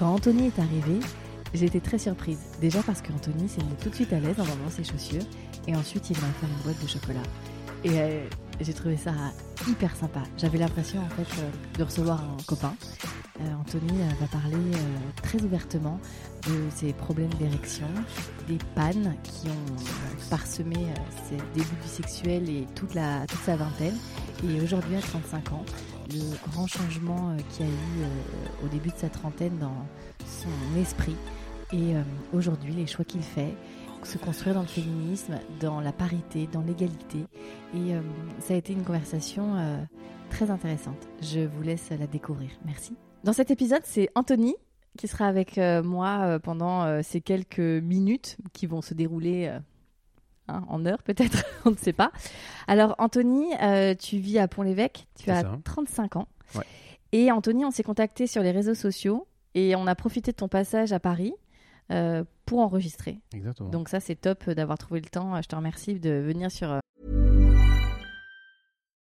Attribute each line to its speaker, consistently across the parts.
Speaker 1: Anthony est arrivé, j'étais très surprise. Déjà parce qu'Anthony s'est mis tout de suite à l'aise en vendant ses chaussures et ensuite il m'a offert une boîte de chocolat. Et euh, j'ai trouvé ça hyper sympa. J'avais l'impression en fait euh, de recevoir un copain. Euh, Anthony euh, va parler euh, très ouvertement de ses problèmes d'érection, des pannes qui ont euh, parsemé euh, ses débuts sexuels et toute, la, toute sa vingtaine. Et aujourd'hui, à 35 ans, le grand changement euh, qu'il y a eu euh, au début de sa trentaine dans son esprit. Et euh, aujourd'hui, les choix qu'il fait, se construire dans le féminisme, dans la parité, dans l'égalité. Et euh, ça a été une conversation euh, très intéressante. Je vous laisse la découvrir. Merci. Dans cet épisode, c'est Anthony qui sera avec euh, moi euh, pendant euh, ces quelques minutes qui vont se dérouler euh, hein, en heures peut-être, on ne sait pas. Alors Anthony, euh, tu vis à Pont-l'Évêque, tu
Speaker 2: C'est
Speaker 1: as
Speaker 2: ça.
Speaker 1: 35 ans.
Speaker 2: Ouais.
Speaker 1: Et Anthony, on s'est contacté sur les réseaux sociaux et on a profité de ton passage à Paris euh, pour enregistrer.
Speaker 2: Exactement.
Speaker 1: Donc ça, c'est top d'avoir trouvé le temps. Je te remercie de venir sur euh,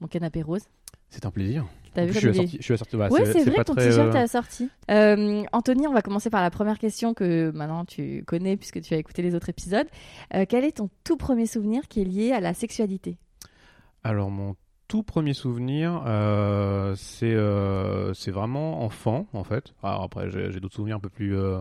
Speaker 1: mon canapé rose.
Speaker 2: C'est un plaisir.
Speaker 1: T'as
Speaker 2: En
Speaker 1: vu
Speaker 2: plus, je
Speaker 1: comme il
Speaker 2: suis
Speaker 1: est-
Speaker 2: assorti. Je suis assorti bah,
Speaker 1: Ouais, c'est
Speaker 2: pas
Speaker 1: vrai, ton
Speaker 2: très,
Speaker 1: t-shirt
Speaker 2: euh,
Speaker 1: a sorti. Euh, Anthony, on va commencer par la première question que maintenant tu connais puisque tu as écouté les autres épisodes. Euh, quel est ton tout premier souvenir qui est lié à la sexualité
Speaker 2: Alors, mon tout premier souvenir, euh, c'est euh, c'est vraiment enfant, en fait. Alors, après, j'ai j'ai d'autres souvenirs un peu plus, euh,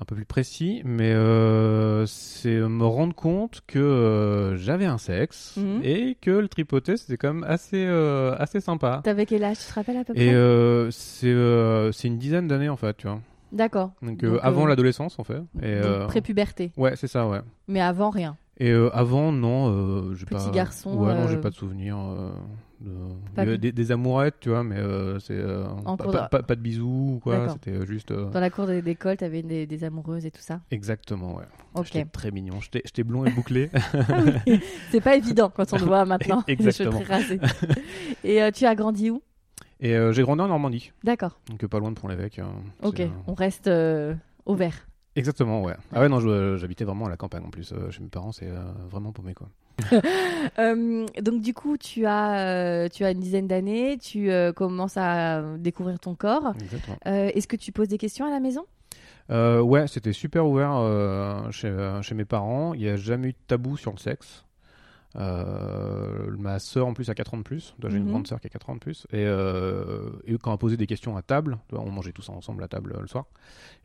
Speaker 2: un peu plus précis, mais euh, c'est me rendre compte que euh, j'avais un sexe
Speaker 1: Mhm.
Speaker 2: et que le tripoter, c'était quand même assez, euh, assez sympa.
Speaker 1: T'avais quel âge Tu te rappelles à peu
Speaker 2: Et
Speaker 1: près
Speaker 2: euh, c'est euh, c'est une dizaine d'années, en fait, tu vois.
Speaker 1: D'accord.
Speaker 2: Donc, euh,
Speaker 1: Donc,
Speaker 2: avant
Speaker 1: euh,
Speaker 2: l'adolescence, en fait. Et,
Speaker 1: Donc,
Speaker 2: euh,
Speaker 1: Prépuberté.
Speaker 2: Ouais, c'est ça, ouais.
Speaker 1: Mais avant, rien.
Speaker 2: Et euh, avant, non, euh, j'ai
Speaker 1: Petit
Speaker 2: pas.
Speaker 1: garçon,
Speaker 2: Ouais, non, j'ai
Speaker 1: euh,
Speaker 2: pas de souvenirs. euh, de-
Speaker 1: Pas
Speaker 2: Il y a
Speaker 1: de-
Speaker 2: des, des amourettes, tu vois, mais euh, c'est. euh,
Speaker 1: En
Speaker 2: pas,
Speaker 1: cours
Speaker 2: pas-
Speaker 1: de-
Speaker 2: pas- pas de bisous ou quoi,
Speaker 1: D'accord.
Speaker 2: c'était euh, juste. euh,
Speaker 1: Dans la cour des- d'école, t'avais des, des amoureuses et tout ça.
Speaker 2: Exactement, ouais.
Speaker 1: Ok.
Speaker 2: J'étais très mignon. J'étais j'étais blond et bouclé.
Speaker 1: Ah oui. c'est pas évident quand on le voit maintenant. les cheveux
Speaker 2: Exactement.
Speaker 1: très rasés. Et euh, tu as grandi où
Speaker 2: et euh, j'ai grandi en Normandie,
Speaker 1: D'accord.
Speaker 2: donc euh, pas loin de Pont-l'Évêque. hein.
Speaker 1: Ok,
Speaker 2: C'est, euh,
Speaker 1: on reste euh, au vert.
Speaker 2: Exactement, ouais. Ah ouais, non, je- euh, j'habitais vraiment à la campagne en plus. euh, chez mes parents, c'est euh, vraiment paumé, quoi.
Speaker 1: Euh, donc du coup, tu as, euh, tu as une dizaine d'années, tu euh, commences à découvrir ton corps.
Speaker 2: Exactement.
Speaker 1: Euh, Est-ce que tu poses des questions à la maison
Speaker 2: Euh, ouais, c'était super ouvert euh, chez, euh, chez mes parents. Il n'y a jamais eu de tabou sur le sexe. Euh, ma sœur, en plus, a 4 ans de plus. Toi, J'ai
Speaker 1: Mhm.
Speaker 2: une grande sœur qui a 4 ans de plus. Et, euh, et quand elle posait des questions à table, tu vois, on mangeait tous ensemble à table euh, le soir.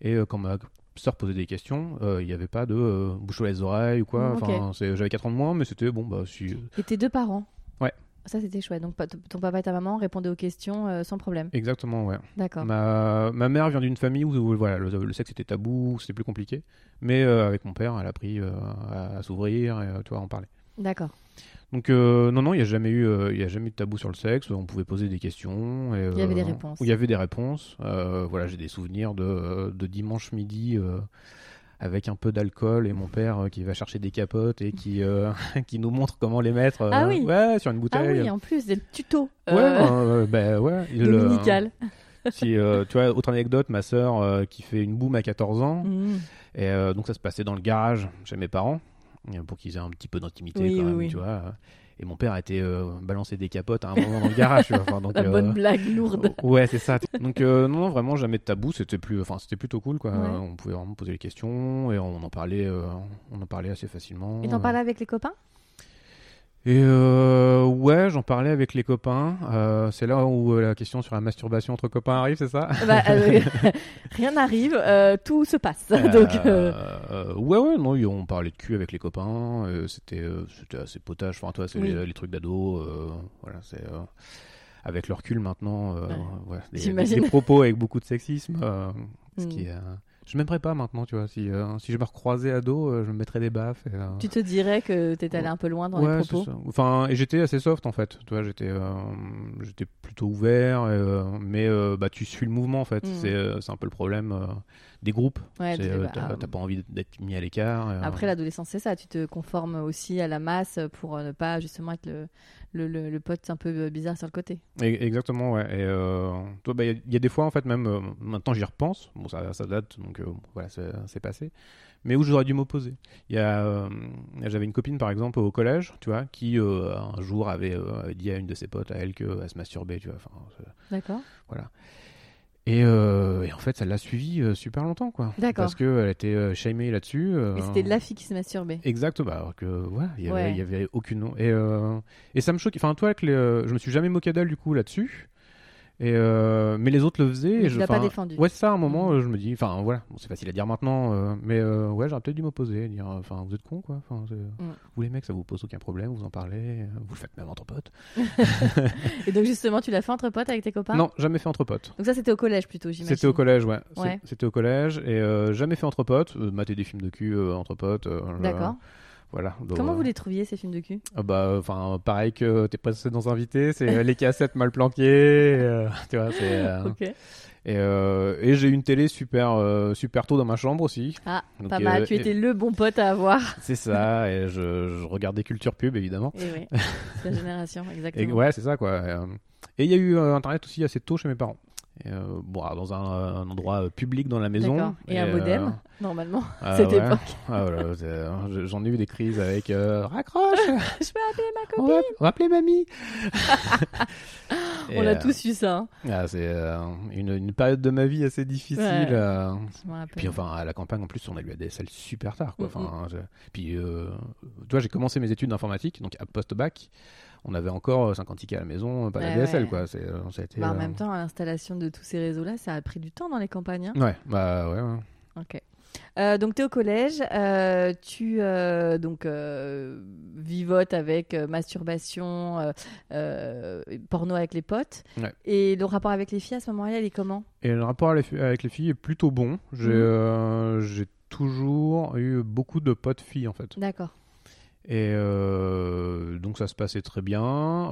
Speaker 2: Et euh, quand ma sœur posait des questions, euh, il n'y avait pas de euh, bouche sur les oreilles ou quoi.
Speaker 1: Mm, ok.
Speaker 2: Enfin, c'est- J'avais 4 ans de moins, mais c'était bon, bah si.
Speaker 1: Et tes deux parents
Speaker 2: Ouais.
Speaker 1: Ça c'était chouette. Donc pa- ton papa et ta maman répondaient aux questions euh, sans problème.
Speaker 2: Exactement, ouais.
Speaker 1: D'accord.
Speaker 2: Ma, ma mère vient d'une famille où, où, voilà, le, le sexe était tabou, c'était plus compliqué. Mais euh, avec mon père, elle a appris euh, à, à s'ouvrir et euh, tu vois, à en parler.
Speaker 1: D'accord.
Speaker 2: Donc euh, non, non, il n'y a, jamais eu, euh, il y a jamais eu de tabou sur le sexe. On pouvait poser des questions. et,
Speaker 1: Il y avait
Speaker 2: euh,
Speaker 1: des réponses.
Speaker 2: Il y avait des réponses. Euh, voilà, j'ai des souvenirs de, euh, de dimanche midi euh, avec un peu d'alcool et mon père euh, qui va chercher des capotes et qui, euh, qui nous montre comment les mettre euh,
Speaker 1: Ah oui.
Speaker 2: ouais, sur une
Speaker 1: Ah
Speaker 2: bouteille.
Speaker 1: oui, en plus des tutos
Speaker 2: Ouais,
Speaker 1: euh,
Speaker 2: euh, ben, ouais. Il- le-
Speaker 1: dominical.
Speaker 2: si euh, tu vois, autre anecdote, ma sœur euh, qui fait une boum à 14 ans,
Speaker 1: Mmh.
Speaker 2: et euh, donc ça se passait dans le garage chez mes parents, euh, pour qu'ils aient un petit peu d'intimité
Speaker 1: Oui,
Speaker 2: quand
Speaker 1: oui,
Speaker 2: même,
Speaker 1: oui.
Speaker 2: tu vois. euh. Et mon père a été euh, balancé des capotes à un moment dans le garage, tu vois. Enfin, donc,
Speaker 1: La
Speaker 2: euh,
Speaker 1: bonne blague lourde.
Speaker 2: Ouais, c'est ça. Donc euh, non, non, vraiment jamais de tabou. C'était plus, enfin, c'était plutôt cool, quoi.
Speaker 1: Ouais.
Speaker 2: On pouvait vraiment poser les questions et on en parlait, euh, on en parlait assez facilement.
Speaker 1: Et t'en parlais avec les copains
Speaker 2: Et euh, ouais, j'en parlais avec les copains. Euh, c'est là où euh, la question sur la masturbation entre copains arrive, c'est ça
Speaker 1: Bah, euh, Rien n'arrive, euh, tout se passe. Donc euh,
Speaker 2: Euh, euh, ouais, ouais, non, y- on parlait de cul avec les copains, euh, c'était euh, c'était assez potage. Enfin, toi, c'est
Speaker 1: Oui.
Speaker 2: les, les trucs d'ado, euh, voilà, c'est. euh, avec le recul maintenant, euh,
Speaker 1: Ouais.
Speaker 2: ouais, des- des,
Speaker 1: J'imagine.
Speaker 2: des propos avec beaucoup de sexisme, euh, ce
Speaker 1: Mm.
Speaker 2: qui est, euh, Je m'aimerais pas maintenant, tu vois. Si, euh, si je me recroisais ado, euh, je me mettrais des baffes. et, euh,
Speaker 1: Tu te dirais que t'es allé un peu loin dans
Speaker 2: ouais,
Speaker 1: les
Speaker 2: c'est
Speaker 1: propos.
Speaker 2: ça. Enfin, et j'étais assez soft en fait. Tu vois, j'étais, euh, j'étais plutôt ouvert, et, euh, mais euh, bah tu suis le mouvement en fait.
Speaker 1: Mm.
Speaker 2: C'est, euh, c'est un peu le problème euh, des groupes.
Speaker 1: Ouais,
Speaker 2: C'est,
Speaker 1: t'es-
Speaker 2: euh,
Speaker 1: bah,
Speaker 2: t'as,
Speaker 1: ah,
Speaker 2: t'as pas envie d'être mis à l'écart. et, euh,
Speaker 1: Après l'adolescence, c'est ça. Tu te conformes aussi à la masse pour euh, ne pas justement être le, le, le- le pote un peu euh, bizarre sur le côté.
Speaker 2: Et- Exactement, ouais. Et euh, toi, bah, il y, a- il y a des fois, en fait, même euh, maintenant, j'y repense. Bon, ça, ça date, donc euh, bon, voilà, c'est c'est passé. Mais où j'aurais dû m'opposer. Il y a, euh, j'avais une copine, par exemple, au collège, tu vois, qui euh, un jour avait, euh, avait dit à une de ses potes, à elle, qu'elle se masturbait, tu vois. Enfin, c'est-
Speaker 1: D'accord.
Speaker 2: Euh, Et, euh, et en fait, ça l'a suivi euh, super longtemps, quoi.
Speaker 1: D'accord.
Speaker 2: Parce qu'elle était euh, shamée là-dessus. euh,
Speaker 1: Et c'était de la fille qui se masturbait.
Speaker 2: Exact, bah, alors que voilà, il y avait,
Speaker 1: Ouais.
Speaker 2: il y avait aucune nom. Et, euh, et ça me choque. Enfin, toi, avec les, euh, je me suis jamais moqué d'elle du coup là-dessus. Et euh, mais les autres le faisaient.
Speaker 1: Mais
Speaker 2: et
Speaker 1: tu
Speaker 2: je-
Speaker 1: l'as pas
Speaker 2: enfin,
Speaker 1: défendu.
Speaker 2: Ouais, c'est ça. À un moment,
Speaker 1: Mhm.
Speaker 2: euh, je me dis, enfin voilà, bon, c'est facile à dire maintenant, euh, mais euh, ouais, j'aurais peut-être dû m'opposer, dire, euh, enfin, vous êtes con quoi. Enfin, c'est-
Speaker 1: Mm.
Speaker 2: vous les mecs, ça vous pose aucun problème, vous en parlez, euh, vous le faites même entre potes.
Speaker 1: Et donc justement, tu l'as fait entre potes avec tes copains
Speaker 2: non, jamais fait entre potes.
Speaker 1: Donc ça, c'était au collège plutôt, j'imagine.
Speaker 2: C'était au collège, ouais. C'est-
Speaker 1: Ouais.
Speaker 2: C'était au collège et euh, jamais fait entre potes. Euh, mater des films de cul euh, entre potes. euh, je-
Speaker 1: D'accord.
Speaker 2: Voilà. Donc,
Speaker 1: Comment
Speaker 2: euh,
Speaker 1: vous les trouviez ces films de cul
Speaker 2: Ah Bah, enfin, pareil que tes précédents invités, c'est euh, les cassettes mal planquées, euh, tu vois, c'est, euh,
Speaker 1: Ok.
Speaker 2: et, euh, et j'ai une télé super, euh, super tôt dans ma chambre aussi.
Speaker 1: Ah,
Speaker 2: Donc,
Speaker 1: pas mal.
Speaker 2: euh,
Speaker 1: tu
Speaker 2: et-
Speaker 1: étais le bon pote à avoir.
Speaker 2: C'est ça, et je, je regardais Culture Pub évidemment.
Speaker 1: Et Eh oui. la génération,
Speaker 2: Et
Speaker 1: exactement.
Speaker 2: ouais, c'est ça quoi. Et, euh, Et il y a eu euh, internet aussi assez tôt chez mes parents. Et, euh, bon, alors, dans un, euh, un endroit euh, public dans la
Speaker 1: D'accord.
Speaker 2: maison.
Speaker 1: Et un
Speaker 2: euh,
Speaker 1: modem, normalement,
Speaker 2: ah,
Speaker 1: à cette
Speaker 2: ouais.
Speaker 1: époque.
Speaker 2: Ah, voilà, c'est- euh, J'en ai eu des crises avec euh, raccroche,
Speaker 1: Je peux appeler ma
Speaker 2: on
Speaker 1: copine.
Speaker 2: va, on va appeler mamie. Et,
Speaker 1: On a
Speaker 2: euh,
Speaker 1: tous eu ça. hein.
Speaker 2: Ah, c'est euh, une, une période de ma vie assez difficile.
Speaker 1: Ouais.
Speaker 2: euh.
Speaker 1: Je me
Speaker 2: Puis
Speaker 1: rappelle.
Speaker 2: enfin, à la campagne, en plus, on a eu la DSL super tard. Quoi.
Speaker 1: Mm,
Speaker 2: Enfin, hein, je- Puis, euh, toi, j'ai commencé mes études d'informatique, donc à post-bac, on avait encore euh, 56 k à la maison, pas
Speaker 1: Ouais,
Speaker 2: la DSL.
Speaker 1: ouais.
Speaker 2: Quoi. C'est, euh, ça a été,
Speaker 1: Bah, en
Speaker 2: euh,
Speaker 1: même temps, l'installation de tous ces réseaux-là, ça a pris du temps dans les campagnes. hein.
Speaker 2: Ouais, bah ouais. ouais.
Speaker 1: Ok. Euh, donc, tu es au collège, euh, tu euh, donc, euh, vivotes avec euh, masturbation, euh, euh, porno avec les potes.
Speaker 2: Ouais.
Speaker 1: Et le rapport avec les filles à ce moment-là, il est comment
Speaker 2: Et le rapport à les fi- avec les filles est plutôt bon. J'ai,
Speaker 1: Mhm.
Speaker 2: euh, j'ai toujours eu beaucoup de potes filles, en fait.
Speaker 1: D'accord.
Speaker 2: Et euh, donc ça se passait très bien.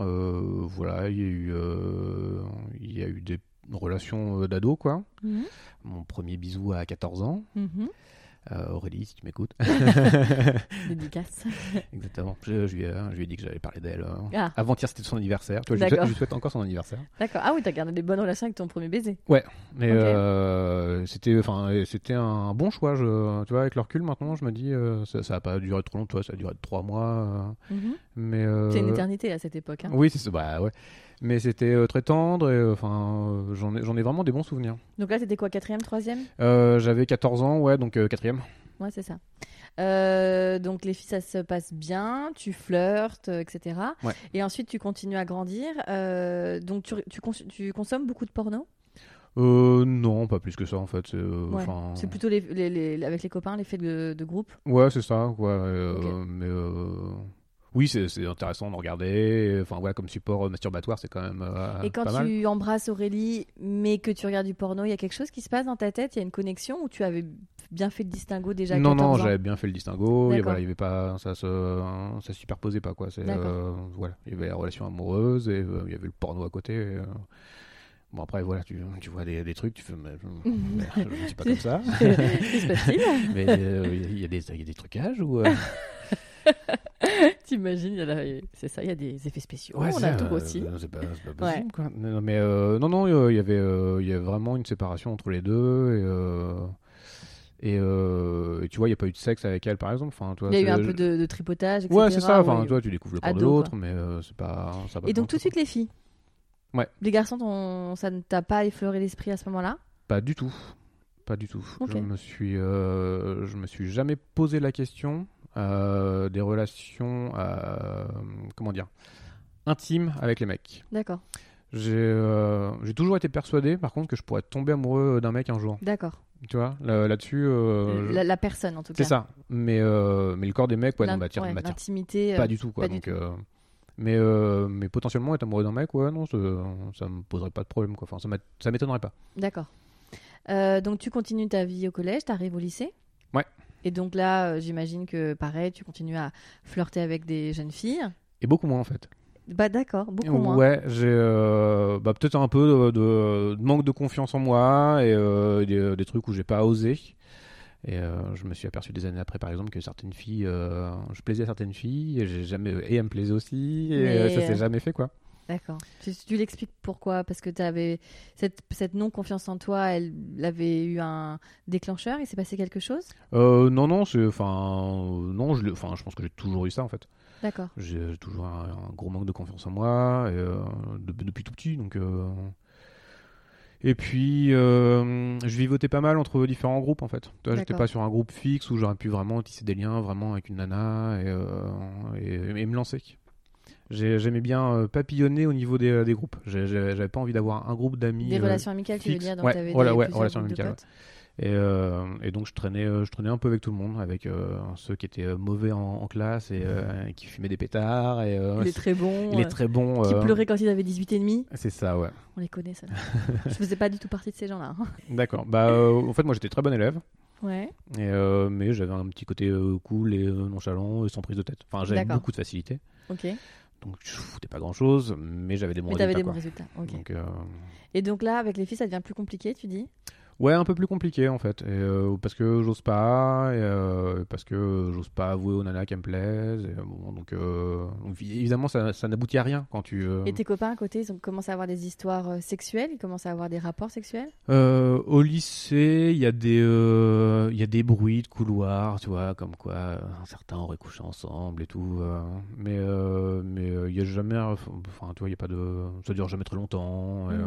Speaker 2: Euh, voilà, il y a eu, euh, il y a eu des relations euh, d'ado, quoi.
Speaker 1: Mhm.
Speaker 2: Mon premier bisou à 14 ans.
Speaker 1: Mhm.
Speaker 2: Euh, Aurélie, si tu m'écoutes.
Speaker 1: Dédicace.
Speaker 2: Exactement. Je, je lui, ai, je lui ai dit que j'allais parler d'elle. euh,
Speaker 1: Ah.
Speaker 2: Avant-hier, c'était son anniversaire. Tu vois, je, lui
Speaker 1: D'accord.
Speaker 2: souhaite, je lui souhaite encore son anniversaire.
Speaker 1: D'accord. Ah oui, t'as gardé des bonnes relations avec ton premier baiser.
Speaker 2: Mais
Speaker 1: Ok.
Speaker 2: euh, c'était, enfin, euh, c'était un bon choix. Je, tu vois, avec le recul maintenant, je me dis, euh, ça n'a pas duré trop longtemps. Ça a duré trois mois. euh,
Speaker 1: Mhm.
Speaker 2: mais euh,
Speaker 1: C'est une éternité à cette époque. hein.
Speaker 2: Oui, c'est ça. Bah ouais. Mais c'était euh, très tendre et euh, enfin, euh, j'en ai, j'en ai vraiment des bons souvenirs.
Speaker 1: Donc là, t'étais quoi, quatrième, troisième
Speaker 2: Euh, J'avais 14 ans, ouais, donc euh, quatrième.
Speaker 1: Ouais, c'est ça. Euh, donc les filles, ça se passe bien, tu flirtes, euh, etc.
Speaker 2: Ouais.
Speaker 1: Et ensuite, tu continues à grandir. euh, donc tu, tu, cons- tu consommes beaucoup de porno
Speaker 2: Euh, non, pas plus que ça en fait. c'est, euh,
Speaker 1: Ouais.
Speaker 2: enfin,
Speaker 1: C'est plutôt les, les- les- avec les copains, les fêtes de, de groupe
Speaker 2: Ouais, c'est ça, quoi. euh,
Speaker 1: Ok.
Speaker 2: Mais euh, oui, c'est c'est intéressant de regarder. Enfin, voilà, comme support euh, masturbatoire, c'est quand même euh,
Speaker 1: Et quand
Speaker 2: pas
Speaker 1: tu
Speaker 2: mal.
Speaker 1: embrasses Aurélie, mais que tu regardes du porno, il y a quelque chose qui se passe dans ta tête Il y a une connexion où tu avais bien fait le distinguo déjà à
Speaker 2: Non,
Speaker 1: 14
Speaker 2: non,
Speaker 1: ans
Speaker 2: j'avais bien fait le distinguo. Et
Speaker 1: D'accord.
Speaker 2: voilà, il y avait pas, ça se, ça se superposait pas, quoi. c'est,
Speaker 1: D'accord.
Speaker 2: euh, voilà, il y avait la relation amoureuse et euh, il y avait le porno à côté. et, euh, Bon après voilà tu, tu vois des, des trucs tu fais mais, je- je ne suis pas comme ça
Speaker 1: Que se passe-t-il
Speaker 2: mais euh, il y, a des il y a des trucages ou euh,
Speaker 1: T'imagines, il y a la- c'est ça, il y a des effets spéciaux,
Speaker 2: Ouais,
Speaker 1: on
Speaker 2: ça,
Speaker 1: a tout
Speaker 2: euh,
Speaker 1: grossi.
Speaker 2: C'est pas, c'est pas
Speaker 1: Ouais.
Speaker 2: possible, quoi. Non, non, mais euh, non, non, euh, il y avait, euh, il y avait vraiment une séparation entre les deux. Et, euh, et, euh, et tu vois, il n'y a pas eu de sexe avec elle, par exemple. Enfin, toi,
Speaker 1: Il y a eu
Speaker 2: c'est-
Speaker 1: un peu de, de tripotage, etc.
Speaker 2: Ouais, c'est ça. Enfin,
Speaker 1: ouais.
Speaker 2: toi, tu découvres le corps de
Speaker 1: Ado,
Speaker 2: l'autre,
Speaker 1: quoi.
Speaker 2: mais euh, c'est pas. ça va pas
Speaker 1: Et donc
Speaker 2: plus
Speaker 1: tout
Speaker 2: loin.
Speaker 1: de suite les filles.
Speaker 2: Ouais.
Speaker 1: Les garçons, t'ont- ça ne t'a pas effleuré l'esprit à ce moment-là
Speaker 2: Pas du tout. Pas du tout.
Speaker 1: Ok.
Speaker 2: Je me suis, euh, je me suis jamais posé la question euh, des relations, euh, comment dire, intimes avec les mecs.
Speaker 1: D'accord,
Speaker 2: J'ai euh, j'ai toujours été persuadé, par contre, que je pourrais tomber amoureux d'un mec un jour.
Speaker 1: d'accord.
Speaker 2: Tu vois, là- là-dessus, euh, je-
Speaker 1: la, la personne en tout cas.
Speaker 2: c'est ça. Mais, euh, mais le corps des mecs, ouais,
Speaker 1: L'in-
Speaker 2: non, m'attire
Speaker 1: ouais,
Speaker 2: m'attire
Speaker 1: L'intimité. euh,
Speaker 2: pas du tout, quoi.
Speaker 1: pas du
Speaker 2: donc,
Speaker 1: tout.
Speaker 2: euh, mais, euh, mais potentiellement être amoureux d'un mec, ouais, non, ça ça me poserait pas de problème, quoi. Enfin, ça m'att- ça m'étonnerait pas.
Speaker 1: D'accord. Euh, donc, tu continues ta vie au collège, tu arrives au lycée.
Speaker 2: Ouais.
Speaker 1: Et donc là, euh, j'imagine que pareil, tu continues à flirter avec des jeunes filles.
Speaker 2: Et beaucoup moins en fait.
Speaker 1: Bah d'accord, beaucoup moins.
Speaker 2: Ouais, j'ai euh, bah, peut-être un peu de, de- de manque de confiance en moi et euh, des, des trucs où j'ai pas osé. Et euh, je me suis aperçu des années après, par exemple, que certaines filles, euh, je plaisais à certaines filles et j'ai jamais et elles me plaisaient aussi. Et
Speaker 1: Mais,
Speaker 2: euh, ça s'est
Speaker 1: euh,
Speaker 2: jamais fait quoi.
Speaker 1: D'accord. Tu, tu l'expliques pourquoi Parce que tu avais cette, cette non-confiance en toi, elle, elle avait eu un déclencheur, il s'est passé quelque chose
Speaker 2: Euh, non, non, c'est enfin euh, non, je l'ai- enfin je pense que j'ai toujours eu ça en fait.
Speaker 1: D'accord.
Speaker 2: J'ai j'ai toujours un, un gros manque de confiance en moi et, euh, de- depuis tout petit. Donc, euh, Et puis, euh, je vivotais pas mal entre différents groupes en fait. Tu vois, J'étais
Speaker 1: D'accord.
Speaker 2: pas sur un groupe fixe où j'aurais pu vraiment tisser des liens vraiment avec une nana et, euh, et- et me lancer. J'ai- J'aimais bien euh, papillonner au niveau des, des groupes. J'ai- j'ai- J'avais pas envie d'avoir un groupe d'amis.
Speaker 1: Des
Speaker 2: euh,
Speaker 1: relations amicales, tu veux
Speaker 2: fixe.
Speaker 1: dire Donc
Speaker 2: Ouais,
Speaker 1: t'avais
Speaker 2: voilà,
Speaker 1: des-
Speaker 2: ouais,
Speaker 1: plusieurs
Speaker 2: relations
Speaker 1: groupes de
Speaker 2: amicales,
Speaker 1: potes.
Speaker 2: et, euh, et donc je traînais, euh, je traînais un peu avec tout le monde, avec euh, ceux qui étaient euh, mauvais en, en classe et euh, qui fumaient des pétards. Et, euh,
Speaker 1: Il est très bon.
Speaker 2: il est
Speaker 1: euh,
Speaker 2: très bon.
Speaker 1: Qui
Speaker 2: euh,
Speaker 1: pleurait quand ils avaient 18 et demi.
Speaker 2: C'est ça, ouais.
Speaker 1: On les connaît, ça. Je faisais pas du tout partie de ces gens-là. hein.
Speaker 2: D'accord. Bah, euh, en fait, moi, j'étais très bon élève,
Speaker 1: Ouais.
Speaker 2: et, euh, mais j'avais un petit côté euh, cool et euh, nonchalant et sans prise de tête. Enfin, j'avais
Speaker 1: D'accord.
Speaker 2: beaucoup de facilité,
Speaker 1: Ok.
Speaker 2: donc je foutais pas grand-chose, mais j'avais des bons
Speaker 1: Mais t'avais des
Speaker 2: résultats.
Speaker 1: bons
Speaker 2: quoi.
Speaker 1: résultats. Ok.
Speaker 2: Donc, euh,
Speaker 1: Et donc là, avec les filles, ça devient plus compliqué, tu dis
Speaker 2: ouais, un peu plus compliqué en fait, et, euh, parce que j'ose pas, et, euh, parce que j'ose pas avouer aux nanas qu'elles me plaisent. et, euh, bon, donc, euh, donc, évidemment, ça, ça n'aboutit à rien quand tu. euh,
Speaker 1: Et tes copains à côté, ils ont commencé à avoir des histoires euh, sexuelles, ils commencent à avoir des rapports sexuels
Speaker 2: Euh, au lycée, il y a des euh, il y a des bruits de couloirs, tu vois, comme quoi euh, certains auraient couché ensemble et tout. euh, mais euh, mais euh, il y a jamais, enfin, tu vois, il y a pas de, ça dure jamais très longtemps. et,
Speaker 1: Mhm.
Speaker 2: euh,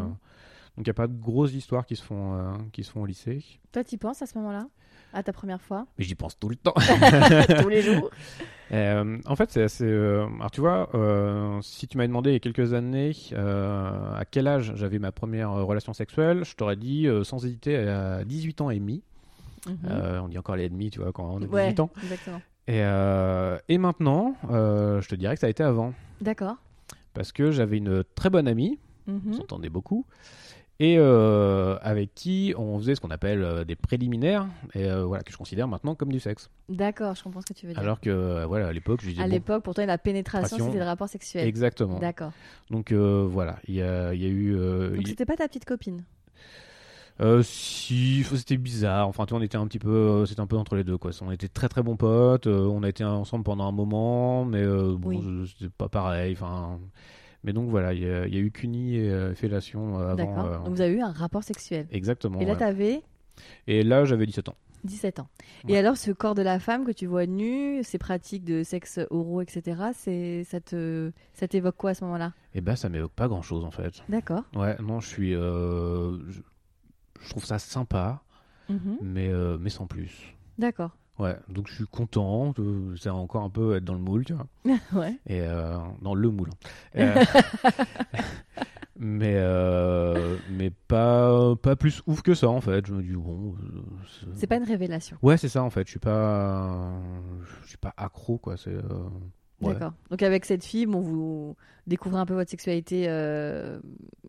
Speaker 2: donc il y a pas de grosses histoires qui se font euh, qui se font au lycée.
Speaker 1: Toi, t'y penses à ce moment-là À ta première fois
Speaker 2: Mais j'y pense tout le temps.
Speaker 1: Tous les jours
Speaker 2: Euh, en fait, c'est assez. euh, alors, tu vois, euh, si tu m'avais demandé il y a quelques années euh, à quel âge j'avais ma première euh, relation sexuelle, je t'aurais dit euh, sans hésiter à 18 ans et demi.
Speaker 1: Mhm.
Speaker 2: Euh, on dit encore les ennemis, tu vois, quand on a 18
Speaker 1: Mm-hmm. Ouais,
Speaker 2: ans.
Speaker 1: exactement.
Speaker 2: Et, euh, et maintenant, euh, je te dirais que ça a été avant.
Speaker 1: D'accord.
Speaker 2: Parce que j'avais une très bonne amie,
Speaker 1: Mhm.
Speaker 2: on s'entendait beaucoup, et euh, avec qui on faisait ce qu'on appelle euh, des préliminaires, et euh, voilà, que je considère maintenant comme du sexe.
Speaker 1: D'accord, je comprends ce que tu veux dire.
Speaker 2: Alors que, euh, voilà, à l'époque, je disais.
Speaker 1: à
Speaker 2: bon,
Speaker 1: l'époque, pour toi, la pénétration,
Speaker 2: Pénétration.
Speaker 1: c'était le rapport sexuel.
Speaker 2: exactement.
Speaker 1: D'accord.
Speaker 2: Donc euh, voilà, il y a, il y a eu. euh,
Speaker 1: Donc
Speaker 2: il-
Speaker 1: c'était pas ta petite copine.
Speaker 2: Euh, si, f- c'était bizarre. Enfin, tu vois, on était un petit peu, euh, c'était un peu entre les deux, quoi. On était très très bons potes. euh, on a été ensemble pendant un moment, mais euh, bon,
Speaker 1: Oui.
Speaker 2: je- c'était pas pareil. Enfin, mais donc voilà, il y, a il y a eu cuni et euh, fellation euh, avant.
Speaker 1: D'accord.
Speaker 2: euh,
Speaker 1: Donc vous avez eu un rapport sexuel.
Speaker 2: Exactement.
Speaker 1: Et là,
Speaker 2: ouais.
Speaker 1: t'avais
Speaker 2: Et là, j'avais 17 ans.
Speaker 1: 17 ans. Et
Speaker 2: Ouais.
Speaker 1: alors, ce corps de la femme que tu vois nu, ces pratiques de sexe oraux, etc., c'est ça te ça t'évoque quoi à ce moment-là
Speaker 2: Et ben, ça m'évoque pas grand chose en fait.
Speaker 1: D'accord.
Speaker 2: Ouais, non, je suis, euh, je, je trouve ça sympa,
Speaker 1: Mhm.
Speaker 2: mais euh, mais sans plus.
Speaker 1: D'accord.
Speaker 2: Ouais, donc je suis content. euh, C'est encore un peu être dans le moule, tu vois.
Speaker 1: ouais.
Speaker 2: et euh, dans le moulin. Euh, mais euh, mais pas pas plus ouf que ça en fait. Je me dis bon. euh,
Speaker 1: C'est pas une révélation.
Speaker 2: Ouais, c'est ça en fait. Je suis pas je suis pas accro quoi. C'est. euh, ouais.
Speaker 1: D'accord. Donc avec cette fille, bon, vous découvrez un peu votre sexualité euh,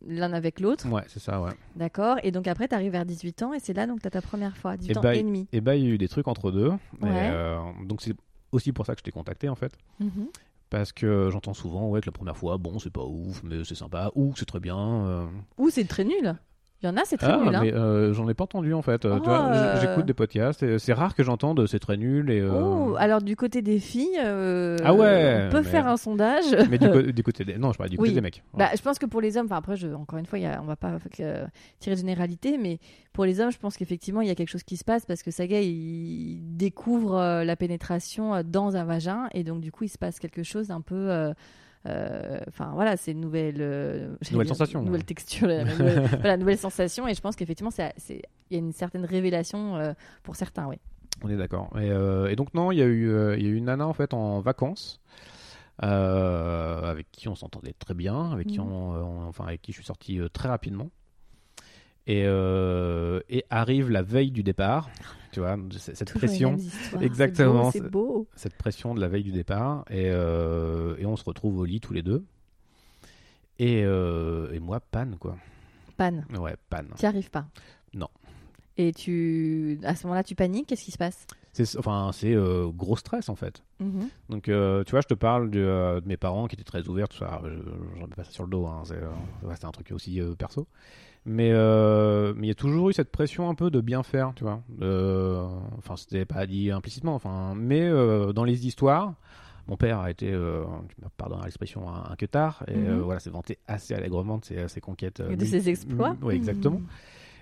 Speaker 1: l'un avec l'autre.
Speaker 2: Ouais, c'est ça ouais.
Speaker 1: D'accord. Et donc après, t'arrives vers 18 ans et c'est là donc t'as ta première fois, 18
Speaker 2: Eh
Speaker 1: ans
Speaker 2: ben,
Speaker 1: et demi.
Speaker 2: Et bah il y a eu des trucs entre deux. Et,
Speaker 1: Ouais.
Speaker 2: euh, donc c'est aussi pour ça que je t'ai contacté en fait.
Speaker 1: Mhm.
Speaker 2: Parce que j'entends souvent ouais que la première fois bon c'est pas ouf mais c'est sympa ou c'est très bien. euh.
Speaker 1: Ou c'est très nul. Il y en a, c'est très
Speaker 2: ah,
Speaker 1: nul. hein.
Speaker 2: mais euh, j'en ai pas entendu en fait. Euh, tu
Speaker 1: Oh,
Speaker 2: vois, j-
Speaker 1: euh.
Speaker 2: J'écoute des podcasts. et C'est rare que j'entende c'est très nul et. euh,
Speaker 1: Oh, alors du côté des filles, euh,
Speaker 2: Ah ouais,
Speaker 1: on peut
Speaker 2: mais-
Speaker 1: faire un sondage.
Speaker 2: Mais du, co- du côté des... Non, je parle du côté
Speaker 1: Oui.
Speaker 2: des mecs.
Speaker 1: Bah, je pense que pour les hommes, enfin après, je, encore une fois, il y a- on va pas euh, tirer de généralité, mais pour les hommes, je pense qu'effectivement, il y a quelque chose qui se passe parce que Saga, il découvre euh, la pénétration euh, dans un vagin et donc du coup, il se passe quelque chose un peu. euh, euh, Enfin voilà, c'est une nouvelle, euh, j'allais
Speaker 2: Nouvelle
Speaker 1: dire,
Speaker 2: sensation,
Speaker 1: nouvelle
Speaker 2: ouais.
Speaker 1: texture, la nouvelle, voilà, nouvelle sensation. Et je pense qu'effectivement, c'est- c'est- il y a une certaine révélation euh, pour certains, oui.
Speaker 2: On est d'accord. Et, euh, et donc, non, il y, a eu, euh, il y a eu une nana en fait en vacances. euh, avec qui on s'entendait très bien, avec qui
Speaker 1: Mhm.
Speaker 2: on, euh, on- enfin avec qui je suis sorti euh, très rapidement, et, euh, et arrive la veille du départ, tu vois, de c- cette pression, Exactement.
Speaker 1: C'est beau.
Speaker 2: cette pression de la veille du départ, et, euh, et on se retrouve au lit tous les deux, et, euh, et moi panne quoi,
Speaker 1: Panne.
Speaker 2: ouais panne.
Speaker 1: T'y arrives pas.
Speaker 2: Non.
Speaker 1: Et tu, à ce moment-là, tu paniques. Qu'est-ce qui se passe
Speaker 2: C'est enfin c'est euh, gros stress en fait. Donc euh, tu vois, je te parle de, euh, de mes parents qui étaient très ouverts, tout ça. Je, j'en mets pas ça sur le dos. Hein, c'est, euh, ouais, c'est un truc aussi euh, perso. Mais euh, mais il y a toujours eu cette pression un peu de bien faire, tu vois. Euh, Enfin, c'était pas dit implicitement. Enfin, mais euh, dans les histoires. Mon père a été, euh, tu me pardonneras l'expression, un, un queutard, et
Speaker 1: Mhm.
Speaker 2: euh, voilà, s'est vanté assez allègrement de ses, ses conquêtes. euh,
Speaker 1: Et de
Speaker 2: mul-
Speaker 1: ses exploits. Mhm. Mmh.
Speaker 2: Oui, exactement.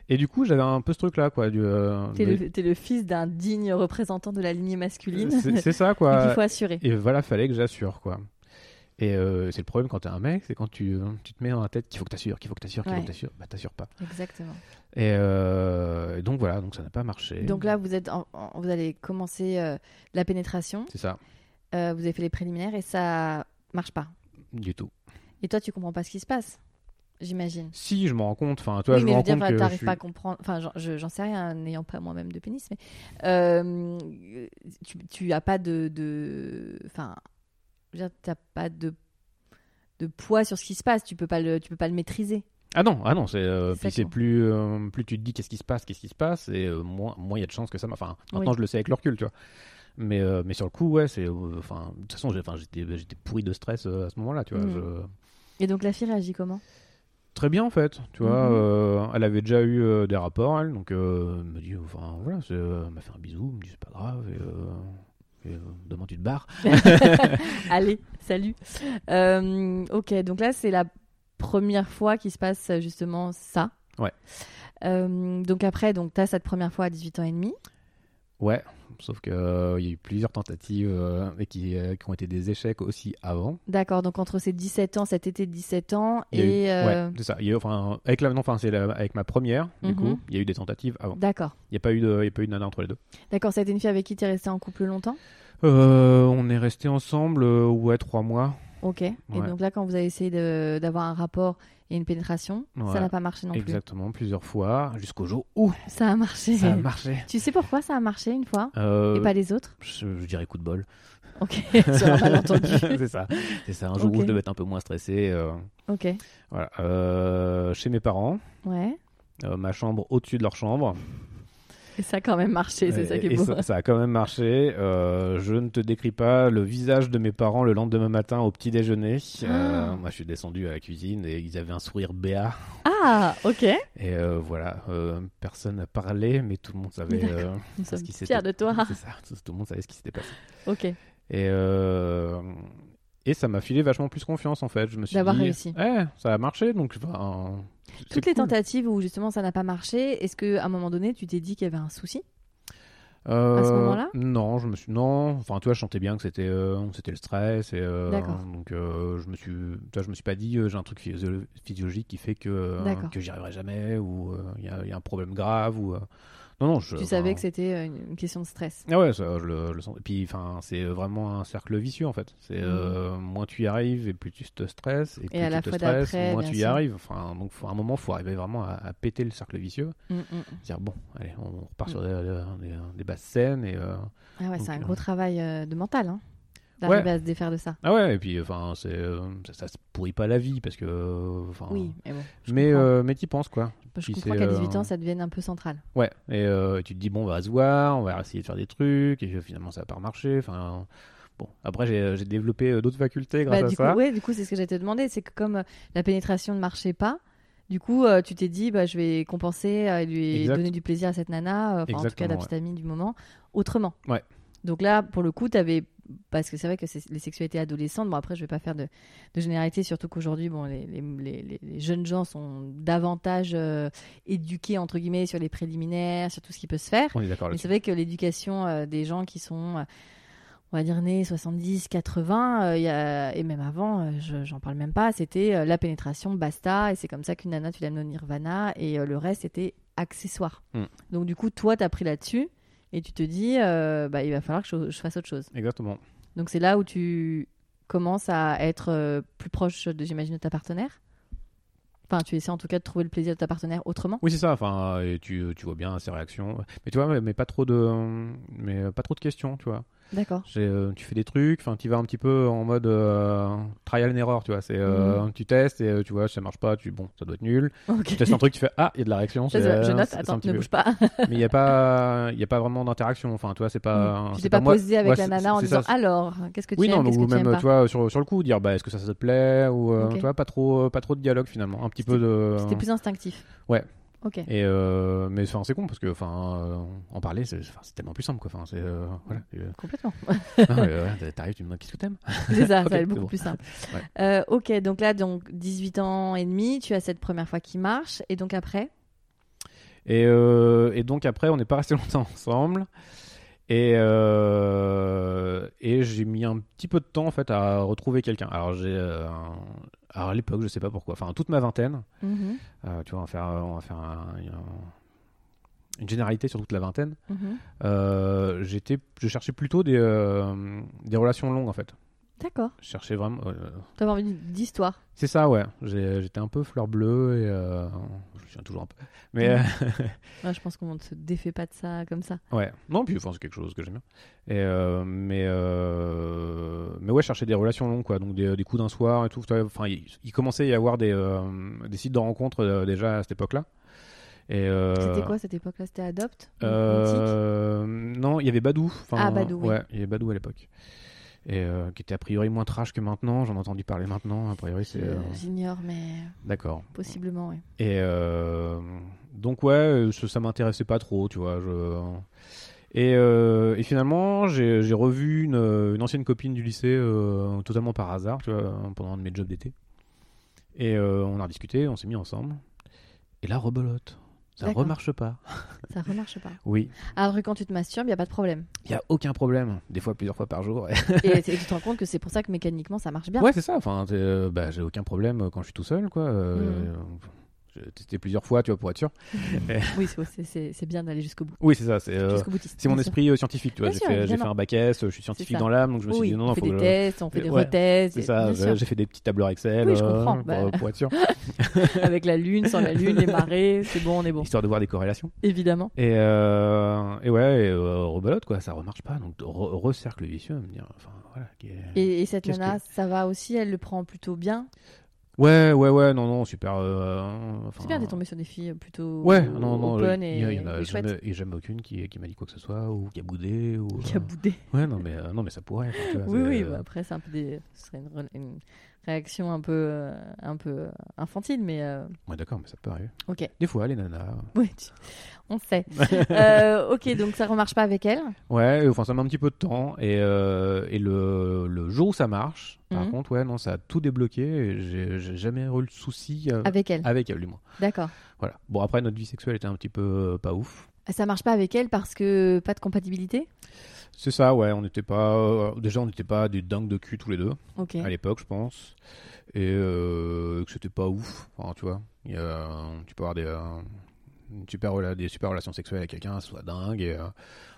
Speaker 2: Et du coup, j'avais un peu ce truc-là, quoi. Du, euh,
Speaker 1: T'es
Speaker 2: de-
Speaker 1: le, t'es le fils d'un digne représentant de la lignée masculine.
Speaker 2: C'est c'est ça,
Speaker 1: Donc,
Speaker 2: quoi.
Speaker 1: il faut assurer.
Speaker 2: Et voilà, fallait que j'assure, quoi. Et euh, c'est le problème quand t'es un mec, c'est quand tu, euh, tu te mets dans la tête qu'il faut que t'assures, qu'il faut que t'assures, qu'il
Speaker 1: Ouais.
Speaker 2: faut que t'assures, bah t'assures pas.
Speaker 1: Exactement.
Speaker 2: Et, euh, et donc voilà, donc ça n'a pas marché.
Speaker 1: Donc là, vous êtes, en- en- vous allez commencer euh, la pénétration.
Speaker 2: C'est ça,
Speaker 1: Euh, vous avez fait les préliminaires et ça marche pas.
Speaker 2: du tout.
Speaker 1: Et toi, tu comprends pas ce qui se passe, j'imagine.
Speaker 2: Si, je me rends compte, enfin, toi,
Speaker 1: oui,
Speaker 2: je
Speaker 1: mais je
Speaker 2: me rends
Speaker 1: veux dire,
Speaker 2: compte
Speaker 1: voilà,
Speaker 2: que je
Speaker 1: t'arrives
Speaker 2: suis-
Speaker 1: pas à comprendre. Enfin, j'en- je- j'en sais rien, n'ayant pas moi-même de pénis, mais euh, tu, tu as pas de, de, enfin, je veux dire, t'as pas de de poids sur ce qui se passe. Tu peux pas le, tu peux pas le maîtriser.
Speaker 2: Ah non, ah non, c'est euh,
Speaker 1: C'est
Speaker 2: puis
Speaker 1: ça,
Speaker 2: c'est
Speaker 1: quoi.
Speaker 2: plus euh, plus tu te dis qu'est-ce qui se passe, qu'est-ce qui se passe, et euh, moins moins il y a de chances que ça. m'a- Enfin, maintenant
Speaker 1: Oui.
Speaker 2: je le sais avec le recul, tu vois. Mais euh, mais sur le coup, ouais, c'est euh, enfin de toute façon, j'ai- enfin, j'étais j'étais pourri de stress euh, à ce moment-là, tu vois.
Speaker 1: Mhm.
Speaker 2: je-
Speaker 1: Et donc la fille réagit comment
Speaker 2: Très bien en fait, tu vois.
Speaker 1: Mhm.
Speaker 2: euh, elle avait déjà eu euh, des rapports, elle, donc euh, elle me dit, enfin voilà, c'est, euh, elle m'a fait un bisou, elle me dit c'est pas grave, et, euh, et, euh, demain tu te barres.
Speaker 1: Allez, salut. Euh, ok, donc là, c'est la première fois qu'il se passe euh, justement ça.
Speaker 2: Ouais.
Speaker 1: Euh, donc après, donc t'as cette première fois à 18 ans et demi.
Speaker 2: Ouais, sauf que euh, il y a eu plusieurs tentatives euh, et qui, euh, qui ont été des échecs aussi avant.
Speaker 1: D'accord, donc entre ces 17 ans, cet été de 17 ans
Speaker 2: Il y a eu-
Speaker 1: et... euh,
Speaker 2: ouais, c'est ça. Il y a eu, enfin avec la, non, enfin c'est la- avec ma première, du
Speaker 1: Mhm.
Speaker 2: coup, il y a eu des tentatives avant.
Speaker 1: D'accord,
Speaker 2: Il n'y a pas eu de, il y a pas eu de nana entre les deux.
Speaker 1: d'accord, ça a été une fille avec qui t'es resté en couple longtemps
Speaker 2: Euh, on est resté ensemble, euh, ouais, trois mois.
Speaker 1: Ok, et
Speaker 2: Ouais.
Speaker 1: donc là, quand vous avez essayé de- d'avoir un rapport et une pénétration,
Speaker 2: Ouais.
Speaker 1: ça n'a pas marché non
Speaker 2: Exactement, plusieurs fois, jusqu'au jour où
Speaker 1: plus. Ça a marché.
Speaker 2: ça a marché.
Speaker 1: Tu sais pourquoi ça a marché une fois
Speaker 2: Euh,
Speaker 1: et pas les autres
Speaker 2: je, je dirais coup de bol.
Speaker 1: Ok, sur un malentendu.
Speaker 2: c'est ça. C'est ça. Un jour où
Speaker 1: Ok.
Speaker 2: je devais être un peu moins stressé. euh,
Speaker 1: ok,
Speaker 2: voilà. Euh, chez mes parents,
Speaker 1: ouais.
Speaker 2: euh, ma chambre au-dessus de leur chambre.
Speaker 1: Et ça a quand même marché, c'est ça qui
Speaker 2: Et
Speaker 1: est beau.
Speaker 2: ça, ça a quand même marché. Euh, je ne te décris pas le visage de mes parents le lendemain matin au petit déjeuner. Euh,
Speaker 1: Ah.
Speaker 2: moi, je suis descendu à la cuisine et ils avaient un sourire béat.
Speaker 1: Ah, ok.
Speaker 2: Et euh, voilà, euh, personne n'a parlé, mais tout le monde savait.
Speaker 1: D'accord.
Speaker 2: euh,
Speaker 1: Nous
Speaker 2: ce
Speaker 1: sommes
Speaker 2: qui s'était-
Speaker 1: fiers de toi.
Speaker 2: C'est ça. Tout, tout le monde savait ce qui s'était passé.
Speaker 1: Ok.
Speaker 2: Et, euh, et ça m'a filé vachement plus confiance en fait. Je me suis
Speaker 1: D'avoir
Speaker 2: dit,
Speaker 1: réussi.
Speaker 2: Eh, ça a marché donc. ben, c'est
Speaker 1: Toutes les
Speaker 2: cool.
Speaker 1: tentatives où justement ça n'a pas marché, est-ce qu'à un moment donné tu t'es dit qu'il y avait un souci
Speaker 2: Euh,
Speaker 1: à ce moment-là
Speaker 2: Non, je me suis non. Enfin, tu vois, je sentais bien que c'était euh, c'était le stress et euh,
Speaker 1: D'accord.
Speaker 2: donc euh, je me suis tu vois, je me suis pas dit euh, j'ai un truc physio- physiologique qui fait que euh,
Speaker 1: D'accord.
Speaker 2: que j'y arriverai jamais ou euh, il y a- il y, a un problème grave ou euh, non non. Je,
Speaker 1: Tu savais
Speaker 2: enfin,
Speaker 1: que c'était euh, une une question de stress.
Speaker 2: Ah ouais, ça, je le, je le sens. Et puis, enfin, c'est vraiment un cercle vicieux en fait. C'est euh, moins tu y arrives et plus tu te stresses et, plus
Speaker 1: Mm. à
Speaker 2: tu
Speaker 1: la
Speaker 2: te
Speaker 1: fois
Speaker 2: stresses,
Speaker 1: d'après,
Speaker 2: moins
Speaker 1: bien
Speaker 2: tu y
Speaker 1: sûr.
Speaker 2: arrives. Enfin, donc, faut, à un moment, faut arriver vraiment à, à péter le cercle vicieux.
Speaker 1: Mm, mm.
Speaker 2: Dire bon, allez, on repart
Speaker 1: Mm.
Speaker 2: sur des, des- des- des basses scènes et euh,
Speaker 1: Ah ouais, c'est un
Speaker 2: Ok.
Speaker 1: gros travail euh, de mental, hein, d'arriver
Speaker 2: Ouais.
Speaker 1: à se défaire de ça.
Speaker 2: ah ouais, et puis enfin, c'est euh, ça, ça se pourrit pas la vie parce que euh, enfin.
Speaker 1: Oui, mais bon. Je
Speaker 2: Mais
Speaker 1: comprends,
Speaker 2: euh, mais t'y penses quoi.
Speaker 1: je
Speaker 2: puis
Speaker 1: comprends
Speaker 2: c'est,
Speaker 1: qu'à 18
Speaker 2: euh,
Speaker 1: ans ça devienne un peu central.
Speaker 2: Ouais, et euh, tu te dis, bon, on va se voir, on va essayer de faire des trucs, et finalement, ça va pas marcher. Enfin, bon, après, j'ai j'ai développé euh, d'autres facultés grâce
Speaker 1: Bah,
Speaker 2: à
Speaker 1: du, coup,
Speaker 2: ça.
Speaker 1: ouais, du coup, c'est ce que j'allais te demander, c'est que comme euh, la pénétration ne marchait pas, du coup, euh, tu t'es dit, bah, je vais compenser euh, et lui
Speaker 2: Exact.
Speaker 1: donner du plaisir à cette nana, euh, enfin, en tout cas
Speaker 2: Exactement,
Speaker 1: la petite amie du moment, autrement.
Speaker 2: Ouais.
Speaker 1: Donc là, pour le coup, tu avais. Parce que c'est vrai que c'est- les sexualités adolescentes, bon, après, je vais pas faire de, de généralité, surtout qu'aujourd'hui, bon, les, les- les- les- les jeunes gens sont davantage euh, éduqués, entre guillemets, sur les préliminaires, sur tout ce qui peut se faire.
Speaker 2: On est d'accord
Speaker 1: Mais
Speaker 2: là-dessus.
Speaker 1: c'est vrai que l'éducation euh, des gens qui sont, euh, on va dire, nés 70, 80, euh, il y a- et même avant, euh, je- j'en parle même pas, c'était euh, la pénétration, basta, et c'est comme ça qu'une nana, tu l'amènes au nirvana, et euh, le reste était accessoire.
Speaker 2: Mm.
Speaker 1: Donc du coup, toi, tu as pris là-dessus, et tu te dis, euh, bah, il va falloir que je, je fasse autre chose.
Speaker 2: Exactement.
Speaker 1: Donc c'est là où tu commences à être euh, plus proche, de, j'imagine, de ta partenaire. Enfin, tu essaies en tout cas de trouver le plaisir de ta partenaire autrement.
Speaker 2: Oui, c'est ça. Enfin, et tu, tu vois bien ses réactions. Mais tu vois, mais, mais pas trop de, mais euh, pas trop de questions, tu vois.
Speaker 1: D'accord.
Speaker 2: J'ai, euh, tu fais des trucs, enfin, tu vas un petit peu en mode euh, trial and error, tu vois. C'est
Speaker 1: Mhm.
Speaker 2: euh, tu testes et euh, tu vois, ça marche pas, tu bon, ça doit être nul.
Speaker 1: Ok.
Speaker 2: Tu testes un truc, tu fais ah, il y a de la réaction.
Speaker 1: Je,
Speaker 2: c'est-
Speaker 1: je note,
Speaker 2: c'est-
Speaker 1: attends,
Speaker 2: c'est un
Speaker 1: ne
Speaker 2: petit
Speaker 1: bouge pas.
Speaker 2: peu- Mais il y a pas, il y a pas vraiment d'interaction. Enfin, tu vois, c'est pas.
Speaker 1: Mhm. tu
Speaker 2: Euh, c'est
Speaker 1: t'es pas,
Speaker 2: moi-
Speaker 1: posé avec
Speaker 2: ouais,
Speaker 1: la
Speaker 2: c'est-
Speaker 1: nana en
Speaker 2: c'est ça,
Speaker 1: disant alors, qu'est-ce que tu
Speaker 2: Oui,
Speaker 1: aimes,
Speaker 2: non,
Speaker 1: qu'est-ce que
Speaker 2: ou
Speaker 1: tu aimes
Speaker 2: même, euh,
Speaker 1: pas
Speaker 2: tu vois, sur, sur le coup, dire, bah, est-ce que ça, ça te plaît Ou, euh,
Speaker 1: Ok.
Speaker 2: tu vois, pas trop, pas trop de dialogue, finalement. Un petit peu de...
Speaker 1: C'était plus instinctif.
Speaker 2: euh, Ouais.
Speaker 1: Ok.
Speaker 2: Et, euh, mais, enfin, c'est con, parce que, enfin, euh, en parler, c'est enfin, c'est tellement plus simple, quoi. Enfin, c'est... euh, voilà. Et, euh,
Speaker 1: Complètement.
Speaker 2: non, mais, ouais, T'arrives, tu me demandes qu'est-ce que t'aimes
Speaker 1: C'est ça, ça
Speaker 2: Ok,
Speaker 1: va
Speaker 2: c'est
Speaker 1: être beaucoup
Speaker 2: bon.
Speaker 1: plus simple.
Speaker 2: Ouais.
Speaker 1: Euh, ok, donc là, donc 18 ans et demi, tu as cette première fois qui marche, et donc après,
Speaker 2: Et, euh, et donc après, on n'est pas resté longtemps ensemble. Et, euh, et j'ai mis un petit peu de temps en fait à retrouver quelqu'un. Alors j'ai, euh, alors à l'époque, je sais pas pourquoi. Enfin, toute ma vingtaine,
Speaker 1: Mhm,
Speaker 2: euh, tu vois, on va faire, on va faire un- un- une généralité sur toute la vingtaine.
Speaker 1: mhm.
Speaker 2: Euh, j'étais, je cherchais plutôt des, euh, des relations longues en fait.
Speaker 1: d'accord,
Speaker 2: Je cherchais vraiment. euh,
Speaker 1: tu avais envie d'histoire.
Speaker 2: c'est ça, ouais. J'ai- euh, j'étais un peu fleur bleue et euh, je me souviens toujours un peu. Mais euh,
Speaker 1: Ouais, je pense qu'on ne se défait pas de ça comme ça.
Speaker 2: Ouais. Non, puis enfin, c'est quelque chose que j'aime bien. Et, euh, mais, euh, mais ouais, chercher des relations longues, quoi. Donc des, des coups d'un soir et tout. Tu vois, Enfin, il, il commençait à y avoir des, euh, des sites de rencontres euh, déjà à cette époque-là. Et, euh,
Speaker 1: C'était quoi cette époque-là C'était Adopt Mythique
Speaker 2: euh, Non, il y avait Badou. Enfin,
Speaker 1: Ah, Badou, oui.
Speaker 2: Ouais, il y avait Badou à l'époque. Et euh, qui était a priori moins trash que maintenant. J'en ai entendu parler maintenant. A priori, c'est. euh,
Speaker 1: Je- J'ignore, mais
Speaker 2: D'accord.
Speaker 1: possiblement, oui.
Speaker 2: Et euh, donc ouais, euh, ça, ça m'intéressait pas trop, tu vois. Je... Et, euh, et finalement, j'ai j'ai revu une, euh, une ancienne copine du lycée euh, totalement par hasard, tu vois, pendant un de mes jobs d'été. Et euh, on a discuté, on s'est mis ensemble. Et là, rebolote. Ça
Speaker 1: D'accord.
Speaker 2: remarche pas.
Speaker 1: Ça remarche pas.
Speaker 2: Oui.
Speaker 1: Alors que quand tu te masturbes, il n'y a pas de problème.
Speaker 2: Il y a aucun problème. Des fois, plusieurs fois par jour.
Speaker 1: et, et tu te rends compte que c'est pour ça que mécaniquement, ça marche bien.
Speaker 2: Ouais, c'est ça. Enfin, t'es, euh, bah, j'ai aucun problème euh, quand je suis tout seul, quoi.
Speaker 1: Mm.
Speaker 2: Euh, J'ai testé plusieurs fois, tu vois, pour être sûr.
Speaker 1: Oui, c'est- c'est- c'est c'est bien d'aller jusqu'au bout.
Speaker 2: Oui, c'est ça. C'est euh,
Speaker 1: Jusqu'au boutiste.
Speaker 2: C'est mon
Speaker 1: bien sûr.
Speaker 2: esprit euh, scientifique, tu vois.
Speaker 1: Bien
Speaker 2: J'ai
Speaker 1: sûr,
Speaker 2: fait, j'ai fait
Speaker 1: évidemment.
Speaker 2: un bac S, euh, je suis
Speaker 1: C'est
Speaker 2: scientifique
Speaker 1: ça.
Speaker 2: dans l'âme, donc je me suis
Speaker 1: Oui,
Speaker 2: dit non,
Speaker 1: on
Speaker 2: non,
Speaker 1: fait
Speaker 2: faut
Speaker 1: des
Speaker 2: que je-
Speaker 1: tests, on fait des
Speaker 2: Ouais,
Speaker 1: retests.
Speaker 2: C'est
Speaker 1: et-
Speaker 2: ça,
Speaker 1: bien
Speaker 2: j'ai
Speaker 1: sûr.
Speaker 2: j'ai fait des petits tableurs Excel
Speaker 1: Oui, je
Speaker 2: euh,
Speaker 1: comprends,
Speaker 2: pour,
Speaker 1: bah.
Speaker 2: pour être sûr,
Speaker 1: avec la lune, sans la lune, les marées, c'est bon, on est bon.
Speaker 2: histoire de voir des corrélations.
Speaker 1: Évidemment.
Speaker 2: Et, euh, et ouais, et, euh, rebelote, quoi, ça remarche pas. Donc, re- recercle vicieux, me dire, enfin, voilà. qui est-
Speaker 1: Et, et cette
Speaker 2: Qu'est-ce
Speaker 1: nana, ça va aussi, elle le prend plutôt bien.
Speaker 2: Ouais, ouais, ouais, non, non, super. euh, enfin,
Speaker 1: C'est bien, t'es tombé sur des filles plutôt
Speaker 2: Ouais, ah non, non,
Speaker 1: open
Speaker 2: il
Speaker 1: et,
Speaker 2: y, a- il y en a
Speaker 1: et
Speaker 2: jamais-
Speaker 1: chouettes.
Speaker 2: et jamais aucune qui, qui m'a dit quoi que ce soit, ou qui a boudé, ou.
Speaker 1: Qui a
Speaker 2: euh,
Speaker 1: boudé.
Speaker 2: Ouais, non, mais, euh, non, mais ça pourrait. enfin, tu vois,
Speaker 1: Oui,
Speaker 2: c'est- euh,
Speaker 1: oui, bah après, c'est un peu des... ce serait une, re- une réaction un peu, euh, un peu euh, infantile, mais euh,
Speaker 2: Ouais, d'accord, mais ça peut arriver.
Speaker 1: ok.
Speaker 2: Des fois, les nanas.
Speaker 1: Ouais, tu- On sait. Euh, ok, donc ça ne remarche pas avec elle.
Speaker 2: Ouais, enfin ça met un petit peu de temps et, euh, et le, le jour où ça marche, par
Speaker 1: Mhm.
Speaker 2: contre, ouais, non, ça a tout débloqué et j'ai j'ai jamais eu le souci euh,
Speaker 1: Avec elle.
Speaker 2: avec elle, du moins.
Speaker 1: D'accord.
Speaker 2: Voilà. Bon, après, notre vie sexuelle était un petit peu euh, pas ouf.
Speaker 1: Ça marche pas avec elle parce que pas de compatibilité
Speaker 2: C'est ça, ouais, on n'était pas. euh, déjà, on n'était pas des dingues de cul tous les deux
Speaker 1: Ok.
Speaker 2: à l'époque, je pense. Et euh, que c'était pas ouf, enfin, tu vois. Il y a- tu peux avoir des. euh, une super, rela- des super relations sexuelles avec quelqu'un, soit dingue. Et, euh,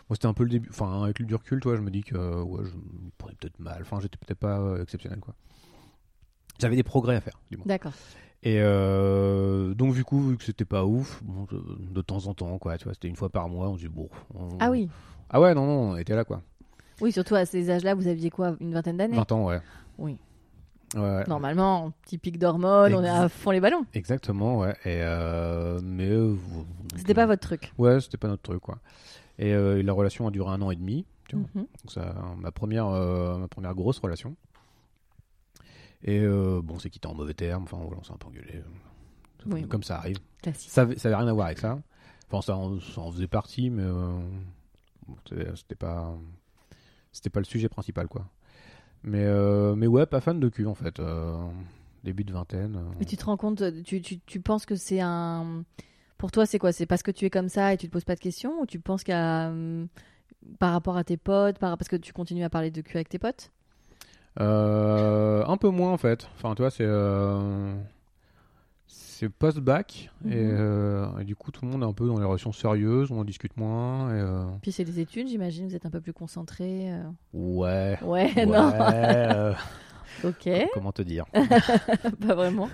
Speaker 2: moi, c'était un peu le début. Enfin, avec le du recul, toi, je me dis que euh, ouais, je me prenais peut-être mal. Enfin, j'étais peut-être pas euh, exceptionnel, quoi. J'avais des progrès à faire, du moins.
Speaker 1: D'accord.
Speaker 2: Et euh, donc, du coup, vu que c'était pas ouf, bon, je- de temps en temps, quoi, tu vois, c'était une fois par mois, on se dit, bon. on-
Speaker 1: Ah oui.
Speaker 2: Ah ouais, non, non, on était là, quoi.
Speaker 1: Oui, surtout à ces âges-là, vous aviez quoi Une vingtaine d'années
Speaker 2: 20 ans, ouais.
Speaker 1: Oui.
Speaker 2: Ouais, ouais.
Speaker 1: Normalement, petit pic d'hormones, on est à
Speaker 2: Ex-
Speaker 1: fond les ballons.
Speaker 2: Exactement, ouais. Et euh, mais euh, vous-
Speaker 1: C'était pas votre truc.
Speaker 2: Ouais, c'était pas notre truc, quoi. Et euh, la relation a duré un an et demi. Tu vois.
Speaker 1: Mhm.
Speaker 2: Donc ça, ma première, euh, ma première grosse relation. Et euh, bon, c'est quitté en mauvais termes. Enfin, voilà, on s'est un peu engueulé. Comme-
Speaker 1: Oui.
Speaker 2: Comme ça arrive.
Speaker 1: Classique.
Speaker 2: Ça, avait- ça avait rien à voir avec ça. Enfin, ça, en- ça en faisait partie, mais euh, bon, c'était c'était pas, c'était pas le sujet principal, quoi. Mais, euh, mais ouais, pas fan de cul en fait. Euh, début de vingtaine. euh.
Speaker 1: Et tu te rends compte, tu, tu, tu penses que c'est un. Pour toi, c'est quoi C'est parce que tu es comme ça et tu te poses pas de questions Ou tu penses qu'à. hum, Par rapport à tes potes, par... parce que tu continues à parler de cul avec tes potes
Speaker 2: Euh, un peu moins en fait. Enfin, tu vois, c'est euh, c'est post-bac
Speaker 1: Mhm.
Speaker 2: et, euh, et du coup, tout le monde est un peu dans les relations sérieuses, on en discute moins. Et, euh,
Speaker 1: Puis c'est les études, j'imagine, vous êtes un peu plus concentrés. euh.
Speaker 2: Ouais.
Speaker 1: Ouais,
Speaker 2: ouais,
Speaker 1: non
Speaker 2: euh,
Speaker 1: Ok,
Speaker 2: Comment te dire
Speaker 1: pas vraiment.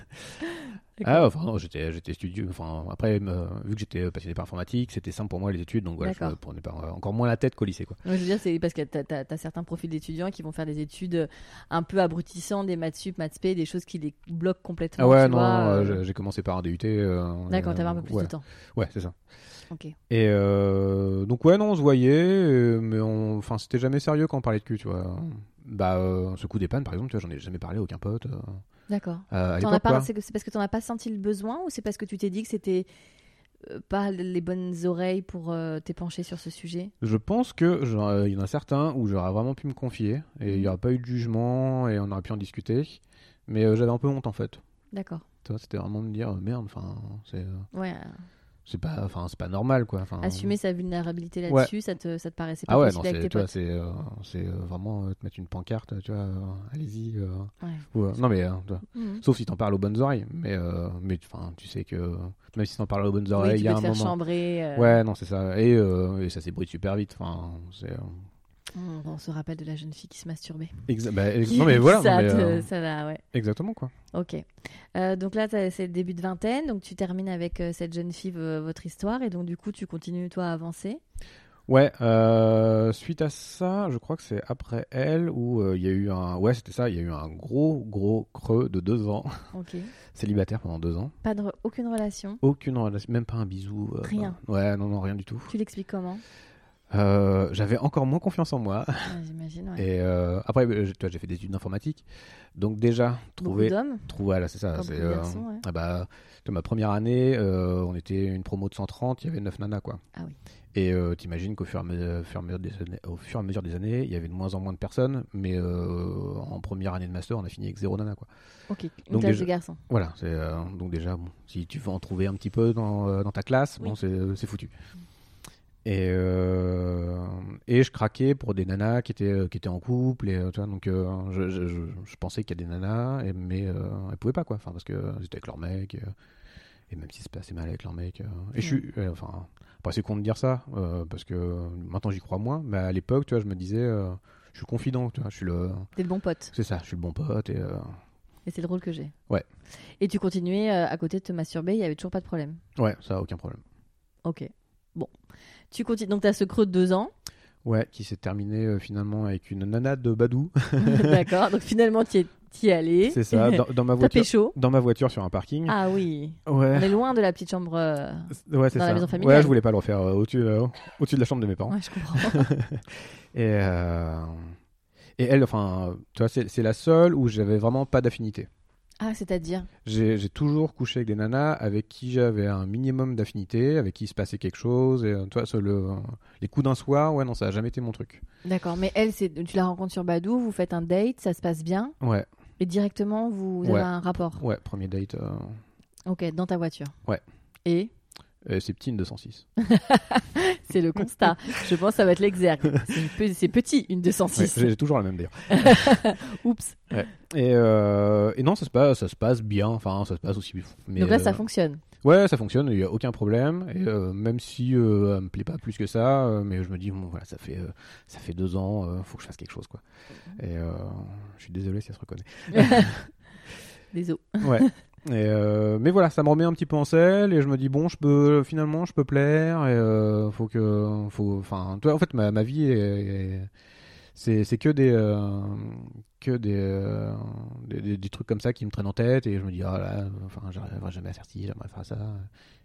Speaker 2: Ah, enfin, non, j'étais, j'étais studieux. Enfin, après, euh, vu que j'étais passionné par informatique, c'était simple pour moi les études, donc voilà, je
Speaker 1: D'accord.
Speaker 2: me prenais pas, euh, encore moins la tête qu'au lycée, quoi.
Speaker 1: Ouais, je veux dire, c'est parce que t'as as, certains profils d'étudiants qui vont faire des études un peu abrutissantes, des maths sup, maths sp, des choses qui les bloquent complètement.
Speaker 2: Ah ouais,
Speaker 1: tu
Speaker 2: non,
Speaker 1: vois,
Speaker 2: euh,
Speaker 1: euh,
Speaker 2: j'ai- j'ai commencé par un DUT. euh,
Speaker 1: D'accord,
Speaker 2: euh,
Speaker 1: t'avais un peu plus
Speaker 2: ouais.
Speaker 1: de temps.
Speaker 2: Ouais, c'est ça.
Speaker 1: Ok.
Speaker 2: Et euh, donc ouais, non, on se voyait, euh, mais on, enfin, c'était jamais sérieux quand on parlait de cul, tu vois. Bah, euh, ce coup des pannes, par exemple, tu vois, j'en ai jamais parlé à aucun pote. euh,
Speaker 1: D'accord.
Speaker 2: à
Speaker 1: T'en
Speaker 2: l'époque,
Speaker 1: as pas-
Speaker 2: quoi.
Speaker 1: C'est que- c'est parce que t'en as pas senti le besoin ou c'est parce que tu t'es dit que c'était euh, pas les bonnes oreilles pour euh, t'épancher sur ce sujet
Speaker 2: Je pense que genre, euh, il y en a certains où j'aurais vraiment pu me confier et il n'y aurait pas eu de jugement et on aurait pu en discuter. Mais euh, j'avais un peu honte en fait.
Speaker 1: D'accord.
Speaker 2: Tu vois, c'était vraiment de me dire euh, merde, enfin, c'est, euh,
Speaker 1: Ouais. euh,
Speaker 2: c'est pas, enfin, c'est pas normal quoi. Enfin,
Speaker 1: Assumer sa vulnérabilité là-dessus, ça, te, ça te paraissait pas
Speaker 2: Ah ouais, non,
Speaker 1: possible avec tes
Speaker 2: c'est, tu vois,
Speaker 1: potes.
Speaker 2: c'est, euh, c'est euh, vraiment euh, te mettre une pancarte, tu vois, euh, allez-y. euh,
Speaker 1: Ouais.
Speaker 2: ou, euh, non mais, euh, tu vois,
Speaker 1: Mhm.
Speaker 2: sauf si t'en parles aux bonnes oreilles. Mais, euh, mais enfin, tu sais que même si t'en parles aux bonnes
Speaker 1: Mmh. Oui,
Speaker 2: oreilles,
Speaker 1: tu
Speaker 2: il y a
Speaker 1: peux
Speaker 2: un
Speaker 1: te faire
Speaker 2: moment.
Speaker 1: chambrer. euh,
Speaker 2: Ouais, non, c'est ça. Et, euh, et ça s'ébruite super vite. Enfin, c'est. euh,
Speaker 1: On, on se rappelle de la jeune fille qui se masturbait.
Speaker 2: exa- bah, ex-
Speaker 1: Qui-
Speaker 2: non mais voilà. non,
Speaker 1: ça,
Speaker 2: mais,
Speaker 1: te-
Speaker 2: euh,
Speaker 1: ça va, ouais.
Speaker 2: Exactement quoi.
Speaker 1: Ok. Euh, donc là, t'as- c'est le début de vingtaine, donc tu termines avec euh, cette jeune fille v- votre histoire, et donc du coup, tu continues toi à avancer.
Speaker 2: Ouais, euh, suite à ça, je crois que c'est après elle où euh, il y a eu un. Ouais, c'était ça, il y a eu un gros, gros creux de deux ans.
Speaker 1: Ok.
Speaker 2: Célibataire pendant deux ans.
Speaker 1: Pas de re- aucune relation.
Speaker 2: Aucune relation, même pas un bisou. euh,
Speaker 1: Rien.
Speaker 2: pas- Ouais, non, non, rien du tout.
Speaker 1: Tu l'expliques comment
Speaker 2: Euh, J'avais encore moins confiance en moi.
Speaker 1: Ouais, Ah, J'imagine. Ouais.
Speaker 2: Et euh, après, euh, j'ai tu vois, j'ai fait des études d'informatique. Donc, déjà,
Speaker 1: Beaucoup
Speaker 2: trouver.
Speaker 1: d'hommes.
Speaker 2: Trou- Voilà, c'est ça.
Speaker 1: Comme
Speaker 2: c'est,
Speaker 1: beaucoup de garçons, ouais.
Speaker 2: ah bah, de ma première année, euh, on était une promo de 130, il y avait 9 nanas, quoi.
Speaker 1: Ah oui.
Speaker 2: Et euh, t'imagines qu'au fur, et à me- fur et à mesure des années- au fur et à mesure des années, il y avait de moins en moins de personnes, mais euh, en première année de master, on a fini avec zéro nana, quoi.
Speaker 1: Ok. Une
Speaker 2: Donc,
Speaker 1: classe
Speaker 2: déjà-
Speaker 1: de garçons.
Speaker 2: Voilà, c'est, euh, donc déjà, bon, si tu veux en trouver un petit peu dans, euh, dans ta classe, bon, c'est c'est foutu. Et, euh, et je craquais pour des nanas qui étaient, euh, qui étaient en couple. Et, euh, tu vois, donc, euh, je, je- je- je pensais qu'il y a des nanas, et- mais euh, elles pouvaient pas, quoi. Enfin, parce qu'elles étaient avec leur mec. Et, euh, et même si c'est passait mal avec leur mec. euh, et je suis. euh, enfin, après, c'est con de dire ça, euh, parce que maintenant j'y crois moins. Mais à l'époque, tu vois, je me disais, euh, je suis confident, tu vois, je suis le.
Speaker 1: T'es le bon pote.
Speaker 2: C'est ça, je suis le bon pote. Et, euh,
Speaker 1: Et c'est le rôle que j'ai.
Speaker 2: Ouais.
Speaker 1: Et tu continuais euh, à côté de te masturber, il y avait toujours pas de problème.
Speaker 2: ouais, ça, aucun problème.
Speaker 1: Ok. Bon. Tu continues. Donc t'as ce creux de deux ans.
Speaker 2: Ouais, qui s'est terminé euh, finalement avec une nana de Badou.
Speaker 1: D'accord. Donc finalement, tu y es allé.
Speaker 2: C'est ça, dans, dans ma
Speaker 1: T'as
Speaker 2: voiture.
Speaker 1: pécho.
Speaker 2: Dans ma voiture sur un parking.
Speaker 1: Ah oui.
Speaker 2: Ouais.
Speaker 1: On est loin de la petite chambre. euh,
Speaker 2: Ouais, c'est
Speaker 1: dans la
Speaker 2: ça.
Speaker 1: maison familiale.
Speaker 2: ouais, je voulais pas le refaire euh, au-dessus euh, au-dessus de la chambre de mes parents.
Speaker 1: Ouais, je comprends.
Speaker 2: Et, euh, et elle, enfin, tu vois, c'est c'est la seule où j'avais vraiment pas d'affinité.
Speaker 1: ah, c'est-à-dire
Speaker 2: J'ai j'ai toujours couché avec des nanas avec qui j'avais un minimum d'affinité, avec qui il se passait quelque chose. Et, euh, tu vois, ce- le, les coups d'un soir, ouais, non, ça a jamais été mon truc.
Speaker 1: D'accord, mais elle, c'est tu la rencontres sur Badou, vous faites un date, ça se passe bien,
Speaker 2: Ouais,
Speaker 1: et directement vous
Speaker 2: Ouais.
Speaker 1: avez un rapport.
Speaker 2: ouais, premier date. euh,
Speaker 1: Ok, dans ta voiture.
Speaker 2: Ouais.
Speaker 1: Et
Speaker 2: euh, c'est petit, une 206.
Speaker 1: c'est le constat. Je pense que ça va être l'exergue. C'est une pe- C'est petit, une
Speaker 2: Ouais,
Speaker 1: 206.
Speaker 2: j'ai j'ai toujours la même d'ailleurs.
Speaker 1: Oups.
Speaker 2: Et, euh, et non, ça se passe, ça se passe bien. Enfin, ça se passe aussi. Mais
Speaker 1: Donc là, ça
Speaker 2: euh,
Speaker 1: fonctionne.
Speaker 2: ouais, ça fonctionne. Il y a aucun problème. Et euh, même si euh, elle me plaît pas plus que ça, euh, mais je me dis bon, voilà, ça fait euh, ça fait deux ans. euh, faut que je fasse quelque chose, quoi. Et euh, je suis désolé si elle se reconnaît.
Speaker 1: Désolé.
Speaker 2: Ouais. Et euh, mais voilà, ça me remet un petit peu en selle et je me dis bon, je peux finalement, je peux plaire. Et euh, faut que, faut, enfin, toi, en fait, ma, ma vie est, est- c'est, c'est que des, euh, que des, euh, des, des- des trucs comme ça qui me traînent en tête et je me dis ah là, enfin, j'arriverai jamais à faire ci, j'aimerais faire ça.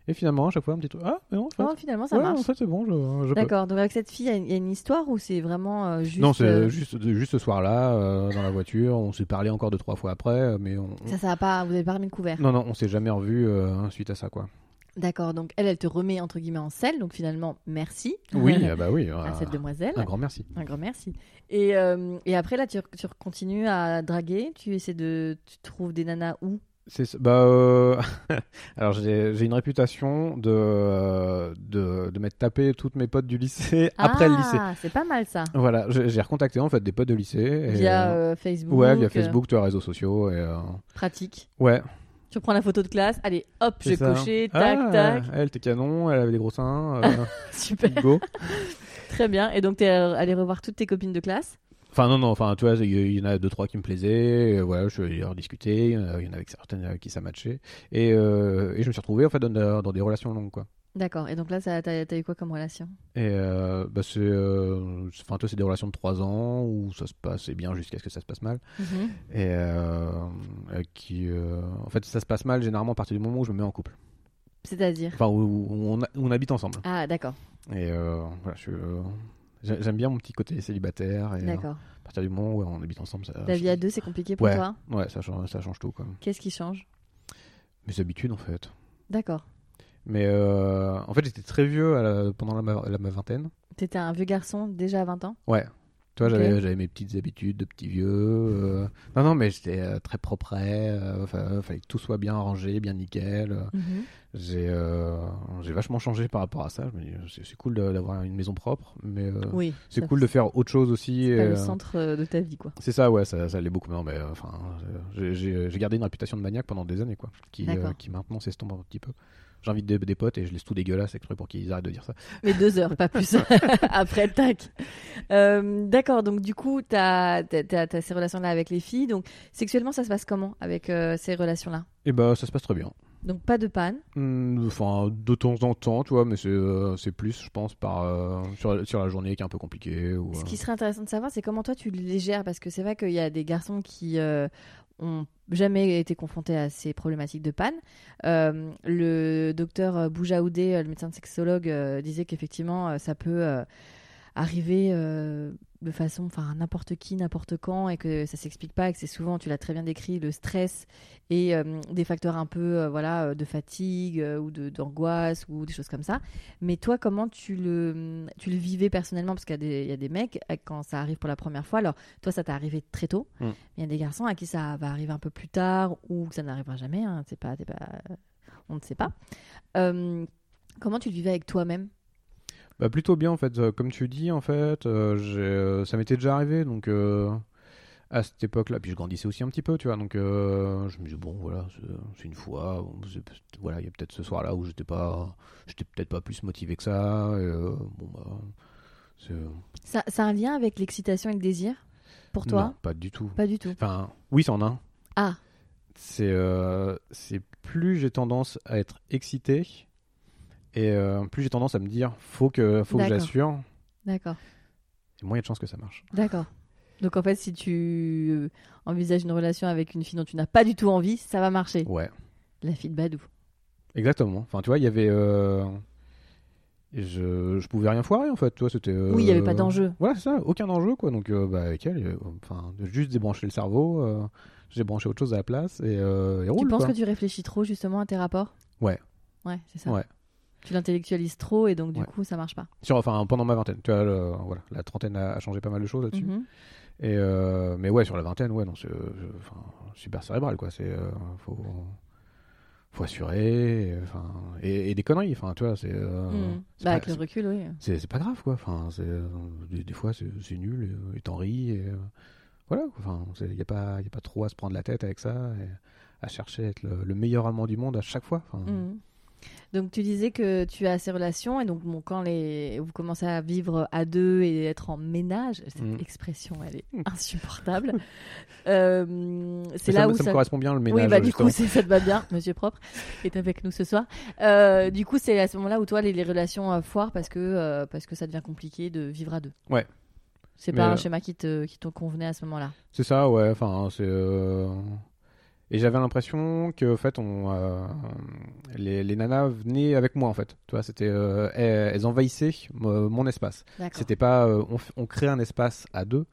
Speaker 2: Et finalement, à chaque fois, un petit truc, ah, mais non, en fait,
Speaker 1: Non, finalement, ça
Speaker 2: ouais, en
Speaker 1: marche.
Speaker 2: fait, c'est bon, je, je peux.
Speaker 1: D'accord, donc avec cette fille, il y a une- il y, a une histoire ou c'est vraiment euh, juste.
Speaker 2: non, c'est
Speaker 1: euh,
Speaker 2: juste, juste ce soir-là, euh, dans la voiture, on s'est parlé encore deux, trois fois après, euh, mais on.
Speaker 1: Ça, ça a pas. Vous avez pas remis le couvert.
Speaker 2: Non, non, on s'est jamais revu euh, suite à ça, quoi.
Speaker 1: D'accord, donc elle, elle te remet entre guillemets en selle, donc finalement, merci.
Speaker 2: Oui, ah bah oui.
Speaker 1: à
Speaker 2: euh,
Speaker 1: cette demoiselle.
Speaker 2: Un grand merci.
Speaker 1: Un grand merci. Et, euh, et après, là, tu, tu continues à draguer, tu essaies de. Tu trouves des nanas où
Speaker 2: C'est ce- bah euh, alors j'ai j'ai une réputation de euh, de, de m'être tapé toutes mes potes du lycée après le lycée.
Speaker 1: Ah, c'est pas mal ça.
Speaker 2: Voilà, j'ai j'ai recontacté en fait des potes de lycée. et-
Speaker 1: Via euh, Facebook.
Speaker 2: ouais, via
Speaker 1: euh,
Speaker 2: Facebook, tu vois, réseaux sociaux et euh,
Speaker 1: pratique.
Speaker 2: ouais.
Speaker 1: Tu reprends la photo de classe, allez, hop,
Speaker 2: c'est
Speaker 1: j'ai
Speaker 2: ça.
Speaker 1: coché,
Speaker 2: Ah,
Speaker 1: tac, tac.
Speaker 2: Elle était canon, elle avait des gros seins. euh,
Speaker 1: Super,
Speaker 2: go.
Speaker 1: euh, très bien. Et donc, t'es allé revoir toutes tes copines de classe.
Speaker 2: Enfin, non, non, enfin, tu vois, il y, il y en a deux, trois qui me plaisaient, euh, voilà, je suis allé leur discuter, il y en a- il y en a avec certaines avec qui ça matchait, et, euh, et je me suis retrouvé, en fait, dans, des- dans des relations longues, quoi.
Speaker 1: D'accord. Et donc là, ça- t'as t'as eu quoi comme relation
Speaker 2: Et, euh, bah, c'est, euh, c'est- enfin, toi, c'est des relations de trois ans, où ça se passe bien jusqu'à ce que ça se passe mal,
Speaker 1: Mhm.
Speaker 2: et euh, euh, qui, euh, en fait, ça se passe mal, généralement, à partir du moment où je me mets en couple.
Speaker 1: C'est-à-dire
Speaker 2: Enfin, où, où on, où on habite ensemble.
Speaker 1: Ah, d'accord,
Speaker 2: Et euh, voilà, je suis, euh, j'ai- j'aime bien mon petit côté célibataire, et euh,
Speaker 1: d'accord.
Speaker 2: à partir du moment où ouais, on habite ensemble, ça...
Speaker 1: La vie à deux, c'est compliqué pour
Speaker 2: Ouais.
Speaker 1: toi
Speaker 2: Ouais, ça change, ça change tout, quoi.
Speaker 1: Qu'est-ce qui change
Speaker 2: Mes habitudes, en fait.
Speaker 1: D'accord.
Speaker 2: Mais euh, en fait, j'étais très vieux à la- pendant la, ma, la- ma vingtaine.
Speaker 1: T'étais un vieux garçon déjà à 20 ans
Speaker 2: Ouais. Tu vois,
Speaker 1: Ok.
Speaker 2: j'avais- j'avais mes petites habitudes de petit vieux. euh, Non, non, mais j'étais euh, très propre. Euh, enfin, euh, fallait que tout soit bien rangé, bien nickel. euh.
Speaker 1: Mhm.
Speaker 2: J'ai euh, j'ai vachement changé par rapport à ça. Je me dis, c'est- c'est cool de- d'avoir une maison propre, mais euh,
Speaker 1: Oui.
Speaker 2: c'est
Speaker 1: ça-
Speaker 2: cool de faire autre chose aussi.
Speaker 1: C'est pas
Speaker 2: et,
Speaker 1: le
Speaker 2: euh,
Speaker 1: centre euh, de ta vie, quoi.
Speaker 2: C'est ça, ouais, ça, ça allait beaucoup. Non, mais euh, enfin, euh, j'ai- j'ai j'ai gardé une réputation de maniaque pendant des années, quoi, qui, euh,
Speaker 1: D'accord.
Speaker 2: qui maintenant s'estompe un petit peu. J'invite des, des potes et je laisse tout dégueulasse exprès pour qu'ils arrêtent de dire ça.
Speaker 1: Mais deux heures, pas plus. Après, tac. Euh, D'accord, donc du coup, t'as as, ces relations-là avec les filles. Donc, sexuellement, ça se passe comment avec euh, ces relations-là
Speaker 2: Et bah, ça se passe très bien.
Speaker 1: Donc, pas de panne.
Speaker 2: Hmm, Enfin, de temps en temps, tu vois, mais c'est euh, c'est plus, je pense, par, euh, sur, sur la journée qui est un peu compliquée. Ou,
Speaker 1: Ce
Speaker 2: euh,
Speaker 1: qui serait intéressant de savoir, c'est comment toi, tu les gères. Parce que c'est vrai qu'il y a des garçons qui euh, ont jamais été confrontés à ces problématiques de panne. Euh, le docteur Boujaoudé, euh, le médecin sexologue, euh, disait qu'effectivement, euh, ça peut euh, arriver euh, de façon, enfin, à n'importe qui, n'importe quand, et que ça s'explique pas, et que c'est souvent, tu l'as très bien décrit, le stress et euh, des facteurs un peu, euh, voilà, euh, de fatigue euh, ou de- d'angoisse ou des choses comme ça. Mais toi, comment tu le, tu le vivais personnellement Parce qu'il y, a des- il y a des mecs, euh, quand ça arrive pour la première fois, alors toi, ça t'est arrivé très tôt.
Speaker 2: Mm.
Speaker 1: mais Il y a des garçons à qui ça va arriver un peu plus tard ou que ça n'arrivera jamais. hein, c'est pas, t'es pas, on ne sait pas. Euh, comment tu le vivais avec toi-même
Speaker 2: Bah, plutôt bien, en fait. Euh, Comme tu dis, en fait, euh, j'ai, euh, ça m'était déjà arrivé, donc euh, à cette époque-là. Puis je grandissais aussi un petit peu, tu vois, donc euh, je me disais, bon, voilà, c'est- c'est une fois. bon, c'est peut- voilà, il y a peut-être ce soir-là où j'étais pas, j'étais peut-être pas plus motivé que ça. et, euh, bon, bah, c'est-
Speaker 1: ça, ça a un lien avec l'excitation et le désir Pour toi
Speaker 2: Non, pas du tout.
Speaker 1: Pas du tout.
Speaker 2: Enfin, oui, c'en a un.
Speaker 1: Ah,
Speaker 2: c'est euh, c'est plus j'ai tendance à être excité et euh, plus j'ai tendance à me dire faut que faut que
Speaker 1: D'accord.
Speaker 2: j'assure
Speaker 1: d'accord.
Speaker 2: et moins il y a de chances que ça marche
Speaker 1: D'accord. Donc en fait, si tu euh, envisages une relation avec une fille dont tu n'as pas du tout envie, ça va marcher.
Speaker 2: ouais
Speaker 1: La fille de Badou.
Speaker 2: exactement enfin tu vois il y avait euh, je je pouvais rien foirer en fait tu vois c'était euh,
Speaker 1: Oui, il y avait pas d'enjeu.
Speaker 2: voilà c'est ça aucun enjeu quoi donc euh, bah avec elle euh, enfin de juste débrancher le cerveau euh, j'ai branché autre chose à la place et, euh, et
Speaker 1: Tu
Speaker 2: roule
Speaker 1: penses
Speaker 2: quoi.
Speaker 1: que tu réfléchis trop justement à tes rapports
Speaker 2: Ouais.
Speaker 1: Ouais, c'est ça.
Speaker 2: Ouais.
Speaker 1: Tu l'intellectualises trop et donc du
Speaker 2: Ouais.
Speaker 1: coup, ça marche pas.
Speaker 2: Sur- enfin pendant ma vingtaine tu vois le- voilà la trentaine a, a changé pas mal de choses là-dessus
Speaker 1: Mhm.
Speaker 2: Et euh, mais ouais, sur la vingtaine, ouais, non, c'est euh, je- enfin, super cérébral, quoi. C'est euh, faut, faut assurer, et, enfin, et, et des conneries, enfin, tu vois, c'est euh,
Speaker 1: Mhm.
Speaker 2: c'est
Speaker 1: Bah,
Speaker 2: pas-
Speaker 1: avec le
Speaker 2: c'est-
Speaker 1: recul, oui.
Speaker 2: c'est c'est pas grave, quoi. Enfin, c'est euh, des, des fois c'est c'est nul et, euh, et t'en ris, et, euh, voilà. quoi. Enfin, il y a pas y a pas trop à se prendre la tête avec ça, et à chercher à être le, le meilleur allemand du monde à chaque fois. Enfin,
Speaker 1: Mhm. Donc tu disais que tu as ces relations et donc bon, quand les... vous commencez à vivre à deux et être en ménage, cette
Speaker 2: Mhm.
Speaker 1: expression elle est insupportable. Euh, c'est
Speaker 2: mais ça
Speaker 1: là
Speaker 2: me-
Speaker 1: où
Speaker 2: ça,
Speaker 1: ça,
Speaker 2: me correspond bien le ménage.
Speaker 1: oui, bah du
Speaker 2: justement.
Speaker 1: coup, c'est- ça te va bien. Monsieur Propre est avec nous ce soir. Euh, du coup, c'est à ce moment-là où toi, les, les relations euh, foirent parce que, euh, parce que ça devient compliqué de vivre à deux.
Speaker 2: Ouais.
Speaker 1: C'est
Speaker 2: Mais,
Speaker 1: pas un
Speaker 2: euh,
Speaker 1: schéma qui te, qui te convenait à ce moment-là.
Speaker 2: C'est ça, ouais. Enfin, c'est. euh, Et j'avais l'impression que, en fait, on, euh, les, les nanas venaient avec moi, en fait. Tu vois, c'était. euh, elles, elles envahissaient mo- mon espace.
Speaker 1: D'accord.
Speaker 2: C'était pas. euh, on, f- on crée un espace à deux.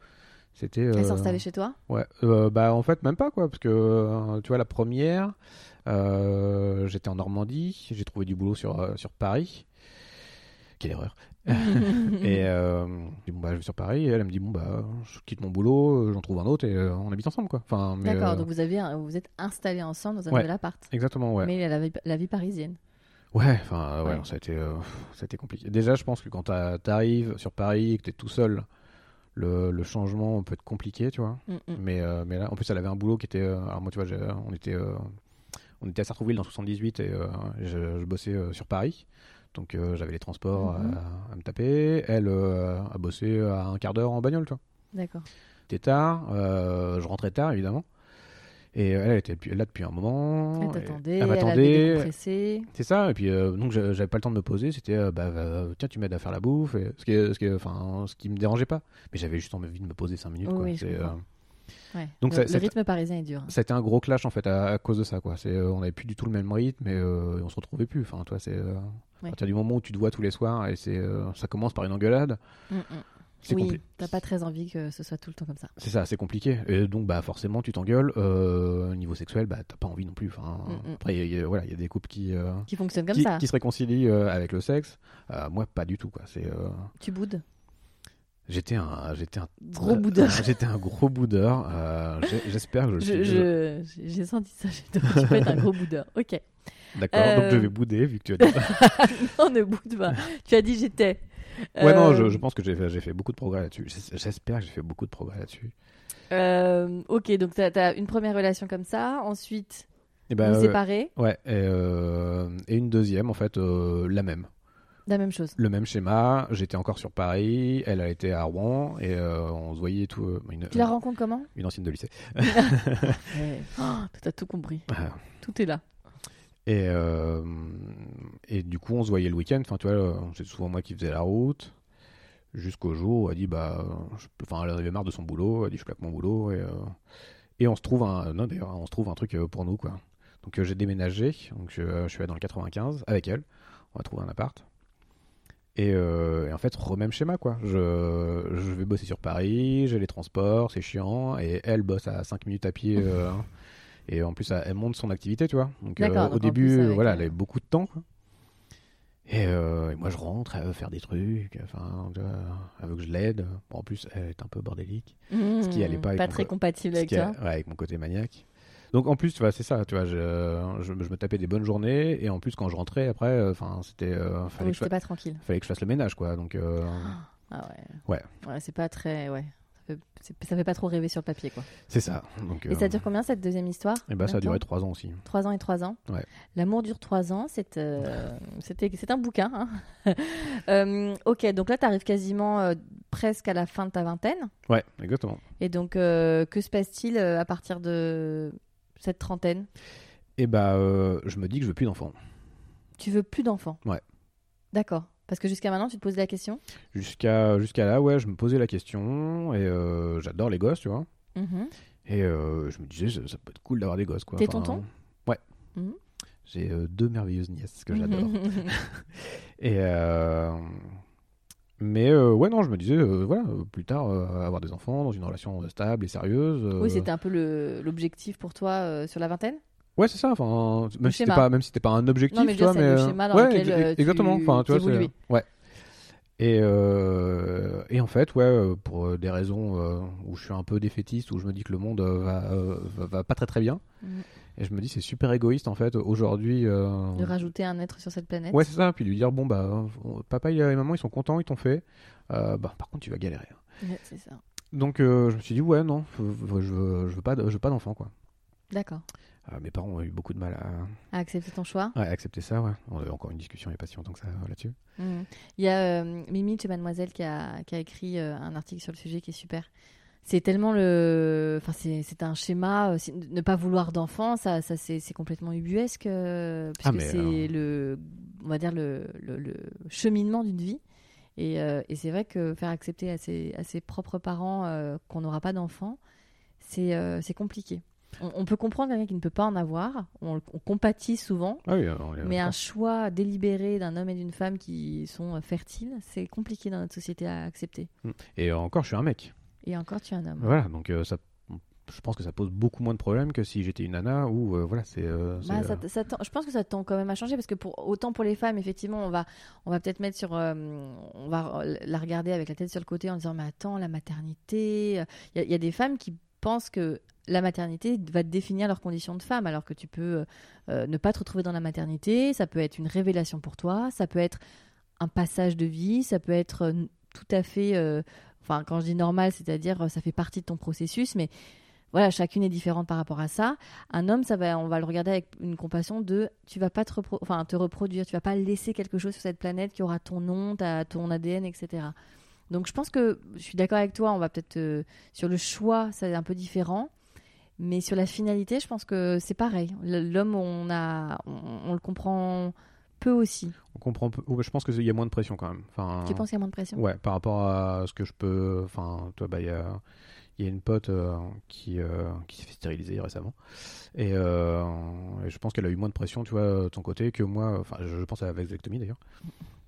Speaker 2: C'était. euh,
Speaker 1: Elle s'installait chez toi
Speaker 2: Ouais. Euh, bah, en fait, même pas, quoi. Parce que, euh, tu vois, la première, euh, j'étais en Normandie. J'ai trouvé du boulot sur, euh, sur Paris. Quelle erreur. Et euh, je dis, bon, bah, je vais sur Paris. Et elle, elle me dit, bon, bah, je quitte mon boulot, euh, j'en trouve un autre et euh, on habite ensemble, quoi. Enfin, mais,
Speaker 1: D'accord,
Speaker 2: euh,
Speaker 1: donc vous, avez, un- vous êtes installés ensemble dans un
Speaker 2: Ouais.
Speaker 1: nouvel appart.
Speaker 2: Exactement, ouais.
Speaker 1: Mais il y a la vie, la vie parisienne.
Speaker 2: Ouais, enfin, ouais,
Speaker 1: Ouais.
Speaker 2: non, ça a été, euh, pff, ça a été compliqué. Déjà, je pense que quand t'as- t'arrives sur Paris et que t'es tout seul, le, le changement peut être compliqué, tu vois.
Speaker 1: Mm, mm.
Speaker 2: Mais, euh, mais là, en plus, elle avait un boulot qui était. euh, alors, moi, tu vois, j'ai- on était, euh, on était à Sartrouville dans 78 et euh, je, je bossais euh, sur Paris. Donc, euh, j'avais les transports
Speaker 1: Mhm.
Speaker 2: à, à me taper. Elle euh, a bossé à un quart euh, d'heure en bagnole, tu vois.
Speaker 1: D'accord.
Speaker 2: était tard, euh, je rentrais tard évidemment. Et euh, elle, elle était depuis- là depuis un moment.
Speaker 1: Elle
Speaker 2: et-
Speaker 1: t'attendait,
Speaker 2: elle
Speaker 1: elle,
Speaker 2: m'attendait.
Speaker 1: avait décompressé.
Speaker 2: C'est ça, et puis euh, donc j'a- j'avais pas le temps de me poser, c'était euh, bah, va- tiens, tu m'aides à faire la bouffe, et ce, qui, est- ce, qui, est- enfin, ce qui me dérangeait pas. Mais j'avais juste envie de me poser 5 minutes.
Speaker 1: Oui,
Speaker 2: quoi.
Speaker 1: oui, je
Speaker 2: C'est,
Speaker 1: comprends.
Speaker 2: euh,
Speaker 1: Ouais.
Speaker 2: Donc
Speaker 1: le,
Speaker 2: ça-
Speaker 1: le
Speaker 2: ça-
Speaker 1: rythme parisien est dur. hein.
Speaker 2: ça a été un gros clash en fait à, à cause de ça. Quoi. C'est, euh, on avait plus du tout le même rythme et euh, on se retrouvait plus. Enfin, toi, c'est, euh,
Speaker 1: Ouais.
Speaker 2: À partir du moment où tu te vois tous les soirs et c'est, euh, ça commence par une engueulade,
Speaker 1: Mm, mm.
Speaker 2: c'est
Speaker 1: Oui,
Speaker 2: compli-
Speaker 1: t'as pas très envie que ce soit tout le temps comme ça.
Speaker 2: C'est ça, c'est compliqué. Et donc, bah, forcément, tu t'engueules. Euh, niveau sexuel, bah, t'as pas envie non plus. Enfin,
Speaker 1: Mm, mm.
Speaker 2: Après, il y a- il y a- voilà, il y a des couples qui, euh,
Speaker 1: Qui fonctionne comme
Speaker 2: qui,
Speaker 1: ça.
Speaker 2: qui se réconcilient euh, avec le sexe. Euh, moi, pas du tout. Quoi. C'est, euh,
Speaker 1: Tu boudes.
Speaker 2: j'étais un, j'étais un
Speaker 1: Gros boudeur.
Speaker 2: J'étais un gros boudeur. Euh, j'ai- j'espère que je le
Speaker 1: Je-
Speaker 2: suis.
Speaker 1: je- J'ai senti ça chez toi. Tu peux être un gros boudeur. Ok.
Speaker 2: D'accord. Donc,
Speaker 1: Euh,
Speaker 2: je vais bouder vu que tu as dit ça.
Speaker 1: non, ne boude pas. Tu as dit j'étais.
Speaker 2: Ouais, non,
Speaker 1: Euh,
Speaker 2: je, je pense que j'ai fait, j'ai fait beaucoup de progrès là-dessus. J'es- J'espère que j'ai fait beaucoup de progrès là-dessus.
Speaker 1: euh, ok, donc t'as as une première relation comme ça. Ensuite,
Speaker 2: Et
Speaker 1: vous
Speaker 2: ben, euh,
Speaker 1: séparez.
Speaker 2: ouais, et, euh, et une deuxième, en fait, euh, la même.
Speaker 1: La même chose.
Speaker 2: Le même schéma, j'étais encore sur Paris, elle a été à Rouen, et euh, on se voyait et tout. euh, une,
Speaker 1: Tu la rencontres comment
Speaker 2: une ancienne de lycée.
Speaker 1: Ouais. Oh, T'as tout compris.
Speaker 2: Ah.
Speaker 1: Tout est là.
Speaker 2: Et, euh, et du coup, on se voyait le week-end. Enfin, tu vois, euh, c'est souvent moi qui faisais la route. Jusqu'au jour où elle a dit, bah, je peux- enfin, elle en avait marre de son boulot. Elle a dit, je claque mon boulot. Et, euh, et on se trouve un, non, d'ailleurs, on se trouve un truc euh, pour nous, quoi. Donc, euh, j'ai déménagé. Donc, euh, je suis allé dans le 95 avec elle. On a trouvé un appart. Et, euh, et en fait, remême schéma, quoi. Je, je vais bosser sur Paris, j'ai les transports, c'est chiant. Et elle bosse à 5 minutes à pied. euh, et en plus, elle monte son activité, tu vois. Donc,
Speaker 1: D'accord,
Speaker 2: euh,
Speaker 1: donc
Speaker 2: au
Speaker 1: en
Speaker 2: début,
Speaker 1: plus,
Speaker 2: euh,
Speaker 1: avec
Speaker 2: voilà,
Speaker 1: un-
Speaker 2: elle avait beaucoup de temps, quoi. Et, euh, et moi, je rentre, elle veut faire des trucs, enfin, tu vois, elle veut que je l'aide. Bon, en plus, elle est un peu bordélique.
Speaker 1: Ce
Speaker 2: qui allait pas avec
Speaker 1: Pas
Speaker 2: mon
Speaker 1: très
Speaker 2: co-
Speaker 1: compatible avec
Speaker 2: Ce qui
Speaker 1: toi.
Speaker 2: est- ouais, avec mon côté maniaque. Donc en plus, tu vois, c'est ça, tu vois, je, je, je me tapais des bonnes journées et en plus quand je rentrais après, enfin c'était, euh, fallait,
Speaker 1: Ah Oui,
Speaker 2: que je,
Speaker 1: c'était pas tranquille.
Speaker 2: fa- fallait que je fasse le ménage quoi, donc euh,
Speaker 1: Ah ouais.
Speaker 2: Ouais.
Speaker 1: Ouais, c'est pas très. Ouais. Ça fait, c'est- ça fait pas trop rêver sur le papier, quoi.
Speaker 2: c'est ça. Donc,
Speaker 1: Et ça dure combien cette deuxième histoire
Speaker 2: Et bah ça a
Speaker 1: Combien
Speaker 2: duré
Speaker 1: de temps
Speaker 2: trois ans aussi.
Speaker 1: Trois ans et trois ans.
Speaker 2: Ouais.
Speaker 1: L'amour dure trois ans, c'est euh, c'était- c'est un bouquin. hein. Euh, ok, donc là, tu arrives quasiment euh, presque à la fin de ta vingtaine.
Speaker 2: Ouais, exactement.
Speaker 1: Et donc, euh, que se passe-t-il euh, à partir de cette trentaine
Speaker 2: Et bah euh, je me dis que je veux plus d'enfants.
Speaker 1: Tu veux plus d'enfants
Speaker 2: Ouais.
Speaker 1: D'accord. Parce que jusqu'à maintenant, tu te poses la question
Speaker 2: Jusqu'à jusqu'à là, ouais, je me posais la question et euh, j'adore les gosses, tu vois.
Speaker 1: Mhm.
Speaker 2: Et euh, je me disais, ça, ça peut être cool d'avoir des gosses quoi.
Speaker 1: T'es tonton
Speaker 2: Ouais.
Speaker 1: Mhm.
Speaker 2: J'ai euh, deux merveilleuses nièces que j'adore. Et euh, Mais euh, ouais, non, je me disais, euh, voilà, euh, plus tard, euh, avoir des enfants dans une relation euh, stable et sérieuse. euh,
Speaker 1: Oui, c'était un peu le- l'objectif pour toi euh, sur la vingtaine
Speaker 2: Ouais, c'est ça, enfin, même si c'était
Speaker 1: schéma.
Speaker 2: pas, même si c'était pas un objectif,
Speaker 1: Non, mais
Speaker 2: tu
Speaker 1: déjà,
Speaker 2: vois,
Speaker 1: c'est
Speaker 2: mais.
Speaker 1: le
Speaker 2: euh,
Speaker 1: schéma dans
Speaker 2: ouais,
Speaker 1: lequel,
Speaker 2: ex-
Speaker 1: euh, tu-
Speaker 2: exactement, enfin, tu vois,
Speaker 1: t'évoluais.
Speaker 2: c'est- Ouais. Et, euh, et en fait, ouais, euh, pour euh, des raisons euh, où je suis un peu défaitiste, où je me dis que le monde euh, va, euh, va, va pas très très bien,
Speaker 1: Mhm.
Speaker 2: et je me dis c'est super égoïste en fait aujourd'hui. euh,
Speaker 1: De rajouter un être sur cette planète
Speaker 2: Ouais, c'est ça. Puis lui dire bon bah on- papa et maman ils sont contents, ils t'ont fait. Euh, bah, par contre tu vas galérer.
Speaker 1: Ouais, C'est ça.
Speaker 2: Donc euh, je me suis dit ouais non, je, je, je veux je veux pas de- je veux pas d'enfant quoi.
Speaker 1: D'accord.
Speaker 2: Euh, mes parents ont eu beaucoup de mal à,
Speaker 1: À accepter ton choix
Speaker 2: à accepter ça. Ouais. On a eu encore une discussion il y a pas si longtemps que ça euh, là-dessus.
Speaker 1: Mm. Il y a euh, Mimi de chez Mademoiselle qui a, qui a écrit euh, un article sur le sujet qui est super. C'est tellement le. Enfin, c'est c'est un schéma. euh, c'est- Ne pas vouloir d'enfant, ça, ça c'est c'est complètement ubuesque. euh, puisque
Speaker 2: mais,
Speaker 1: c'est le. On va dire le, le- le cheminement d'une vie. Et, euh, et c'est vrai que faire accepter à ses, à ses propres parents euh, qu'on n'aura pas d'enfant, c'est euh, c'est compliqué. On, on peut comprendre quelqu'un qui ne peut pas en avoir. On- on compatit souvent.
Speaker 2: Ah oui. euh, on est
Speaker 1: Mais un
Speaker 2: d'accord.
Speaker 1: choix délibéré d'un homme et d'une femme qui sont euh, fertiles, c'est compliqué dans notre société à accepter.
Speaker 2: Et euh, encore je suis un mec.
Speaker 1: Et encore, tu es un homme.
Speaker 2: Voilà donc euh, ça. Je pense que ça pose beaucoup moins de problèmes que si j'étais une nana ou euh, voilà c'est. euh, c'est,
Speaker 1: Bah,
Speaker 2: euh,
Speaker 1: ça t- ça tend- je pense que ça tend quand même à changer parce que pour autant pour les femmes, effectivement, on va, on va peut-être mettre sur, euh, on va euh, la regarder avec la tête sur le côté en disant mais attends la maternité. euh, Il y, a- il y a des femmes qui pensent que la maternité va définir leurs conditions de femme alors que tu peux euh, euh, ne pas te retrouver dans la maternité. Ça peut être une révélation pour toi. Ça peut être un passage de vie. Ça peut être euh, tout à fait, euh, enfin quand je dis normal, c'est-à-dire euh, ça fait partie de ton processus, mais voilà, chacune est différente par rapport à ça. Un homme, ça va, on va le regarder avec une compassion de tu vas pas te, repro- enfin, te reproduire, tu vas pas laisser quelque chose sur cette planète qui aura ton nom, ta, ton ADN, etc. Donc je pense que je suis d'accord avec toi, on va peut-être euh, sur le choix, c'est un peu différent. Mais sur la finalité, je pense que c'est pareil. L- L'homme, on, a, on, on le comprend peu aussi.
Speaker 2: On comprend. peu- ouais, Je pense qu'il y a moins de pression quand même. Enfin,
Speaker 1: Tu penses qu'il y a moins de pression
Speaker 2: Ouais, par rapport à ce que je peux. Enfin, toi, bah, il y a, il y a une pote euh, qui, euh, qui s'est fait stériliser récemment. Et, euh, et je pense qu'elle a eu moins de pression, tu vois, de son côté, que moi. Enfin, je, je pense à la vasectomie d'ailleurs.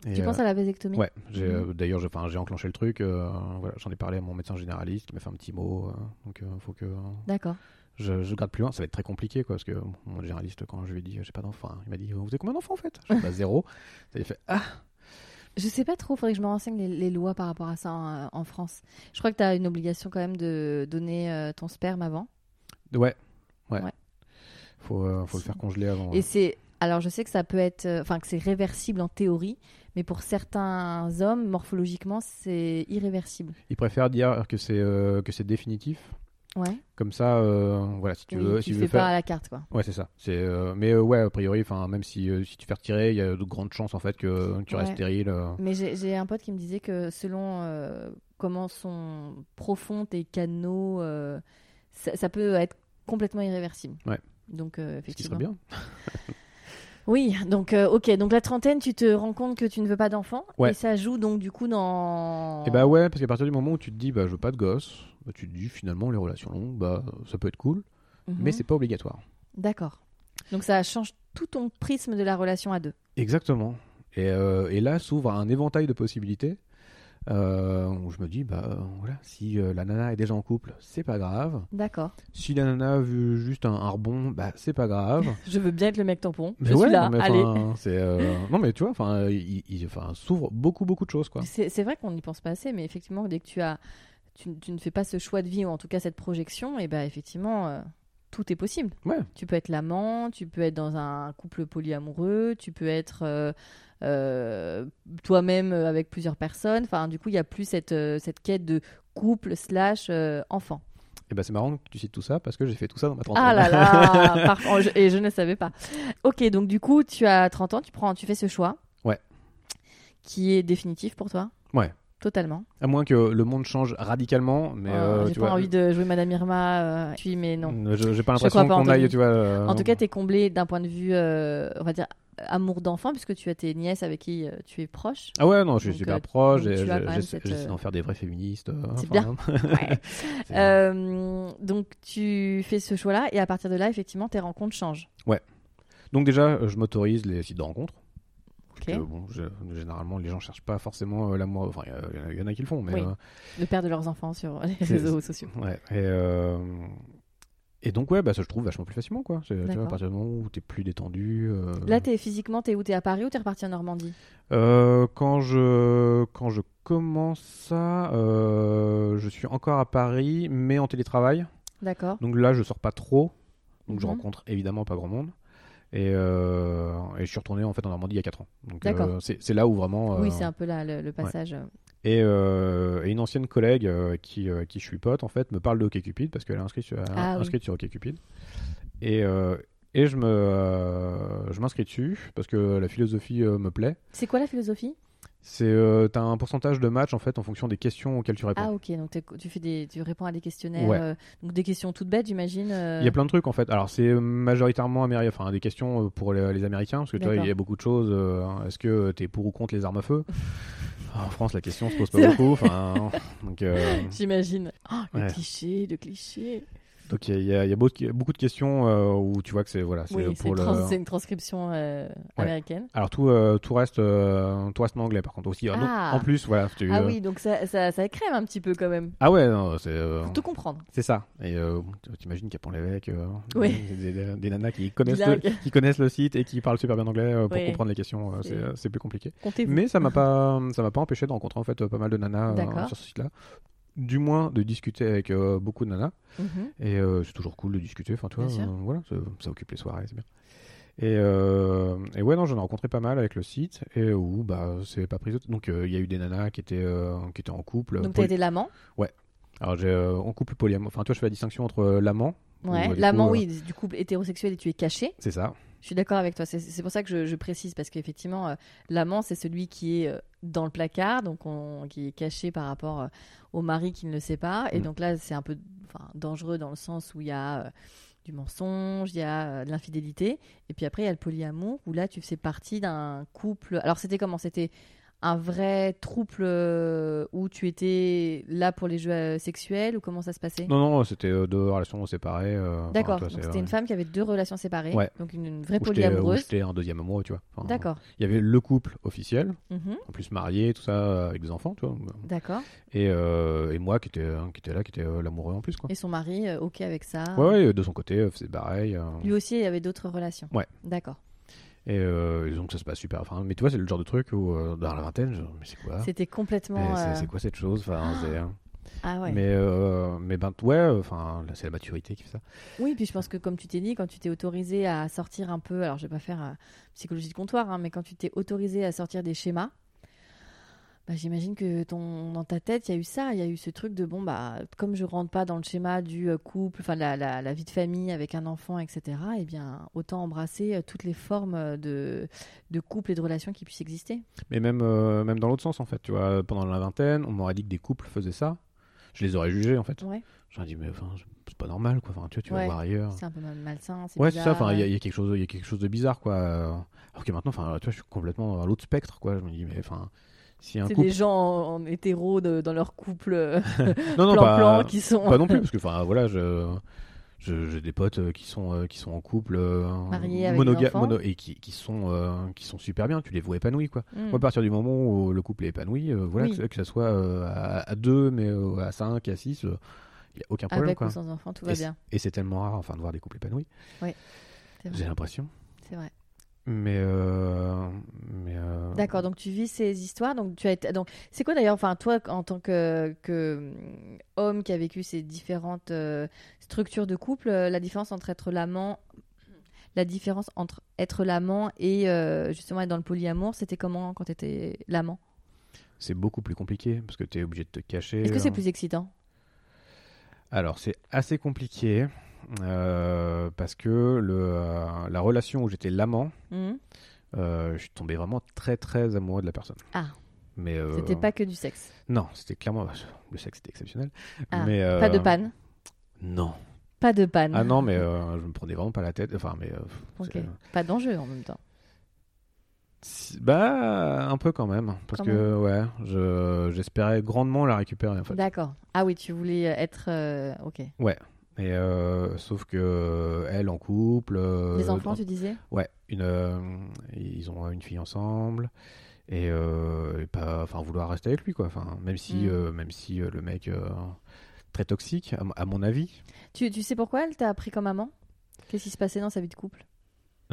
Speaker 2: Et, euh,
Speaker 1: Tu penses à la vasectomie
Speaker 2: Ouais, j'ai,
Speaker 1: Mhm.
Speaker 2: euh, d'ailleurs, j'ai, enfin, j'ai enclenché le truc. euh, voilà, j'en ai parlé à mon médecin généraliste qui m'a fait un petit mot. euh, donc, euh, faut que
Speaker 1: D'accord.
Speaker 2: je, je garde plus loin. Ça va être très compliqué, quoi, parce que bon, mon généraliste, quand je lui ai dit, j'ai pas d'enfant, hein, il m'a dit, vous avez combien d'enfants en fait Je fais, bah, zéro. Ça lui fait, ah,
Speaker 1: Je sais pas trop, faudrait que je me renseigne les, les lois par rapport à ça en, en France. Je crois que tu as une obligation quand même de donner euh, ton sperme avant.
Speaker 2: ouais, ouais.
Speaker 1: Ouais.
Speaker 2: Faut, euh, faut le faire congeler avant.
Speaker 1: Et c'est. Alors je sais que ça peut être. euh, Enfin, que c'est réversible en théorie, mais pour certains hommes, morphologiquement, c'est irréversible.
Speaker 2: Ils préfèrent dire que c'est euh, que c'est définitif.
Speaker 1: Ouais.
Speaker 2: Comme ça, euh, voilà, si tu
Speaker 1: Oui,
Speaker 2: veux, si
Speaker 1: tu
Speaker 2: tu
Speaker 1: le
Speaker 2: veux
Speaker 1: fais pas
Speaker 2: faire,
Speaker 1: à la carte, quoi.
Speaker 2: ouais, c'est ça. C'est, euh, mais euh, ouais, a priori, enfin, même si euh, si tu fais retirer, il y a de grandes chances en fait que tu restes
Speaker 1: Ouais.
Speaker 2: stérile. euh.
Speaker 1: Mais j'ai j'ai un pote qui me disait que selon euh, comment sont profonds tes canaux, euh, ça, ça peut être complètement irréversible.
Speaker 2: Ouais.
Speaker 1: Donc, euh,
Speaker 2: Ce qui
Speaker 1: effectivement.
Speaker 2: serait bien.
Speaker 1: Oui, donc, euh, ok. Donc, la trentaine, tu te rends compte que tu ne veux pas d'enfant.
Speaker 2: Ouais.
Speaker 1: Et ça joue donc, du coup, dans.
Speaker 2: Et bah ouais, parce qu'à partir du moment où tu te dis, bah, je veux pas de gosse, bah, tu te dis finalement les relations longues, bah, ça peut être cool,
Speaker 1: Mhm.
Speaker 2: mais c'est pas obligatoire.
Speaker 1: D'accord. Donc, ça change tout ton prisme de la relation à deux.
Speaker 2: Exactement. Et, euh, et là s'ouvre un éventail de possibilités euh, où je me dis, bah euh, voilà, si euh, la nana est déjà en couple, c'est pas grave.
Speaker 1: D'accord.
Speaker 2: Si la nana a vu juste un, un rebond, bah c'est pas grave.
Speaker 1: Je veux bien être le mec tampon.
Speaker 2: Mais
Speaker 1: je
Speaker 2: ouais,
Speaker 1: suis là.
Speaker 2: non, mais
Speaker 1: Allez.
Speaker 2: enfin, c'est, euh, non mais tu vois, enfin, euh, il, il- enfin, s'ouvre beaucoup beaucoup de choses quoi.
Speaker 1: C'est c'est vrai qu'on n'y pense pas assez, mais effectivement, dès que tu as, tu, tu ne fais pas ce choix de vie ou en tout cas cette projection, et ben effectivement, euh, tout est possible.
Speaker 2: Ouais.
Speaker 1: Tu peux être l'amant, tu peux être dans un couple polyamoureux, tu peux être euh, euh, toi-même avec plusieurs personnes. Enfin, du coup, il y a plus cette euh, cette quête de couple slash euh, enfant.
Speaker 2: Et ben c'est marrant que tu cites tout ça parce que j'ai fait tout ça dans ma trentaine.
Speaker 1: Ah là là, parf- oh, je- et je ne savais pas. Ok, donc du coup, tu as 30 ans, tu prends, tu fais ce choix.
Speaker 2: Ouais.
Speaker 1: Qui est définitif pour toi.
Speaker 2: Ouais.
Speaker 1: Totalement.
Speaker 2: À moins que le monde change radicalement, mais
Speaker 1: Euh,
Speaker 2: euh,
Speaker 1: j'ai
Speaker 2: tu
Speaker 1: pas
Speaker 2: vois,
Speaker 1: envie de jouer Madame Irma. euh, je suis, mais non.
Speaker 2: euh, je- j'ai pas
Speaker 1: Je crois
Speaker 2: l'impression
Speaker 1: pas,
Speaker 2: qu'on
Speaker 1: Anthony.
Speaker 2: aille, tu vois. euh,
Speaker 1: En tout cas, t'es comblé d'un point de vue, euh, on va dire, amour d'enfant, puisque tu as tes nièces avec qui euh, tu es proche.
Speaker 2: Ah ouais, non, je suis
Speaker 1: Donc,
Speaker 2: super
Speaker 1: euh,
Speaker 2: proche,
Speaker 1: donc
Speaker 2: j'ai-
Speaker 1: tu as
Speaker 2: j'ai-
Speaker 1: quand même
Speaker 2: j'essa-
Speaker 1: cette,
Speaker 2: j'essaie
Speaker 1: euh,
Speaker 2: d'en faire des vrais féministes. euh,
Speaker 1: C'est
Speaker 2: enfin,
Speaker 1: Ouais.
Speaker 2: c'est-
Speaker 1: Euh, donc, tu fais ce choix-là, et à partir de là, effectivement, tes rencontres changent.
Speaker 2: Donc déjà, euh, je m'autorise les sites de rencontres.
Speaker 1: Ok.
Speaker 2: parce que, bon, je- généralement, les gens cherchent pas forcément euh, l'amour. Enfin, il y a- il y, en a qui le font, mais
Speaker 1: Oui.
Speaker 2: euh,
Speaker 1: Le père de leurs enfants sur les
Speaker 2: C'est-
Speaker 1: réseaux sociaux.
Speaker 2: Ouais, et, euh, et donc, ouais, bah, ça je trouve vachement plus facilement, quoi. C'est- tu vois, à
Speaker 1: D'accord.
Speaker 2: partir du moment où t'es plus détendu. euh,
Speaker 1: Là, t'es physiquement, t'es où T'es à Paris ou t'es reparti en Normandie
Speaker 2: euh, quand, je, quand je commence ça, euh, je suis encore à Paris, mais en télétravail.
Speaker 1: D'accord.
Speaker 2: Donc là, je sors pas trop. Donc je
Speaker 1: Mhm.
Speaker 2: rencontre évidemment pas grand monde. Et, euh, et je suis retourné en fait en Normandie il y a 4 ans. Donc euh,
Speaker 1: D'accord.
Speaker 2: c'est c'est là où vraiment. euh,
Speaker 1: Oui, c'est un peu là le, le passage. euh,
Speaker 2: et, euh, et une ancienne collègue euh, qui, euh, qui je suis pote en fait me parle de OkCupid parce qu'elle est inscrite sur,
Speaker 1: Ah oui.
Speaker 2: inscrite sur OkCupid. Et, euh, et je me euh, je m'inscris dessus parce que la philosophie euh, me plaît.
Speaker 1: C'est quoi la philosophie
Speaker 2: C'est euh, t'as un pourcentage de matchs en fait en fonction des questions auxquelles tu réponds.
Speaker 1: Ah ok, donc t'es- tu fais des, tu réponds à des questionnaires,
Speaker 2: Ouais.
Speaker 1: euh, donc des questions toutes bêtes, j'imagine. euh,
Speaker 2: Il y a plein de trucs en fait. Alors c'est majoritairement améri- enfin des questions euh, pour les, les Américains parce que tu vois il y a
Speaker 1: D'accord.
Speaker 2: beaucoup de choses. euh, Est-ce que t'es pour ou contre les armes à feu Ah, En France la question se pose pas
Speaker 1: C'est vrai.
Speaker 2: beaucoup. Enfin donc euh,
Speaker 1: J'imagine. Oh, le
Speaker 2: Ouais.
Speaker 1: cliché, le cliché.
Speaker 2: donc il y a- il y, a- il y a beaucoup beaucoup de questions euh, où tu vois que c'est voilà c'est
Speaker 1: Oui, c'est
Speaker 2: pour le.
Speaker 1: trans- c'est une transcription euh, américaine.
Speaker 2: Alors tout euh, tout reste euh, tout reste en anglais par contre aussi. Ah, donc,
Speaker 1: Ah.
Speaker 2: en plus voilà tu,
Speaker 1: Ah
Speaker 2: euh,
Speaker 1: oui, donc ça, ça, ça crème un petit peu quand même.
Speaker 2: Ah ouais, non, c'est euh,
Speaker 1: Faut tout comprendre.
Speaker 2: c'est ça. Et euh, bon, t'imagines qu'à Pont-l'Évêque, euh,
Speaker 1: Oui.
Speaker 2: des, des- des nanas qui connaissent, le,
Speaker 1: Bilingue.
Speaker 2: qui connaissent le site et qui parlent super bien anglais euh, pour
Speaker 1: Oui.
Speaker 2: comprendre les questions, euh,
Speaker 1: C'est-
Speaker 2: c'est- c'est plus compliqué.
Speaker 1: Comptez-vous.
Speaker 2: Mais ça m'a pas, ça m'a pas empêché de rencontrer en fait euh, pas mal de nanas euh,
Speaker 1: D'accord.
Speaker 2: sur ce site-là. Du moins de discuter avec euh, beaucoup de nanas.
Speaker 1: Mhm.
Speaker 2: Et euh, c'est toujours cool de discuter. Enfin, tu vois,
Speaker 1: Bien sûr.
Speaker 2: euh, voilà, ça, ça occupe les soirées, c'est bien. Et, euh, et ouais, non, j'en ai rencontré pas mal avec le site et où bah c'est pas pris. de- Donc euh, il y a eu des nanas qui étaient euh, qui étaient en couple.
Speaker 1: Donc t'as
Speaker 2: poly-
Speaker 1: été l'amant.
Speaker 2: Alors j'ai euh, en couple polyamoureux. Enfin, tu vois, je fais la distinction entre euh, l'amant. Ou,
Speaker 1: Ouais.
Speaker 2: euh, du
Speaker 1: l'amant,
Speaker 2: coup, euh,
Speaker 1: oui, du couple hétérosexuel et tu es caché.
Speaker 2: C'est ça.
Speaker 1: Je suis d'accord avec toi. C'est- C'est pour ça que je, je précise, parce qu'effectivement, euh, l'amant, c'est celui qui est euh, dans le placard, donc on- qui est caché par rapport euh, au mari qui ne le sait pas. Et
Speaker 2: Mm.
Speaker 1: donc là, c'est un peu enfin, dangereux dans le sens où il y a euh, du mensonge, il y a euh, de l'infidélité. Et puis après, il y a le polyamour, où là, tu fais partie d'un couple. Alors, c'était comment C'était un vrai trouble euh, où tu étais là pour les jeux euh, sexuels, ou comment ça se passait
Speaker 2: Non, non, c'était euh, deux relations séparées. euh, enfin,
Speaker 1: D'accord,
Speaker 2: tu vois,
Speaker 1: donc
Speaker 2: c'est,
Speaker 1: c'était
Speaker 2: euh,
Speaker 1: une femme qui avait deux relations séparées,
Speaker 2: Ouais.
Speaker 1: donc une, une vraie
Speaker 2: où j'étais- où
Speaker 1: polyamoureuse.
Speaker 2: J'étais un deuxième amoureux, tu vois. Enfin,
Speaker 1: D'accord,
Speaker 2: Il y avait le couple officiel,
Speaker 1: Mhm.
Speaker 2: en plus marié, tout ça, euh, avec des enfants, tu vois.
Speaker 1: d'accord.
Speaker 2: Et, euh, et moi qui était, hein, qui était là, qui était euh, l'amoureux en plus, quoi.
Speaker 1: Et son mari, euh, ok avec ça.
Speaker 2: Ouais, ouais, de son côté, euh, c'est pareil. euh,
Speaker 1: Lui aussi, il avait d'autres relations.
Speaker 2: Ouais.
Speaker 1: D'accord.
Speaker 2: Et, euh, et donc ça se passe super. Enfin, mais tu vois, c'est le genre de truc où, euh, dans la vingtaine, je- mais c'est quoi
Speaker 1: C'était complètement.
Speaker 2: Ah. Mais c'est-
Speaker 1: euh,
Speaker 2: C'est quoi cette chose enfin, c'est, hein.
Speaker 1: Ah ouais.
Speaker 2: Mais, euh, mais ben, ouais, euh, enfin, là, c'est la maturité qui fait ça.
Speaker 1: Oui, puis je pense que comme tu t'es dit, quand tu t'es autorisé à sortir un peu, alors je vais pas faire euh, psychologie de comptoir, hein, mais quand tu t'es autorisé à sortir des schémas, bah, j'imagine que ton, dans ta tête, il y a eu ça, il y a eu ce truc de bon, bah, comme je rentre pas dans le schéma du euh, couple, enfin de la, la, la vie de famille avec un enfant, etc., eh bien, autant embrasser euh, toutes les formes euh, de, de couple et de relations qui puissent exister.
Speaker 2: Mais même, euh, même dans l'autre sens, en fait. Tu vois, pendant la vingtaine, on m'aurait dit que des couples faisaient ça. Je les aurais jugés, en fait.
Speaker 1: Ouais.
Speaker 2: J'aurais dit, mais enfin, je- c'est pas normal, quoi. Enfin, tu vois, tu vas
Speaker 1: Ouais.
Speaker 2: voir ailleurs.
Speaker 1: C'est un peu mal- malsain.
Speaker 2: Ah. Ouais, c'est ça.
Speaker 1: bizarre,
Speaker 2: Enfin, il y a-
Speaker 1: ouais.
Speaker 2: il y, a quelque chose, il y a quelque chose de bizarre, quoi. Euh, Alors que maintenant, enfin, tu vois, je suis complètement à l'autre spectre, quoi. Je me dis, mais enfin, si un
Speaker 1: C'est
Speaker 2: couple,
Speaker 1: des gens en, en hétéro de- dans leur couple euh,
Speaker 2: non, non,
Speaker 1: plan-plan
Speaker 2: pas,
Speaker 1: qui sont
Speaker 2: pas non plus, parce que, enfin, voilà, je, je- j'ai des potes euh, qui sont, euh, qui sont en couple, euh,
Speaker 1: Mariés avec
Speaker 2: monoga-
Speaker 1: des enfants.
Speaker 2: mono- et qui, qui sont, euh, qui sont super bien. Tu les vois épanouis, quoi.
Speaker 1: Hmm.
Speaker 2: Moi, à partir du moment où le couple est épanoui, euh, voilà,
Speaker 1: Oui.
Speaker 2: que, que ça soit euh, à, à deux, mais euh, à cinq, à six, il n'y a aucun problème,
Speaker 1: avec
Speaker 2: quoi.
Speaker 1: ou sans enfant, tout va
Speaker 2: et, c'est-
Speaker 1: bien.
Speaker 2: et c'est tellement rare, enfin, de voir des couples épanouis.
Speaker 1: Ouais. C'est vrai.
Speaker 2: J'ai l'impression.
Speaker 1: C'est vrai.
Speaker 2: Mais, euh, mais euh,
Speaker 1: D'accord, donc tu vis ces histoires. Donc tu as été- donc c'est quoi d'ailleurs, enfin toi en tant que, que hum, homme qui a vécu ces différentes euh, structures de couple, euh, la différence entre être l'amant, la différence entre être l'amant et euh, justement être dans le polyamour, c'était comment quand tu étais l'amant
Speaker 2: c'est beaucoup plus compliqué parce que tu es obligé de te cacher.
Speaker 1: Est-ce que c'est
Speaker 2: euh.
Speaker 1: plus excitant
Speaker 2: Alors, c'est assez compliqué euh, parce que le, euh, la relation où j'étais l'amant,
Speaker 1: Hum
Speaker 2: euh, je suis tombé vraiment très très amoureux de la personne.
Speaker 1: Ah.
Speaker 2: Mais euh,
Speaker 1: C'était pas que du sexe.
Speaker 2: Non, c'était clairement. Le sexe était exceptionnel.
Speaker 1: Ah,
Speaker 2: mais, euh,
Speaker 1: Pas de panne. Mm.
Speaker 2: Non.
Speaker 1: Pas de panne.
Speaker 2: Ah non, mais euh, je me prenais vraiment pas la tête. Enfin, mais. euh,
Speaker 1: Ok.
Speaker 2: c'est-
Speaker 1: Pas d'enjeu en même temps.
Speaker 2: Si- Bah, un peu quand même. Parce
Speaker 1: Quand
Speaker 2: que, ouais, je- j'espérais grandement la récupérer, en fait.
Speaker 1: D'accord. Ah oui, tu voulais être euh, ok.
Speaker 2: Et, euh, sauf que, euh, elle en couple. euh,
Speaker 1: Les enfants,
Speaker 2: en-
Speaker 1: tu disais
Speaker 2: Ouais, une, euh, ils ont une fille ensemble. Et, euh, et pas. Enfin, vouloir rester avec lui, quoi. Enfin, même si,
Speaker 1: Mm.
Speaker 2: euh, même si euh, le mec. euh, très toxique, à, m- à mon avis.
Speaker 1: Tu, tu sais pourquoi elle t'a appris comme amant Qu'est-ce qui se passait dans sa vie de couple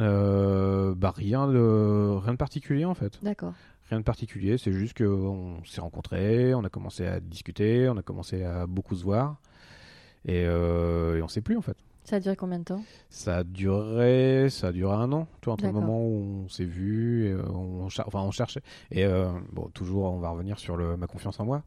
Speaker 2: Euh, bah, rien de, rien de particulier, en fait.
Speaker 1: D'accord.
Speaker 2: Rien de particulier, c'est juste qu'on s'est rencontrés, on a commencé à discuter, on a commencé à beaucoup se voir. Et, euh, et on ne sait plus en fait.
Speaker 1: Ça a duré combien de temps
Speaker 2: Ça a duré, ça a duré un an, tu vois, entre le
Speaker 1: D'accord.
Speaker 2: moment où on s'est vu, et euh, on, cher- enfin, on cherchait. Et euh, bon, toujours, on va revenir sur le, ma confiance en moi,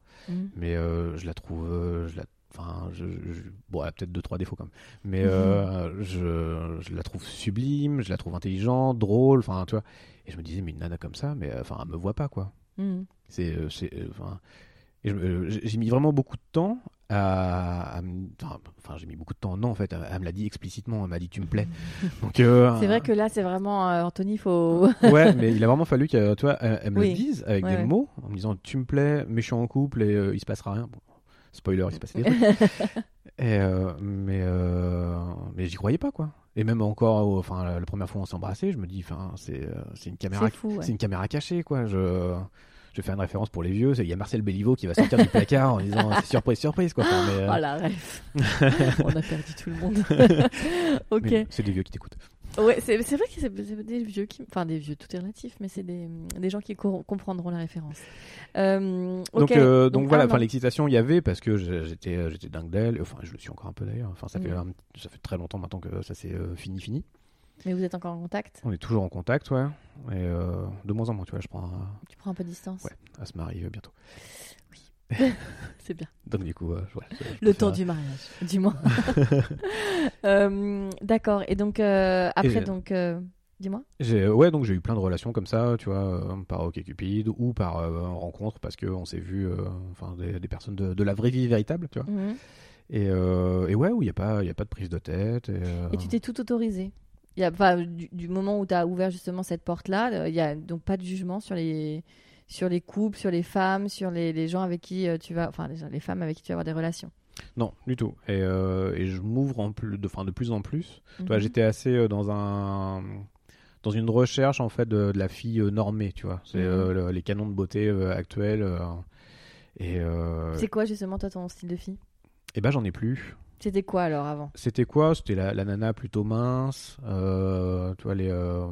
Speaker 2: mais euh, je la trouve, euh, je la, enfin, je, je- bon, elle a peut-être deux trois défauts quand même, mais euh, je, je la trouve sublime, je la trouve intelligente, drôle, enfin, tu vois. Et je me disais, mais une nana comme ça, mais euh, enfin, elle me voit pas quoi.
Speaker 1: Mhm.
Speaker 2: C'est, euh, c'est, euh, enfin, et je me- euh, j'ai j'ai mis vraiment beaucoup de temps à, à me- enfin, enfin, j'ai mis beaucoup de temps. Non, en fait, elle, elle me l'a dit explicitement. Elle m'a dit, tu me plais. Donc, euh,
Speaker 1: C'est vrai que là, c'est vraiment euh, Anthony, faut.
Speaker 2: ouais, mais il a vraiment fallu qu'elle, tu vois, elle, elle me
Speaker 1: Oui.
Speaker 2: le dise avec
Speaker 1: Ouais,
Speaker 2: des
Speaker 1: ouais.
Speaker 2: mots, en me disant, tu me plais, mais je suis en couple et euh, il se passera rien. Bon, spoiler, il se passait des trucs. Et, euh, mais, euh, mais j'y croyais pas, quoi. Et même encore, au- enfin, la, la première fois où on s'est embrassé, je me dis, enfin, c'est, euh, c'est une caméra
Speaker 1: c'est fou. ouais.
Speaker 2: c'est une caméra cachée, quoi. Je, je vais faire une référence pour les vieux. c'est- Il y a Marcel Béliveau qui va sortir du placard en disant c'est surprise, surprise, quoi. Enfin, mais, euh,
Speaker 1: Oh la ref. On a perdu tout le monde. ok.
Speaker 2: mais C'est des vieux qui t'écoutent.
Speaker 1: Ouais, c'est c'est vrai que c'est c'est des vieux qui. Enfin, des vieux, tout est relatif, mais c'est des, des gens qui co- comprendront la référence. Euh, ok. ah,
Speaker 2: Donc, euh, donc, voilà,
Speaker 1: un
Speaker 2: enfin,
Speaker 1: an.
Speaker 2: l'excitation, il y avait parce que j'ai- j'étais, euh, j'étais dingue d'elle. Enfin, je le suis encore un peu d'ailleurs. Enfin, ça, fait,
Speaker 1: Mhm.
Speaker 2: un petit- ça fait très longtemps maintenant que ça c'est euh, fini, fini.
Speaker 1: Mais vous êtes encore en contact
Speaker 2: On est toujours en contact, ouais. Et euh, de moins en moins, tu vois, je prends à,
Speaker 1: Tu prends un peu de distance
Speaker 2: Ouais. à se marier euh, bientôt.
Speaker 1: C'est bien.
Speaker 2: Donc, du coup, euh, je- ouais, je- je
Speaker 1: Le
Speaker 2: préfère-
Speaker 1: temps du mariage, du moins. Euh, D'accord. Et donc, euh, après,
Speaker 2: Et-
Speaker 1: donc, euh, Dis-moi.
Speaker 2: J'ai- ouais, donc j'ai eu plein de relations comme ça, tu vois, euh, par OkCupid ou par euh, rencontre parce qu'on s'est vu, euh, enfin, des, des personnes de, de la vraie vie véritable, tu vois.
Speaker 1: Mhm.
Speaker 2: Et, euh, et ouais, où il n'y a, pas- il y a pas de prise de tête. Et, euh,
Speaker 1: Et tu t'es tout autorisé. Il y a, enfin, du, du moment où tu as ouvert justement cette porte-là, euh, il y a donc pas de jugement sur les, sur les couples, sur les femmes, sur les, les gens avec qui euh, tu vas, enfin les, gens- les femmes avec qui tu vas avoir des relations.
Speaker 2: Non, du tout. Et, euh, et je m'ouvre en plus, de, enfin, de plus en plus. Tu vois,
Speaker 1: Mhm.
Speaker 2: J'étais assez euh, dans un dans une recherche en fait de, de la fille euh, normée, tu vois. C'est
Speaker 1: Mhm.
Speaker 2: euh, le- les canons de beauté euh, actuels. euh, et euh,
Speaker 1: C'est quoi justement toi ton style de fille
Speaker 2: eh ben j'en ai plus.
Speaker 1: C'était quoi alors avant
Speaker 2: C'était quoi C'était la, la nana plutôt mince. euh, tu vois les. euh,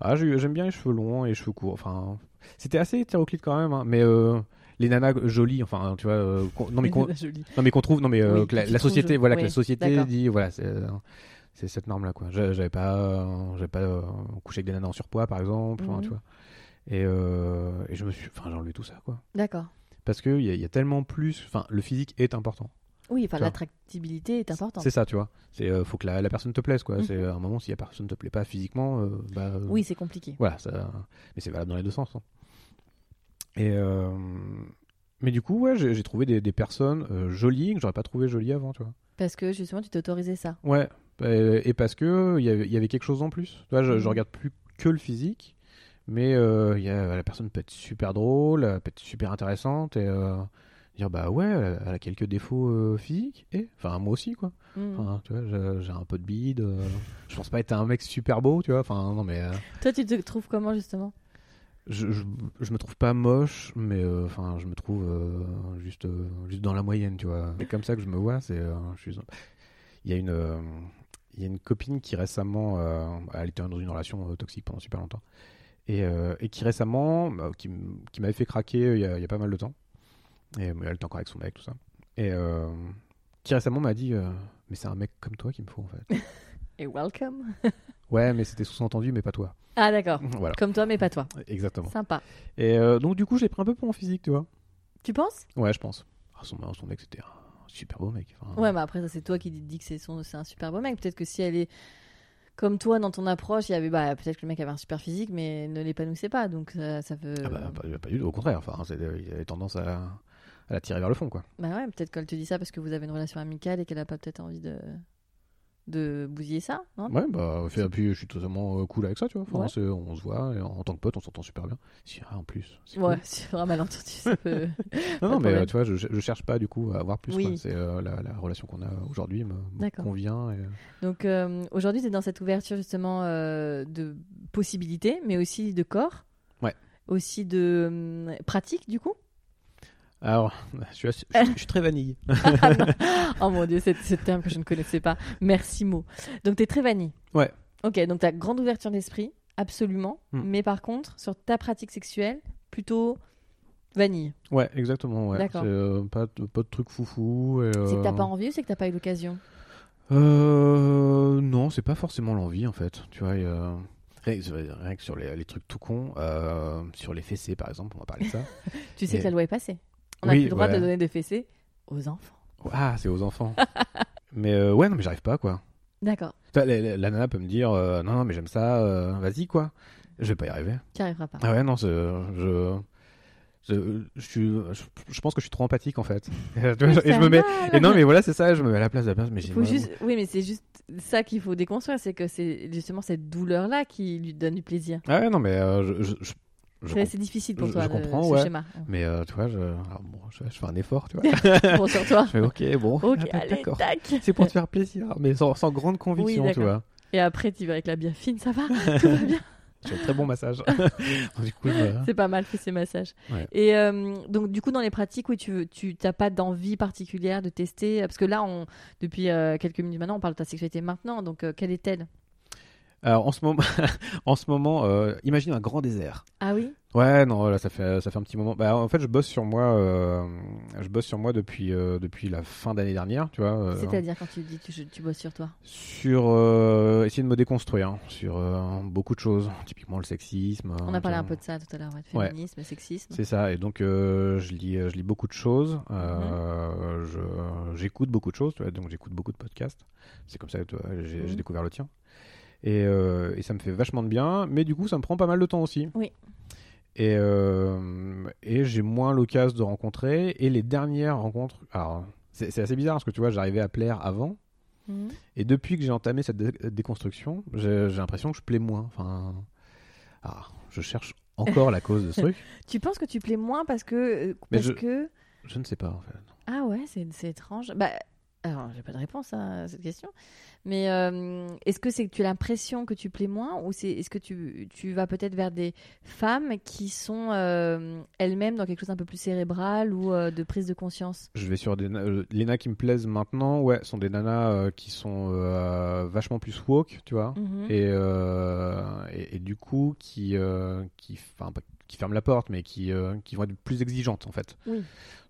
Speaker 2: Ah j'ai- j'aime bien les cheveux longs et les cheveux courts. Enfin, c'était assez hétéroclite quand même. hein, mais euh, les nanas jolies, enfin tu vois. euh, qu'on- non mais qu'on-
Speaker 1: Jolie.
Speaker 2: non mais qu'on trouve. Non mais euh,
Speaker 1: Oui,
Speaker 2: que la,
Speaker 1: qui
Speaker 2: la
Speaker 1: trouve
Speaker 2: société,
Speaker 1: joli.
Speaker 2: voilà
Speaker 1: Oui,
Speaker 2: que la société
Speaker 1: d'accord.
Speaker 2: dit voilà c'est. euh, c'est cette norme là quoi. J'a- J'avais pas, euh, j'avais pas euh, couché avec des nanas en surpoids par exemple, hein,
Speaker 1: Mhm.
Speaker 2: tu vois. Et, euh, et je me suis, enfin j'ai enlevé tout ça quoi.
Speaker 1: D'accord.
Speaker 2: Parce que il y, a- il y a tellement plus, enfin le physique est important.
Speaker 1: Oui, enfin
Speaker 2: Tu vois.
Speaker 1: l'attractibilité est importante.
Speaker 2: C'est ça, tu vois. C'est euh, faut que la, la personne te plaise, quoi.
Speaker 1: Mhm.
Speaker 2: C'est à un moment si la personne te plaît pas physiquement, euh, bah euh,
Speaker 1: Oui, c'est compliqué.
Speaker 2: Voilà, ça. Mais c'est valable dans les deux sens. hein. Et euh, mais du coup, ouais, j'ai j'ai trouvé des, des personnes euh, jolies que j'aurais pas trouvé jolies avant, tu vois.
Speaker 1: Parce que justement tu t'autorisais ça.
Speaker 2: Ouais. Et, et parce que euh, il y avait- il y avait quelque chose en plus. Tu vois, je, je
Speaker 1: Mhm.
Speaker 2: regarde plus que le physique, mais euh, il y a, la personne peut être super drôle, elle peut être super intéressante et euh, dire bah ouais, elle a, elle a quelques défauts euh, physiques. Et enfin moi aussi, quoi.
Speaker 1: Mhm.
Speaker 2: Enfin, tu vois, je- j'ai un peu de bide. euh, je pense pas être un mec super beau, tu vois. Enfin, non, mais euh,
Speaker 1: Toi tu te trouves comment justement
Speaker 2: je, je, je me trouve pas moche, mais euh, enfin, je me trouve euh, juste, euh, juste dans la moyenne, tu vois. C'est comme ça que je me vois. C'est, euh, je suis. Il y a une, euh, il y a une copine qui récemment, euh, elle était dans une relation euh, toxique pendant super longtemps, et, euh, et qui récemment, bah, qui, m- qui m'avait fait craquer euh, il y, a, il y a pas mal de temps. Et mais elle était encore avec son mec, tout ça. Et euh, qui récemment m'a dit, euh, mais c'est un mec comme toi qu'il me faut en fait.
Speaker 1: Et welcome.
Speaker 2: Ouais, mais c'était sous-entendu, mais pas toi.
Speaker 1: Ah d'accord.
Speaker 2: Voilà,
Speaker 1: Comme toi mais pas toi.
Speaker 2: exactement.
Speaker 1: Sympa.
Speaker 2: Mhm. Et euh, donc, du coup, j'ai pris un peu pour mon physique, tu vois.
Speaker 1: Tu penses
Speaker 2: Ouais, je pense. Ah, son, son mec, c'était un super beau mec. Enfin,
Speaker 1: Ouais, mais après, ça, c'est toi qui dis que c'est son- c'est un super beau mec. Peut-être que si elle est comme toi dans ton approche, il y avait, bah, peut-être que le mec avait un super physique, mais ne l'épanouissait pas. Donc ça, ça veut.
Speaker 2: ah bah, pas, pas du tout, au contraire. Enfin, c'est- euh, il avait tendance à, à la tirer vers le fond, quoi.
Speaker 1: Bah ouais, peut-être qu'elle te dit ça parce que vous avez une relation amicale et qu'elle a pas peut-être envie de de bousiller ça, non
Speaker 2: Ouais, bah, fait, et puis je suis totalement euh, cool avec ça, tu vois. Enfin,
Speaker 1: Ouais.
Speaker 2: c'est- on se voit, et en tant que pote, on s'entend super bien. Si, ah, en plus. c'est
Speaker 1: Ouais,
Speaker 2: cool.
Speaker 1: c'est un malentendu. ça peut-
Speaker 2: Non, non,
Speaker 1: de
Speaker 2: mais
Speaker 1: problème.
Speaker 2: euh, tu vois, je, je cherche pas, du coup, à avoir plus,
Speaker 1: Oui.
Speaker 2: quoi. C'est euh, la, la relation qu'on a aujourd'hui me, me
Speaker 1: D'accord.
Speaker 2: convient. et-
Speaker 1: Donc euh, aujourd'hui, tu es dans cette ouverture justement euh, de possibilités, mais aussi de corps.
Speaker 2: Ouais.
Speaker 1: Aussi de euh, pratique, du coup.
Speaker 2: Alors, je suis, assez- je suis- je suis très vanille.
Speaker 1: Oh mon dieu, c'est ce terme que je ne connaissais pas. Merci mot. Donc t'es très vanille.
Speaker 2: Ouais.
Speaker 1: Ok, donc t'as grande ouverture d'esprit, absolument.
Speaker 2: Hmm.
Speaker 1: Mais par contre, sur ta pratique sexuelle, plutôt vanille.
Speaker 2: Ouais, exactement. Ouais.
Speaker 1: D'accord.
Speaker 2: C'est, euh, pas, de, pas de truc foufou. et,
Speaker 1: C'est que t'as
Speaker 2: euh,
Speaker 1: pas envie ou c'est que t'as pas eu l'occasion
Speaker 2: Euh, non, c'est pas forcément l'envie en fait. Tu vois, euh, rien, que- rien que sur les, les trucs tout cons, euh, sur les fessées par exemple, on va parler de ça.
Speaker 1: Tu sais
Speaker 2: Et-
Speaker 1: que la loi est passée. On a
Speaker 2: Oui,
Speaker 1: plus le droit
Speaker 2: ouais.
Speaker 1: de donner des fessées aux enfants.
Speaker 2: ah, c'est aux enfants. mais euh, ouais, non, mais j'arrive pas quoi.
Speaker 1: D'accord,
Speaker 2: Tu vois, La, la- la nana peut me dire, euh, non, non, mais j'aime ça, euh, vas-y quoi. Je vais pas y arriver.
Speaker 1: tu n'y arriveras pas.
Speaker 2: Ah ouais, non, c'est- je. Je, je, suis- je, je pense que je suis trop empathique en fait. Tu vois,
Speaker 1: Mais
Speaker 2: et je
Speaker 1: ça
Speaker 2: me mets.
Speaker 1: va,
Speaker 2: Et non, mais voilà, c'est ça. Je me mets à la place de la personne. Mais j'ai
Speaker 1: Faut juste... Oui, mais c'est juste ça qu'il faut déconstruire, c'est que c'est justement cette douleur-là qui lui donne du plaisir.
Speaker 2: Ah ouais, non, mais euh, je- je- je- je
Speaker 1: C'est c'est difficile pour
Speaker 2: je-
Speaker 1: toi,
Speaker 2: je
Speaker 1: le-
Speaker 2: comprends,
Speaker 1: ce
Speaker 2: ouais.
Speaker 1: schéma.
Speaker 2: Mais euh, tu vois, je, alors bon, je, je fais un effort, tu vois.
Speaker 1: Bon, sur toi.
Speaker 2: je fais ok, bon,
Speaker 1: Ok,
Speaker 2: ah bah,
Speaker 1: allez,
Speaker 2: d'accord.
Speaker 1: tac
Speaker 2: C'est pour te faire plaisir, mais sans, sans grande conviction, tu
Speaker 1: d'accord.
Speaker 2: vois.
Speaker 1: Et après, tu vas avec la bière fine, ça va Tout va bien
Speaker 2: J'ai un très bon massage. du coup, euh,
Speaker 1: C'est pas mal fait ces massages.
Speaker 2: Ouais.
Speaker 1: Et euh, donc, du coup, dans les pratiques, oui, tu veux- tu n'as pas d'envie particulière de tester euh, Parce que là, on, depuis euh, quelques minutes maintenant, on parle de ta sexualité maintenant. Donc, euh, quelle est-elle
Speaker 2: alors, en ce moment, en ce moment euh, imagine un grand désert.
Speaker 1: Ah oui
Speaker 2: Ouais, non, là, ça fait, ça fait un petit moment. Bah, en fait, je bosse sur moi, euh, je bosse sur moi depuis, euh, depuis la fin d'année dernière, tu vois. euh,
Speaker 1: C'est-à-dire quand tu dis tu, je- tu bosses sur toi
Speaker 2: sur euh, essayer de me déconstruire sur euh, beaucoup de choses, typiquement le sexisme. hein,
Speaker 1: On a parlé un peu de ça tout à l'heure, ouais, de
Speaker 2: Ouais.
Speaker 1: féminisme, sexisme.
Speaker 2: C'est ça, et donc euh, je, lis, je lis beaucoup de choses,
Speaker 1: Mhm.
Speaker 2: euh, je- j'écoute beaucoup de choses, tu vois, donc j'écoute beaucoup de podcasts. C'est comme ça que tu vois, j'ai j'ai
Speaker 1: Mhm.
Speaker 2: découvert le tien. Et, euh, et ça me fait vachement de bien, mais du coup, ça me prend pas mal de temps aussi.
Speaker 1: Oui.
Speaker 2: Et, euh, et j'ai moins l'occasion de rencontrer. Et les dernières rencontres. Alors, c'est c'est assez bizarre parce que tu vois, j'arrivais à plaire avant.
Speaker 1: Mhm.
Speaker 2: Et depuis que j'ai entamé cette dé- déconstruction, j'ai j'ai l'impression que je plais moins. Enfin, ah, je cherche encore la cause de ce truc.
Speaker 1: Tu penses que tu plais moins parce que. euh,
Speaker 2: Mais
Speaker 1: parce
Speaker 2: je-
Speaker 1: que...
Speaker 2: Je ne sais pas. En fait.
Speaker 1: Ah ouais, c'est c'est étrange. Bah, alors, j'ai pas de réponse à cette question. Mais euh, est-ce que c'est que tu as l'impression que tu plais moins ou c'est est-ce que tu, tu vas peut-être vers des femmes qui sont euh, elles-mêmes dans quelque chose un peu plus cérébral ou euh, de prise de conscience
Speaker 2: Je vais sur des na- euh, les nanas qui me plaisent maintenant. Ouais, sont des nanas euh, qui sont euh, vachement plus woke, tu vois.
Speaker 1: Mhm.
Speaker 2: Et, euh, et, et du coup qui euh, qui enfin pas- qui ferment la porte mais qui euh, qui vont être plus exigeantes en fait
Speaker 1: Oui.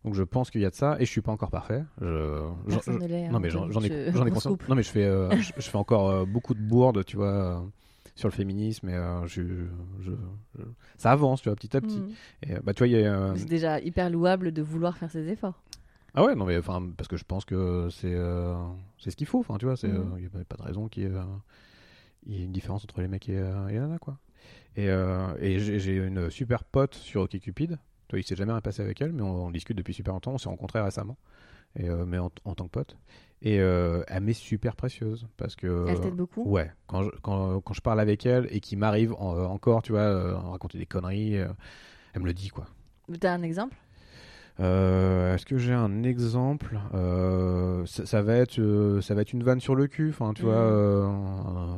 Speaker 2: donc je pense qu'il y a de ça et je suis pas encore parfait je, je-
Speaker 1: Personne
Speaker 2: je-
Speaker 1: ne l'est,
Speaker 2: non
Speaker 1: hein,
Speaker 2: mais j'en
Speaker 1: Anthony,
Speaker 2: j'en ai
Speaker 1: je-
Speaker 2: j'en ai
Speaker 1: on se
Speaker 2: conscience
Speaker 1: coupe.
Speaker 2: non mais je fais euh, je, je fais encore euh, beaucoup de bourdes tu vois euh, sur le féminisme et euh, je, je- je- ça avance tu vois petit à petit
Speaker 1: Mhm.
Speaker 2: et euh, bah tu vois il y a euh,
Speaker 1: C'est déjà hyper louable de vouloir faire ses efforts.
Speaker 2: ah ouais non mais enfin parce que je pense que c'est euh, c'est ce qu'il faut enfin tu vois c'est euh,
Speaker 1: Mhm.
Speaker 2: il y a pas de raison qu'il y ait, euh, il y ait une différence entre les mecs et, euh, et les nanas quoi et, euh, et j'ai j'ai une super pote sur OkCupid Toi, il s'est jamais rien passé avec elle mais on, on discute depuis super longtemps on s'est rencontrés récemment et euh, mais en, en tant que pote et euh, elle m'est super précieuse parce que
Speaker 1: Elle t'aide beaucoup
Speaker 2: Ouais, quand je, quand, quand je parle avec elle et qu'il m'arrive en- euh, encore, tu vois, euh, à raconter des conneries, euh, elle me le dit, quoi.
Speaker 1: T'as un exemple
Speaker 2: Euh, Est-ce que j'ai un exemple Euh, ça, ça va être, euh, ça va être une vanne sur le cul, enfin, tu
Speaker 1: Mhm.
Speaker 2: vois. euh, euh,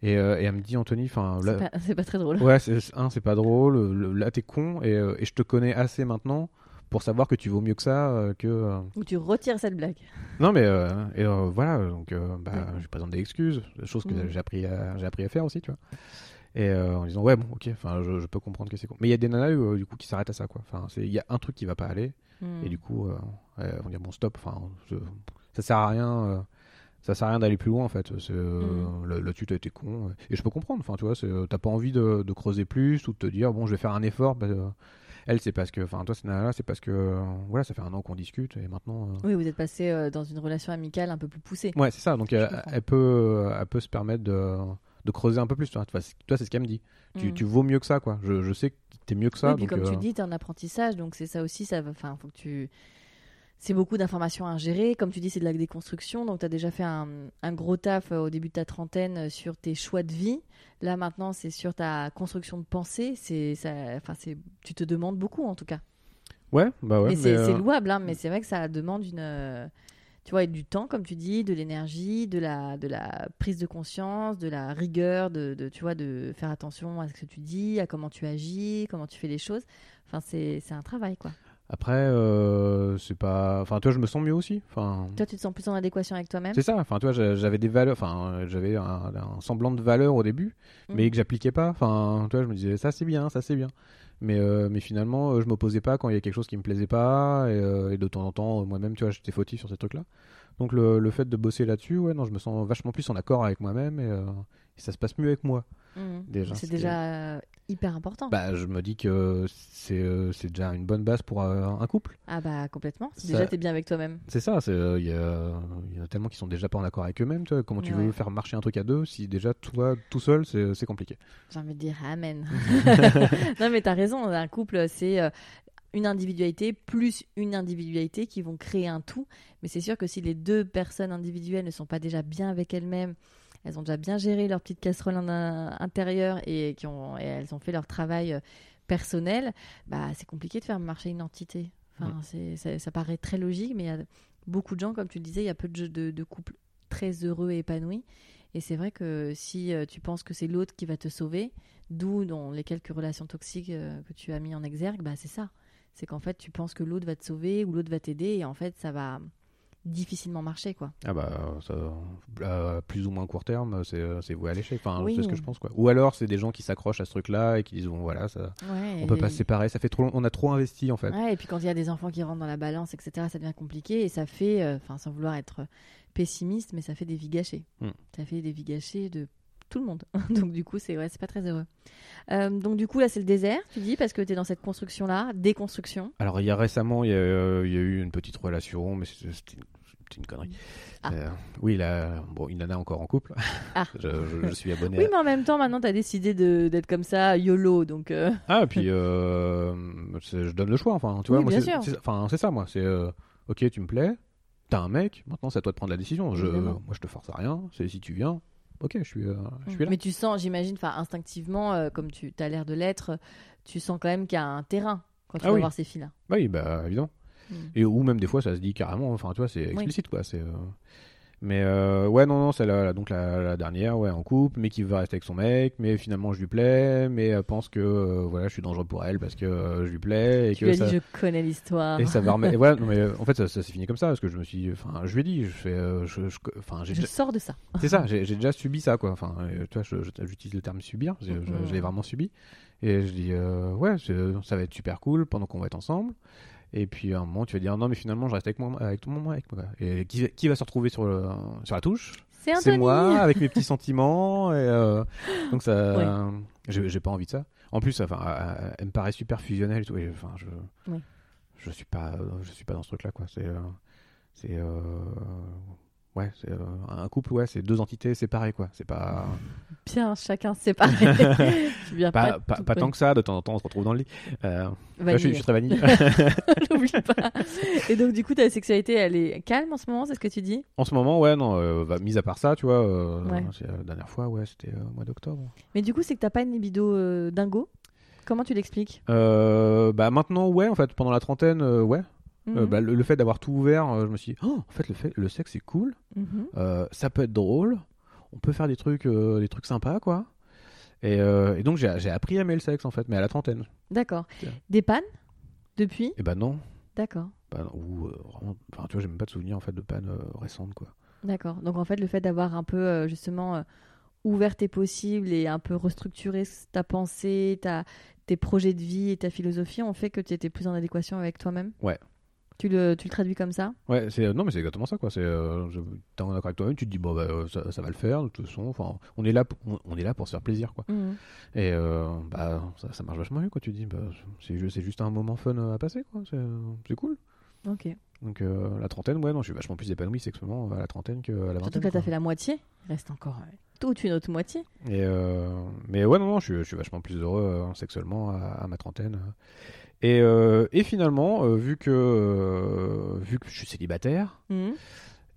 Speaker 2: et, euh, et elle me dit, Anthony, enfin, Ah, là-
Speaker 1: C'est pas, c'est pas très drôle.
Speaker 2: ouais, c'est- c'est- un, c'est pas drôle, le- là, t'es con, et, euh, et je te connais assez maintenant pour savoir que tu vaux mieux que ça, euh, que... euh,
Speaker 1: Donc tu retires cette blague.
Speaker 2: non mais euh, et, euh, voilà donc euh, bah,
Speaker 1: Ouais.
Speaker 2: je présente des excuses, chose que
Speaker 1: Mhm.
Speaker 2: j'ai appris à j'ai appris à faire aussi tu vois. Et euh, en disant ouais bon ok enfin je, je peux comprendre que c'est con. Mais il y a des nanas euh, du coup qui s'arrêtent à ça quoi. Enfin c'est il y a un truc qui va pas aller
Speaker 1: Mhm.
Speaker 2: et du coup euh, euh, on dit bon stop enfin je- ça sert à rien euh, ça sert à rien d'aller plus loin en fait. C'est, euh,
Speaker 1: Mm.
Speaker 2: le, le tu t'as été con ouais. et je peux comprendre enfin tu vois c'est, euh, t'as pas envie de, de creuser plus ou de te dire bon je vais faire un effort. bah, euh, elle c'est parce que enfin toi c'est là c'est parce que euh, voilà ça fait un an qu'on discute et maintenant euh,
Speaker 1: Oui, vous êtes passé euh, dans une relation amicale un peu plus poussée.
Speaker 2: Ouais, c'est ça. Donc,
Speaker 1: Je
Speaker 2: elle,
Speaker 1: comprends.
Speaker 2: elle peut, euh, elle peut se permettre de, de creuser un peu plus. tu vois. Enfin, c'est- toi, c'est ce qu'elle me dit. Tu,
Speaker 1: Mhm.
Speaker 2: tu vaux mieux que ça, quoi. Je, je sais que t'es mieux que
Speaker 1: Oui,
Speaker 2: ça.
Speaker 1: puis
Speaker 2: donc,
Speaker 1: comme
Speaker 2: euh,
Speaker 1: tu dis, t'es en apprentissage, donc c'est ça aussi, ça va. Enfin, faut que tu. C'est beaucoup d'informations à ingérer. Comme tu dis, c'est de la déconstruction. Donc, tu as déjà fait un, un gros taf euh, au début de ta trentaine euh, sur tes choix de vie. Là, maintenant, c'est sur ta construction de pensée. C'est, ça, enfin, c'est, tu te demandes beaucoup, en tout cas.
Speaker 2: Ouais, bah ouais.
Speaker 1: mais c'est,
Speaker 2: euh,
Speaker 1: c'est louable, hein, mais c'est vrai que ça demande une, euh, tu vois, du temps, comme tu dis, de l'énergie, de la, de la prise de conscience, de la rigueur, de, de, tu vois, de faire attention à ce que tu dis, à comment tu agis, comment tu fais les choses. Enfin, c'est, c'est un travail, quoi.
Speaker 2: Après, euh, c'est pas. Enfin, toi, je me sens mieux aussi. Enfin,
Speaker 1: Toi, tu te sens plus en adéquation avec toi-même.
Speaker 2: c'est ça. Enfin, toi, j'avais des valeurs. Enfin, euh, j'avais un, un semblant de valeur au début,
Speaker 1: Mhm.
Speaker 2: mais que j'appliquais pas. Enfin, toi, je me disais ça, c'est bien, ça, c'est bien. Mais, euh, mais finalement, euh, je m'opposais pas quand il y a quelque chose qui me plaisait pas. Et, euh, et de temps en temps, euh, moi-même, tu vois, j'étais fautif sur ces trucs-là. Donc le, le fait de bosser là-dessus, ouais, non, je me sens vachement plus en accord avec moi-même et, euh, et ça se passe mieux avec moi.
Speaker 1: Mhm.
Speaker 2: Déjà,
Speaker 1: c'est
Speaker 2: c'était-
Speaker 1: déjà euh, hyper important.
Speaker 2: Bah, je me dis que c'est euh, c'est déjà une bonne base pour euh, un couple.
Speaker 1: ah bah complètement. C'est
Speaker 2: ça-
Speaker 1: Déjà, t'es bien avec toi-même.
Speaker 2: C'est ça, c'est, euh, il y, a- il y en a tellement qui sont déjà pas en accord avec eux-mêmes. tu vois. Comment tu
Speaker 1: Ouais.
Speaker 2: veux faire marcher un truc à deux si déjà toi tout seul c'est c'est compliqué.
Speaker 1: J'ai envie de dire amen. non mais t'as raison, un couple c'est euh, une individualité plus une individualité qui vont créer un tout. Mais c'est sûr que si les deux personnes individuelles ne sont pas déjà bien avec elles-mêmes, elles ont déjà bien géré leur petite casserole en- intérieure et, qui ont, et elles ont fait leur travail euh, personnel, bah c'est compliqué de faire marcher une entité. Enfin, c'est- ça, ça paraît très logique, mais il y a beaucoup de gens, comme tu le disais, il y a peu de, de, de couples très heureux et épanouis. Et c'est vrai que si euh, tu penses que c'est l'autre qui va te sauver, d'où dans les quelques relations toxiques euh, que tu as mis en exergue, bah c'est ça. C'est qu'en fait, tu penses que l'autre va te sauver ou l'autre va t'aider et en fait, ça va difficilement marcher, quoi.
Speaker 2: Ah bah, ça, à plus ou moins court terme, c'est euh, c'est voué à l'échec. Enfin,
Speaker 1: Oui.
Speaker 2: c'est ce que je pense quoi. Ou alors c'est des gens qui s'accrochent à ce truc-là et qui disent bon voilà, ça,
Speaker 1: Ouais,
Speaker 2: on peut pas se séparer, ça fait trop, long- on a trop investi en fait.
Speaker 1: Ouais, et puis quand il y a des enfants qui rentrent dans la balance, etc., ça devient compliqué et ça fait, euh, enfin, sans vouloir être pessimiste, mais ça fait des vies gâchées.
Speaker 2: Hmm.
Speaker 1: Ça fait des vies gâchées de tout le monde. donc du coup, c'est ouais, c'est pas très heureux. Euh, donc du coup, là, c'est le désert, tu dis, parce que tu es dans cette construction-là, déconstruction.
Speaker 2: Alors, il y a récemment, il y a, euh, il y a eu une petite relation, mais c'est- c'était une c'est une connerie.
Speaker 1: Ah.
Speaker 2: Euh, oui, là, bon, une nana encore en couple.
Speaker 1: Ah.
Speaker 2: je, je- je suis abonné.
Speaker 1: Oui,
Speaker 2: à-
Speaker 1: mais en même temps, maintenant, t'as décidé de- d'être comme ça, YOLO, donc... euh,
Speaker 2: Ah, puis euh, c'est- je donne le choix. Enfin, tu vois,
Speaker 1: Oui,
Speaker 2: moi,
Speaker 1: bien
Speaker 2: c'est-
Speaker 1: sûr.
Speaker 2: c'est- Enfin, c'est ça, moi. C'est euh, ok, tu me plais. T'as un mec. Maintenant, c'est à toi de prendre la décision. Je,
Speaker 1: Évidemment.
Speaker 2: moi, je te force à rien. C'est si tu viens. Ok, je suis, euh, je suis là.
Speaker 1: Mais tu sens, j'imagine, enfin instinctivement, euh, comme tu as l'air de l'être, tu sens quand même qu'il y a un terrain quand tu
Speaker 2: Ah
Speaker 1: vas
Speaker 2: oui.
Speaker 1: voir ces filles-là.
Speaker 2: Bah Oui, bah évidemment.
Speaker 1: Mm.
Speaker 2: Et ou même des fois ça se dit carrément, enfin tu vois, c'est explicite quoi. C'est. euh, Mais euh, ouais, non, non, c'est la, la- donc la, la dernière, ouais, en couple, mais qui va rester avec son mec, mais finalement je lui plais, mais elle pense que euh, voilà, je suis dangereux pour elle parce que euh, je lui plais et
Speaker 1: Tu
Speaker 2: que
Speaker 1: lui as
Speaker 2: ça.
Speaker 1: dit, je connais l'histoire.
Speaker 2: Et ça va remettre. et voilà, non, mais euh, en fait, ça, ça s'est fini comme ça parce que je me suis, dit- enfin, je lui ai dit, je fais, euh, je, je- enfin, j'ai
Speaker 1: Je
Speaker 2: déjà-
Speaker 1: sors de ça.
Speaker 2: c'est ça, j'ai j'ai déjà subi ça, quoi. Enfin, euh, tu vois, je- je- j'utilise le terme subir, je, je-
Speaker 1: Mhm.
Speaker 2: je l'ai vraiment subi. Et je dis, euh, ouais, c'est- ça va être super cool pendant qu'on va être ensemble. Et puis à un moment, tu vas dire, non, mais finalement, je reste avec moi, avec tout le monde, avec moi. Et qui, qui va se retrouver sur, le- sur la touche
Speaker 1: C'est Anthony.
Speaker 2: C'est moi, avec mes petits sentiments. Et, euh, donc ça,
Speaker 1: Ouais.
Speaker 2: j'ai j'ai pas envie de ça. En plus, enfin, euh, elle me paraît super fusionnelle et tout. Et, enfin, je,
Speaker 1: Oui.
Speaker 2: je suis pas, euh, je suis pas dans ce truc-là, quoi. C'est, euh, c'est, euh, ouais, c'est euh, un couple, ouais, c'est deux entités séparées, quoi. C'est pas,
Speaker 1: Bien, chacun séparé. tu viens
Speaker 2: pas,
Speaker 1: Ah, pas,
Speaker 2: pas,
Speaker 1: tout
Speaker 2: pas tant
Speaker 1: connaître.
Speaker 2: que ça. De temps en temps, on se retrouve dans le lit. Euh, là, je, suis- je
Speaker 1: Vanille.
Speaker 2: suis très vanille.
Speaker 1: N'oublie pas. Et donc, du coup, ta sexualité, elle est calme en ce moment, c'est ce que tu dis
Speaker 2: en ce moment, ouais, non. euh, bah, mis à part ça, tu vois, euh,
Speaker 1: Ouais.
Speaker 2: c'est la dernière fois, ouais, c'était euh, au mois d'octobre.
Speaker 1: Mais du coup, c'est que t'as pas une libido euh, dingo Comment tu l'expliques
Speaker 2: Euh, bah maintenant, ouais, en fait, pendant la trentaine, euh, ouais. Euh,
Speaker 1: Mhm.
Speaker 2: bah, le, le fait d'avoir tout ouvert, euh, je me suis dit, Oh, en fait, le, fait, le sexe, c'est cool,
Speaker 1: Mhm.
Speaker 2: Euh, ça peut être drôle, on peut faire des trucs, euh, des trucs sympas, quoi. Et, euh, et donc, j'ai j'ai appris à aimer le sexe, en fait, mais à la trentaine.
Speaker 1: D'accord.
Speaker 2: Tiens.
Speaker 1: Des pannes Depuis
Speaker 2: Et bah non,
Speaker 1: D'accord.
Speaker 2: Bah non. ou euh, vraiment, enfin, tu vois, j'ai même pas de souvenir, en fait, de panne euh, récente, quoi.
Speaker 1: D'accord. Donc en fait, le fait d'avoir un peu euh, justement euh, ouvert tes possibles et un peu restructuré ce- ta pensée, ta, tes projets de vie et ta philosophie ont fait que tu étais plus en adéquation avec toi-même
Speaker 2: Ouais.
Speaker 1: Tu le, tu le traduis comme ça
Speaker 2: Ouais, c'est euh, non mais c'est exactement ça quoi. C'est euh, je- t'es en accord avec toi-même, tu te dis bon bah, euh, ça, ça va le faire de toute façon. Enfin, on est là, pour- on, on est là pour se faire plaisir quoi. Et euh, bah ça, ça marche vachement mieux quoi. Tu te dis bah, c'est ju- c'est juste un moment fun euh, à passer quoi. C'est c'est cool.
Speaker 1: Ok.
Speaker 2: Donc euh, la trentaine, ouais, non, je suis vachement plus épanoui sexuellement euh, à la trentaine qu'à la
Speaker 1: Surtout
Speaker 2: vingtaine.
Speaker 1: que là, tu
Speaker 2: quoi.
Speaker 1: as fait la moitié. Il reste encore euh, toute une autre moitié.
Speaker 2: Et euh, mais ouais, non, non, je suis, je suis vachement plus heureux euh, sexuellement à, à ma trentaine. Et, euh, et finalement, euh, vu que euh, vu que je suis célibataire,
Speaker 1: Mhm.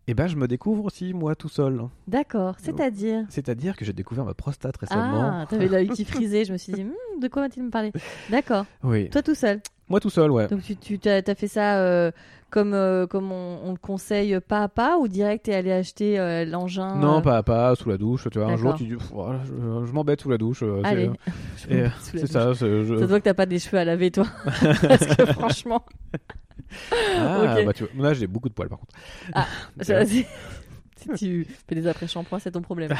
Speaker 2: et ben je me découvre aussi moi tout seul. hein.
Speaker 1: D'accord. C'est-à-dire
Speaker 2: C'est-à-dire que j'ai découvert ma prostate récemment.
Speaker 1: Ah, t'avais l'œil qui frisait. Je me suis dit, Hmm, de quoi va-t-il me parler D'accord.
Speaker 2: Oui.
Speaker 1: Toi tout seul.
Speaker 2: Moi tout seul, ouais.
Speaker 1: Donc tu, tu as, fait ça euh, comme, euh, comme on, on le conseille pas à pas ou direct t'es allé acheter euh, l'engin
Speaker 2: Non,
Speaker 1: euh,
Speaker 2: pas à pas, sous la douche, tu vois. Un jour,
Speaker 1: D'accord.
Speaker 2: tu dis, Pff, voilà, je, je m'embête sous la douche. euh, c'est-
Speaker 1: Allez, Je me
Speaker 2: et,
Speaker 1: mets sous la
Speaker 2: C'est
Speaker 1: douche.
Speaker 2: ça, c'est- je-
Speaker 1: Ça se voit que t'as pas des cheveux à laver, toi. Parce que franchement,
Speaker 2: Ah,
Speaker 1: Ok.
Speaker 2: bah, tu vois. Là, j'ai beaucoup de poils par contre.
Speaker 1: Ah,
Speaker 2: Tu vois.
Speaker 1: ça, c'est- si tu fais des après-shampoings, c'est ton problème.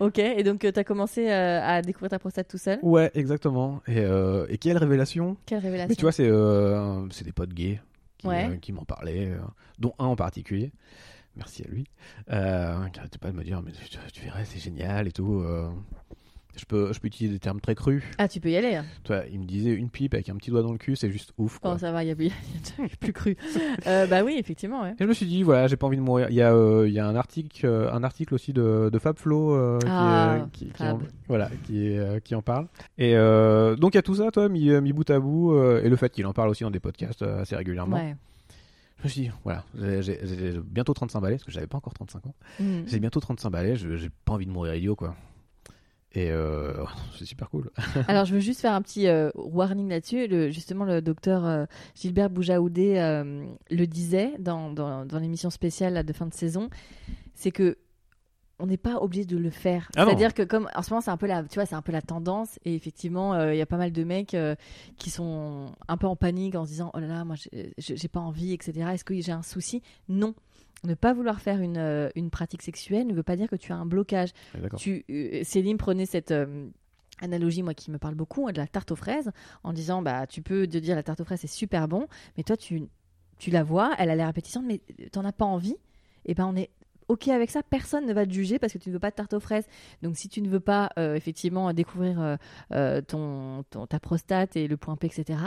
Speaker 1: ok, et donc euh, t'as commencé euh, à découvrir ta prostate tout seul.
Speaker 2: Ouais, exactement. Et, euh, et quelle révélation
Speaker 1: Quelle révélation.
Speaker 2: Mais tu vois, c'est euh, c'est des potes gays qui,
Speaker 1: Ouais.
Speaker 2: euh, qui m'en parlaient, euh, dont un en particulier. Merci à lui. Euh, qui arrêtait pas de me dire, mais tu, tu verrais, c'est génial et tout. euh. je, peux, je peux utiliser des termes très crus.
Speaker 1: Ah, tu peux y aller. hein.
Speaker 2: Toi, il me disait une pipe avec un petit doigt dans le cul, c'est juste ouf.
Speaker 1: Bon,
Speaker 2: Quoi.
Speaker 1: ça va, il y a il y a plus cru. Euh, bah oui, effectivement, ouais.
Speaker 2: Et je me suis dit, voilà, j'ai pas envie de mourir. Il y a, euh, il y a un, article, euh, un article aussi de, de Fab Flo euh, qui,
Speaker 1: Ah,
Speaker 2: euh, qui, qui
Speaker 1: Fab.
Speaker 2: en, voilà, qui, est, euh, qui en parle. Et euh, donc, il y a tout ça, toi, mis, mis bout à bout, euh, et le fait qu'il en parle aussi dans des podcasts euh, assez régulièrement.
Speaker 1: Ouais.
Speaker 2: Je me suis dit, voilà, j'ai- j'ai j'ai bientôt 35 balais, parce que j'avais pas encore 35 ans.
Speaker 1: Mm.
Speaker 2: J'ai bientôt 35 balais, je- j'ai pas envie de mourir idiot, quoi. Et euh, c'est super cool.
Speaker 1: Alors, je veux juste faire un petit euh, warning là-dessus. Le- justement, le docteur euh, Gilbert Boujaoudé euh, le disait dans, dans, dans l'émission spéciale là, de fin de saison, c'est que on n'est pas obligé de le faire.
Speaker 2: Ah non.
Speaker 1: C'est-à-dire que comme en ce moment, c'est un peu la, tu vois, c'est un peu la tendance. Et effectivement, euh, il y a pas mal de mecs euh, qui sont un peu en panique en se disant, oh là là, moi, j'ai- j'ai j'ai pas envie, etc. Est-ce que j'ai un souci Non. Ne pas vouloir faire une, euh, une pratique sexuelle ne veut pas dire que tu as un blocage.
Speaker 2: Ouais, D'accord.
Speaker 1: Tu, euh, Céline prenait cette euh, analogie, moi, qui me parle beaucoup, hein, de la tarte aux fraises, en disant, bah, tu peux te dire la tarte aux fraises, c'est super bon, mais toi, tu, tu la vois, elle a l'air appétissante, mais t'en as pas envie. Et ben, on est OK avec ça, personne ne va te juger parce que tu ne veux pas de tarte aux fraises. Donc, si tu ne veux pas, euh, effectivement, découvrir euh, euh, ton, ton- ta prostate et le point P, etc.,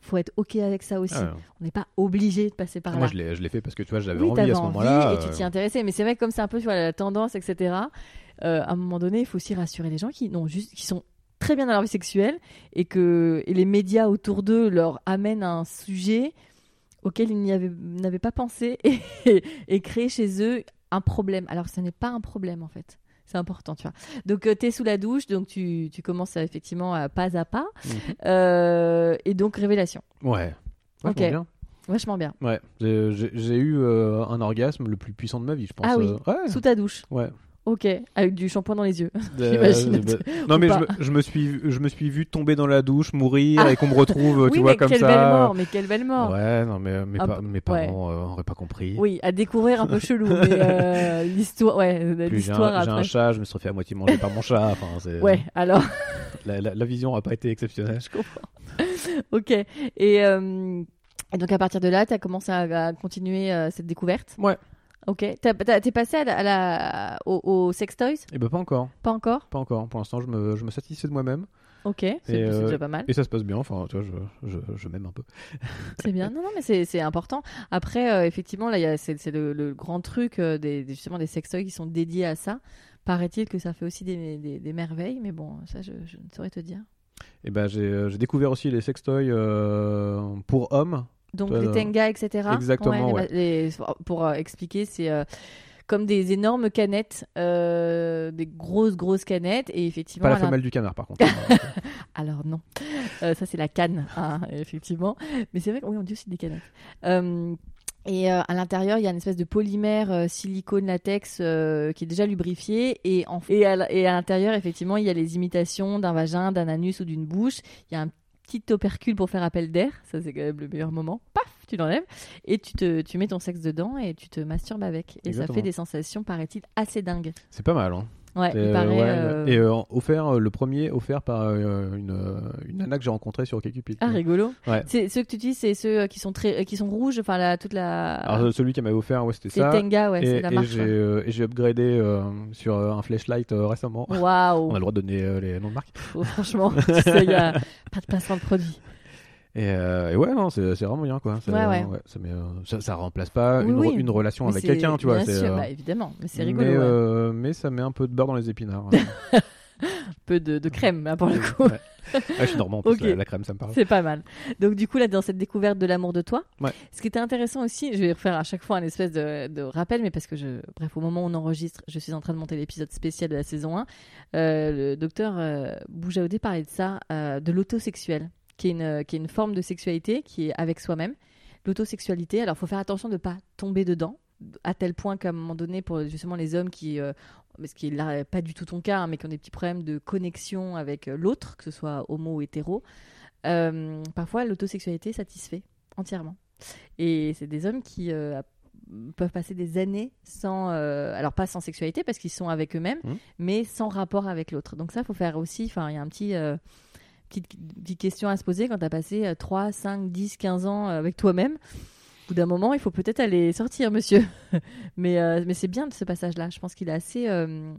Speaker 1: faut être ok avec ça aussi.
Speaker 2: Ah,
Speaker 1: On n'est pas obligé de passer par
Speaker 2: moi,
Speaker 1: là.
Speaker 2: je l'ai je l'ai fait parce que tu vois, j'avais
Speaker 1: Oui,
Speaker 2: envie
Speaker 1: t'avais
Speaker 2: à ce moment-là.
Speaker 1: envie et tu t'y
Speaker 2: euh,
Speaker 1: intéressais. Mais c'est vrai que comme c'est un peu tu vois, la tendance, etc., euh, à un moment donné, il faut aussi rassurer les gens qui, n'ont juste, qui sont très bien dans leur vie sexuelle et que et les médias autour d'eux leur amènent un sujet auquel ils n'y avaient- n'avaient pas pensé et, et créer chez eux un problème. Alors ce n'est pas un problème en fait. C'est important, tu vois. Donc, tu es sous la douche, donc tu, tu commences euh, effectivement à pas à pas.
Speaker 2: Mhm.
Speaker 1: Euh, et donc, révélation.
Speaker 2: Ouais. Ouais,
Speaker 1: Ok.
Speaker 2: je m'en viens.
Speaker 1: Vachement bien.
Speaker 2: Ouais. J'ai- J'ai j'ai eu euh, un orgasme le plus puissant de ma vie, je pense.
Speaker 1: Ah oui.
Speaker 2: euh, ouais.
Speaker 1: Sous ta douche.
Speaker 2: Ouais.
Speaker 1: Ok. Avec du shampoing dans les yeux.
Speaker 2: Euh,
Speaker 1: J'imagine.
Speaker 2: bah, non mais je
Speaker 1: pas. Ah.
Speaker 2: me, je me suis je me suis vu tomber dans la douche, mourir et qu'on me retrouve, tu
Speaker 1: oui,
Speaker 2: vois
Speaker 1: mais
Speaker 2: comme
Speaker 1: quelle
Speaker 2: ça.
Speaker 1: belle mort, mais quelle belle mort.
Speaker 2: Ouais, non mais euh, mes,
Speaker 1: Ah,
Speaker 2: pa- mes
Speaker 1: ouais.
Speaker 2: parents euh, auraient pas compris.
Speaker 1: Oui, à découvrir un peu chelou, mais euh, l'histoire, ouais,
Speaker 2: Puis j'ai
Speaker 1: euh, l'histoire
Speaker 2: un, j'ai
Speaker 1: après.
Speaker 2: un euh. chat, je me suis fait à moitié manger par mon chat. Enfin, c'est-
Speaker 1: Ouais, alors,
Speaker 2: la, la- la vision a pas été exceptionnelle.
Speaker 1: ok. Et, euh, et donc à partir de là, tu as commencé à, à continuer euh, cette découverte
Speaker 2: Ouais.
Speaker 1: Ok. T'as- t'as- T'es passé à la, à la- au, au sex toys
Speaker 2: Et ben pas encore,
Speaker 1: Pas encore
Speaker 2: pas encore. Pour l'instant, je me, je me satisfais de
Speaker 1: Mm.
Speaker 2: moi-même
Speaker 1: Ok, c'est c'est
Speaker 2: euh,
Speaker 1: déjà pas mal.
Speaker 2: et ça se passe bien. Enfin, tu vois, je, je, je m'aime un peu.
Speaker 1: C'est bien. Non, non, mais c'est c'est important. Après, euh, effectivement, là, il y a- c'est c'est le, le grand truc euh, des, des- justement des sextoys qui sont dédiés à ça. Paraît-il que ça fait aussi des, des- des merveilles, mais bon, ça, je, je ne saurais te dire.
Speaker 2: Et ben j'ai euh, j'ai découvert aussi les sextoys euh, pour hommes.
Speaker 1: Donc
Speaker 2: Pas
Speaker 1: les
Speaker 2: de-
Speaker 1: tenga, etc.
Speaker 2: Exactement,
Speaker 1: Ouais, les- les- pour euh, expliquer, c'est euh, comme des énormes canettes, euh, des grosses, grosses canettes. Et effectivement,
Speaker 2: Pas la
Speaker 1: à l'in-
Speaker 2: femelle du canard, par contre.
Speaker 1: alors non, Euh, ça c'est la canne, hein, effectivement. Mais c'est vrai qu'on dit aussi des canettes. Euh, et euh, à l'intérieur, il y a une espèce de polymère euh, silicone latex euh, qui est déjà lubrifié. Et, en... et à l- et à l'intérieur, effectivement, il y a les imitations d'un vagin, d'un anus ou d'une bouche. Il y a un petit opercule pour faire appel d'air. Ça, c'est quand même le meilleur moment. Paf, tu l'enlèves. Et tu, te, tu mets ton sexe dedans et tu te masturbes avec. Et ça
Speaker 2: Exactement.
Speaker 1: fait des sensations, paraît-il, assez dingues.
Speaker 2: C'est pas mal. Hein.
Speaker 1: Ouais, il
Speaker 2: Euh,
Speaker 1: paraît.
Speaker 2: ouais,
Speaker 1: euh,
Speaker 2: Et euh, offert, euh, le premier offert par euh, une, euh, une nana que j'ai rencontrée sur OkCupid.
Speaker 1: Ah, rigolo.
Speaker 2: Ouais.
Speaker 1: C'est ceux que tu dis, c'est ceux euh, qui sont très, euh, qui sont rouges, enfin la toute la.
Speaker 2: Alors, euh, celui qui m'avait offert, ouais, c'était
Speaker 1: c'est
Speaker 2: ça.
Speaker 1: Tenga, ouais, c'est
Speaker 2: et
Speaker 1: la
Speaker 2: et
Speaker 1: marque.
Speaker 2: j'ai euh, et j'ai upgradé euh, sur euh, un flashlight euh, récemment.
Speaker 1: ouais.
Speaker 2: On
Speaker 1: Waouh,
Speaker 2: a le droit de donner euh, les noms de marques.
Speaker 1: Oh, franchement, tu sais, il y a pas de placement de produit.
Speaker 2: Et, euh, et ouais, non, c'est c'est vraiment bien, quoi. C'est-
Speaker 1: Ouais, ouais.
Speaker 2: ça, met, euh, ça, ça remplace pas
Speaker 1: Oui,
Speaker 2: une, re-
Speaker 1: oui.
Speaker 2: une relation
Speaker 1: Mais
Speaker 2: avec
Speaker 1: c'est-
Speaker 2: quelqu'un, tu vois.
Speaker 1: Bien
Speaker 2: c'est,
Speaker 1: sûr,
Speaker 2: euh,
Speaker 1: bah, évidemment, mais c'est
Speaker 2: mais,
Speaker 1: rigolo. ouais.
Speaker 2: euh, mais ça met un peu de beurre dans les épinards.
Speaker 1: Un peu de, de crème là, pour le coup.
Speaker 2: Ouais. Ah, je suis normand, en plus,
Speaker 1: Ok.
Speaker 2: la, la crème, ça me parle.
Speaker 1: C'est pas mal. Donc du coup là, dans cette découverte de l'amour de toi,
Speaker 2: Ouais.
Speaker 1: ce qui était intéressant aussi, je vais refaire à chaque fois un espèce de, de rappel, mais parce que je, bref, au moment où on enregistre, je suis en train de monter l'épisode spécial de la saison 1. Euh, le docteur euh, Boujaoudé parlait de ça, euh, de l'autosexuel, qui est une, euh, qui est une forme de sexualité qui est avec soi-même. L'autosexualité, alors faut faire attention de pas tomber dedans à tel point qu'à un moment donné, pour justement les hommes qui, euh, mais ce qui est là, pas du tout ton cas, hein, mais qui ont des petits problèmes de connexion avec euh, l'autre, que ce soit homo ou hétéro, euh, parfois l'autosexualité satisfait entièrement. Et c'est des hommes qui euh, peuvent passer des années sans, euh, alors pas sans sexualité parce qu'ils sont avec eux-mêmes,
Speaker 2: Mhm.
Speaker 1: mais sans rapport avec l'autre. Donc ça, faut faire aussi, enfin, il y a un petit... euh, Petite, petite question à se poser quand tu as passé euh, 3, 5, 10, 15 ans euh, avec toi-même. Au bout d'un moment, il faut peut-être aller sortir, monsieur. mais euh, mais c'est bien de ce passage-là. Je pense qu'il est, assez, euh,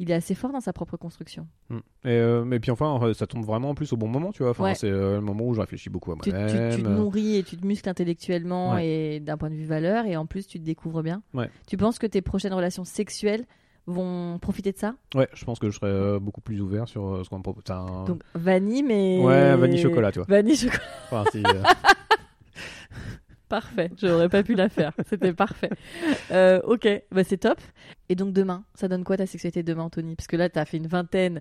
Speaker 1: il est assez fort dans sa propre construction.
Speaker 2: Mm. Et, euh, mais puis enfin, euh, ça tombe vraiment en plus au bon moment, tu vois. Enfin,
Speaker 1: Ouais.
Speaker 2: c'est euh, le moment où je réfléchis beaucoup à
Speaker 1: tu, tu-
Speaker 2: moi-même.
Speaker 1: tu te nourris et tu te muscles intellectuellement
Speaker 2: Ouais.
Speaker 1: et d'un point de vue valeur et en plus tu te découvres bien.
Speaker 2: Ouais.
Speaker 1: Tu penses que tes prochaines relations sexuelles vont profiter de ça
Speaker 2: Ouais, je pense que je serais euh, beaucoup plus ouvert sur euh, ce qu'on me propose. C'est un-
Speaker 1: Donc vanille mais
Speaker 2: Ouais, vanille chocolat, tu vois.
Speaker 1: Vanille chocolat.
Speaker 2: Enfin, si, euh,
Speaker 1: Parfait. J'aurais pas pu la faire. C'était parfait. Euh, ok, bah, c'est top. Et donc demain, ça donne quoi ta sexualité demain, Anthony Parce que là, t'as fait une vingtaine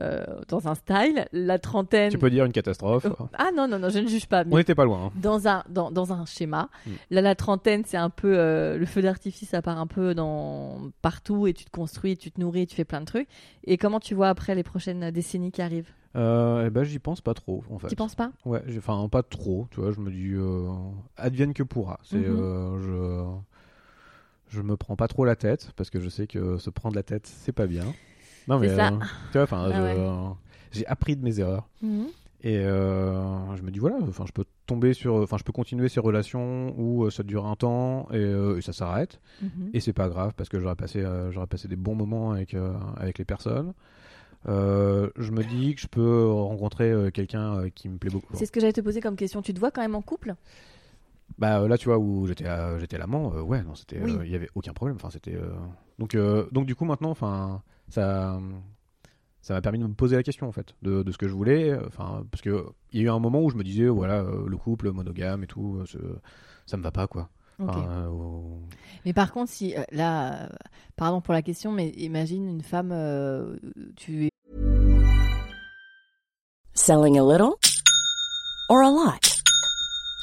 Speaker 1: euh, dans un style, la trentaine.
Speaker 2: tu peux dire une catastrophe.
Speaker 1: Oh, Ah non non non, je ne juge pas. mais
Speaker 2: On n'était pas loin. hein.
Speaker 1: dans un, dans, dans un schéma.
Speaker 2: Mm.
Speaker 1: Là, la trentaine, c'est un peu euh, le feu d'artifice, ça part un peu dans partout et tu te construis, tu te nourris, tu fais plein de trucs. Et comment tu vois après les prochaines décennies qui arrivent
Speaker 2: Euh, eh ben, j'y pense pas trop, en fait.
Speaker 1: Tu penses pas
Speaker 2: Ouais, j'ai- enfin, pas trop, tu vois. Je me dis, euh, advienne que pourra. C'est,
Speaker 1: Mhm.
Speaker 2: euh, je, je me prends pas trop la tête parce que je sais que se prendre la tête, c'est pas bien. Non,
Speaker 1: C'est
Speaker 2: mais
Speaker 1: ça.
Speaker 2: euh, tu vois, enfin,
Speaker 1: Ah
Speaker 2: je-
Speaker 1: ouais.
Speaker 2: euh, j'ai appris de mes erreurs.
Speaker 1: Mm. Mm-hmm.
Speaker 2: Et euh, je me dis voilà, enfin je peux tomber sur, enfin je peux continuer ces relations où euh, ça dure un temps et, euh, et ça s'arrête
Speaker 1: Mhm.
Speaker 2: et c'est pas grave parce que j'aurais passé, euh, j'aurais passé des bons moments avec euh, avec les personnes. euh, je me dis que je peux rencontrer euh, quelqu'un euh, qui me plaît beaucoup.
Speaker 1: C'est ce que j'allais te poser comme question. Tu te vois quand même en couple
Speaker 2: Bah euh, là, tu vois où j'étais, à- j'étais l'amant, euh, ouais, non, c'était, euh,
Speaker 1: Oui.
Speaker 2: il y avait aucun problème. Enfin, c'était euh, donc, euh, donc du coup maintenant, enfin, ça, ça m'a permis de me poser la question en fait de, de ce que je voulais. euh, Enfin, parce que il y a eu un moment où je me disais, voilà, euh, le couple monogame et tout, euh, ce- ça me va pas quoi.
Speaker 1: Ok.
Speaker 2: Enfin, euh, au-
Speaker 1: Mais par contre, si euh, là, euh, pardon pour la question, mais imagine une femme, euh, tu es
Speaker 3: Selling a little or a lot?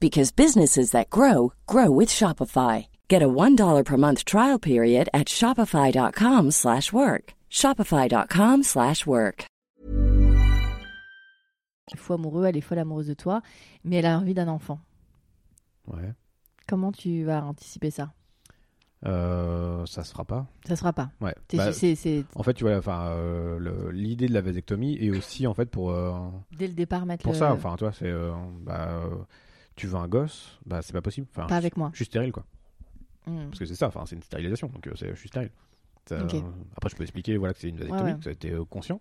Speaker 3: because businesses that grow grow with Shopify. Get a $1 per month trial period at shopify.com/work. slash work. shopify.com/work. slash work.
Speaker 1: fou amoureux, elle est folle amoureuse de toi, mais elle a envie d'un enfant.
Speaker 2: ouais,
Speaker 1: Comment tu vas anticiper ça
Speaker 2: Euh, ça se fera pas.
Speaker 1: Ça se fera pas.
Speaker 2: Ouais.
Speaker 1: T'es-
Speaker 2: Bah,
Speaker 1: c'est- c'est
Speaker 2: en fait, tu vois, enfin, euh, le- l'idée de la vasectomie et aussi en fait pour euh,
Speaker 1: dès le départ mettre
Speaker 2: pour
Speaker 1: le-
Speaker 2: ça enfin toi c'est euh, bah, euh, tu veux un gosse bah c'est pas possible enfin
Speaker 1: Pas avec moi.
Speaker 2: je, je suis stérile quoi
Speaker 1: Hmm.
Speaker 2: parce que c'est ça enfin c'est une stérilisation donc euh, c'est- je suis stérile Ça,
Speaker 1: Ok.
Speaker 2: euh, après je peux expliquer voilà que c'est une vasectomie
Speaker 1: Ouais, ouais.
Speaker 2: que ça a été euh, conscient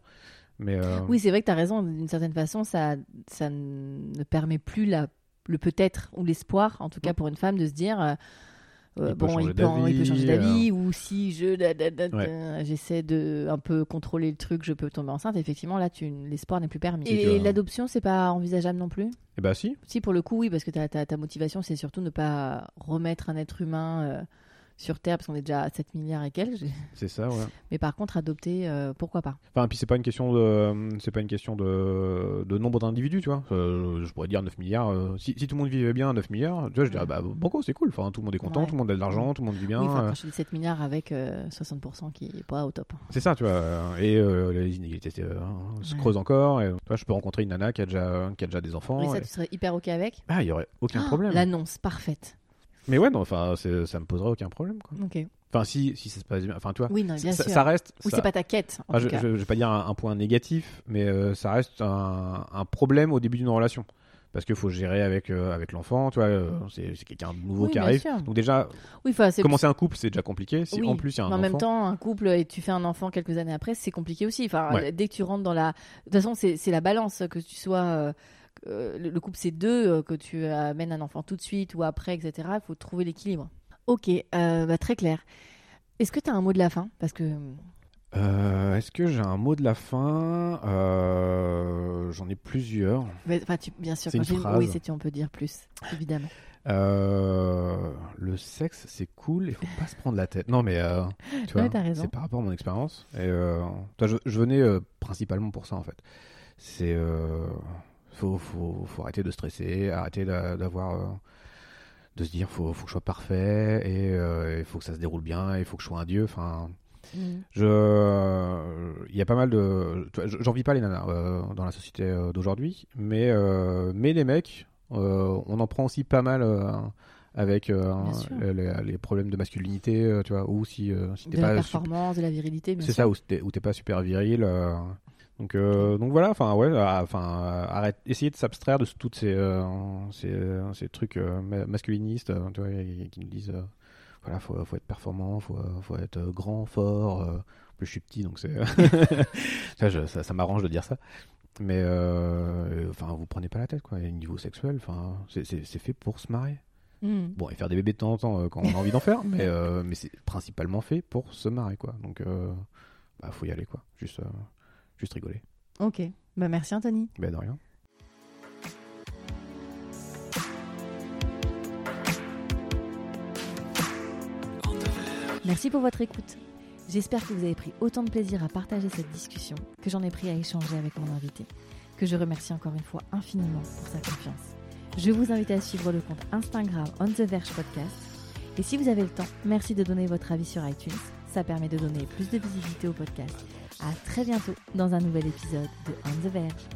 Speaker 2: mais euh,
Speaker 1: Oui, c'est vrai que tu as raison. D'une certaine façon, ça, ça ne permet plus la, le peut-être ou l'espoir, en tout cas pour une femme, de se dire euh, euh,
Speaker 2: Mmh. Il peut
Speaker 1: bon,
Speaker 2: changer
Speaker 1: il peut, en- il peut
Speaker 2: d'avis, euh.
Speaker 1: changer d'avis, ou si je da, da, da, da, j'essaie de un peu contrôler le truc, je peux tomber enceinte. Effectivement, là, tu- l'espoir n'est plus permis.
Speaker 2: Si tu
Speaker 1: Et
Speaker 2: as-
Speaker 1: l'adoption, c'est pas envisageable non plus.
Speaker 2: eh bah si
Speaker 1: Si pour le coup, oui, parce que ta- ta- ta motivation, c'est surtout ne pas remettre un être humain. euh, sur Terre, parce qu'on est déjà à 7 milliards et quelques.
Speaker 2: c'est ça ouais
Speaker 1: Mais par contre, adopter, euh, pourquoi pas
Speaker 2: enfin puis c'est pas une question de euh, c'est pas une question de, de nombre d'individus tu vois Euh, je pourrais dire 9 milliards euh, si, si tout le monde vivait bien à 9 milliards tu vois je dirais bah banco c'est cool enfin tout le monde est content
Speaker 1: Ouais.
Speaker 2: tout le monde a de l'argent tout le monde vit bien
Speaker 1: Oui, enfin,
Speaker 2: euh,
Speaker 1: quand je dis 7 milliards avec euh, 60% qui est pas au top. hein.
Speaker 2: C'est ça, tu vois. euh, Et euh, les inégalités euh, se
Speaker 1: Ouais.
Speaker 2: creusent encore. Et, toi, je peux rencontrer une nana qui a déjà, qui a déjà des enfants.
Speaker 1: Mais ça,
Speaker 2: et-
Speaker 1: tu serais hyper OK avec
Speaker 2: Ah, il y aurait aucun
Speaker 1: Ah,
Speaker 2: Oh, problème.
Speaker 1: L'annonce, parfaite.
Speaker 2: Mais ouais, non, enfin, c'est- ça me poserait aucun problème, quoi.
Speaker 1: Ok.
Speaker 2: Enfin, si, si ça se passe bien. Enfin, tu vois,
Speaker 1: Oui, non, bien
Speaker 2: Ah, ça,
Speaker 1: sûr.
Speaker 2: ça reste.
Speaker 1: Ou
Speaker 2: ça-
Speaker 1: c'est pas ta quête, en
Speaker 2: enfin,
Speaker 1: tout
Speaker 2: je,
Speaker 1: cas.
Speaker 2: je- je vais pas dire un, un point négatif, mais euh, ça reste un, un problème au début d'une relation. Parce qu'il faut gérer avec, euh, avec l'enfant, tu vois, euh, c'est c'est quelqu'un de nouveau
Speaker 1: Oui,
Speaker 2: qui
Speaker 1: bien
Speaker 2: arrive.
Speaker 1: sûr.
Speaker 2: Donc déjà,
Speaker 1: Oui, enfin, c'est...
Speaker 2: commencer un couple, c'est déjà compliqué. Si
Speaker 1: oui.
Speaker 2: en plus il y a un
Speaker 1: Mais en
Speaker 2: enfant,
Speaker 1: même temps, un couple et tu fais un enfant quelques années après, c'est compliqué aussi. Enfin,
Speaker 2: Ouais.
Speaker 1: dès que tu rentres dans la, de toute façon, c'est c'est la balance que tu sois. euh, euh, le le couple, c'est deux, euh, que tu amènes un enfant tout de suite ou après, etc. Il faut trouver l'équilibre. Ok, euh, bah, très clair. Est-ce que tu as un mot de la fin Parce que
Speaker 2: Euh, Est-ce que j'ai un mot de la fin Euh, J'en ai plusieurs.
Speaker 1: Mais, enfin, tu- bien sûr,
Speaker 2: C'est
Speaker 1: quand
Speaker 2: une
Speaker 1: j'ai-
Speaker 2: phrase.
Speaker 1: oui, c'est tu, on peut dire plus, évidemment.
Speaker 2: Euh, le sexe, c'est cool, il faut pas se prendre la tête. Non, mais euh, tu vois,
Speaker 1: Ouais, t'as raison.
Speaker 2: c'est par rapport à mon expérience. Et euh, toi, je, je venais euh, principalement pour ça en fait. C'est euh, faut, faut, faut arrêter de stresser, arrêter d'a- d'avoir euh, de se dire faut, faut que je sois parfait et euh, il faut que ça se déroule bien, il faut que je sois un dieu. Enfin,
Speaker 1: Mm.
Speaker 2: je, euh, il y a pas mal de, tu vois, j'en vis pas les nanas euh, dans la société euh, d'aujourd'hui, mais euh, mais les mecs, euh, on en prend aussi pas mal euh, avec euh,
Speaker 1: Bien sûr.
Speaker 2: les, les problèmes de masculinité, euh, tu vois, ou si euh, si
Speaker 1: De
Speaker 2: t'es
Speaker 1: la
Speaker 2: pas super-
Speaker 1: performance, de la virilité, bien
Speaker 2: c'est
Speaker 1: sûr.
Speaker 2: ça, où t'es où t'es pas super viril. euh, donc, euh, donc voilà, enfin ouais, ah, enfin euh, arrête, essayez de s'abstraire de ce- toutes ces, euh, ces, euh, ces trucs euh, ma- masculinistes, euh, tu vois, et- et qui nous disent euh, voilà, faut, faut être performant, faut, euh, faut être euh, grand, fort. euh, en plus je suis petit, donc c'est ça, je- ça, ça m'arrange de dire ça. Mais euh, enfin, vous prenez pas la tête quoi. Et niveau sexuel, enfin, c'est- c'est c'est fait pour se marier.
Speaker 1: Mm.
Speaker 2: Bon, et faire des bébés de temps en temps euh, quand on a envie d'en faire, mais, euh, mais c'est principalement fait pour se marrer, quoi. Donc, euh, bah, faut y aller, quoi. Juste, euh, juste rigoler.
Speaker 1: Ok. Bah, merci Anthony.
Speaker 2: Ben, de rien.
Speaker 1: Merci pour votre écoute. J'espère que vous avez pris autant de plaisir à partager cette discussion que j'en ai pris à échanger avec mon invité, que je remercie encore une fois infiniment pour sa confiance. Je vous invite à suivre le compte Instagram On The Verge Podcast. Et si vous avez le temps, merci de donner votre avis sur iTunes. ça permet de donner plus de visibilité au podcast. À très bientôt dans un nouvel épisode de On the Verge.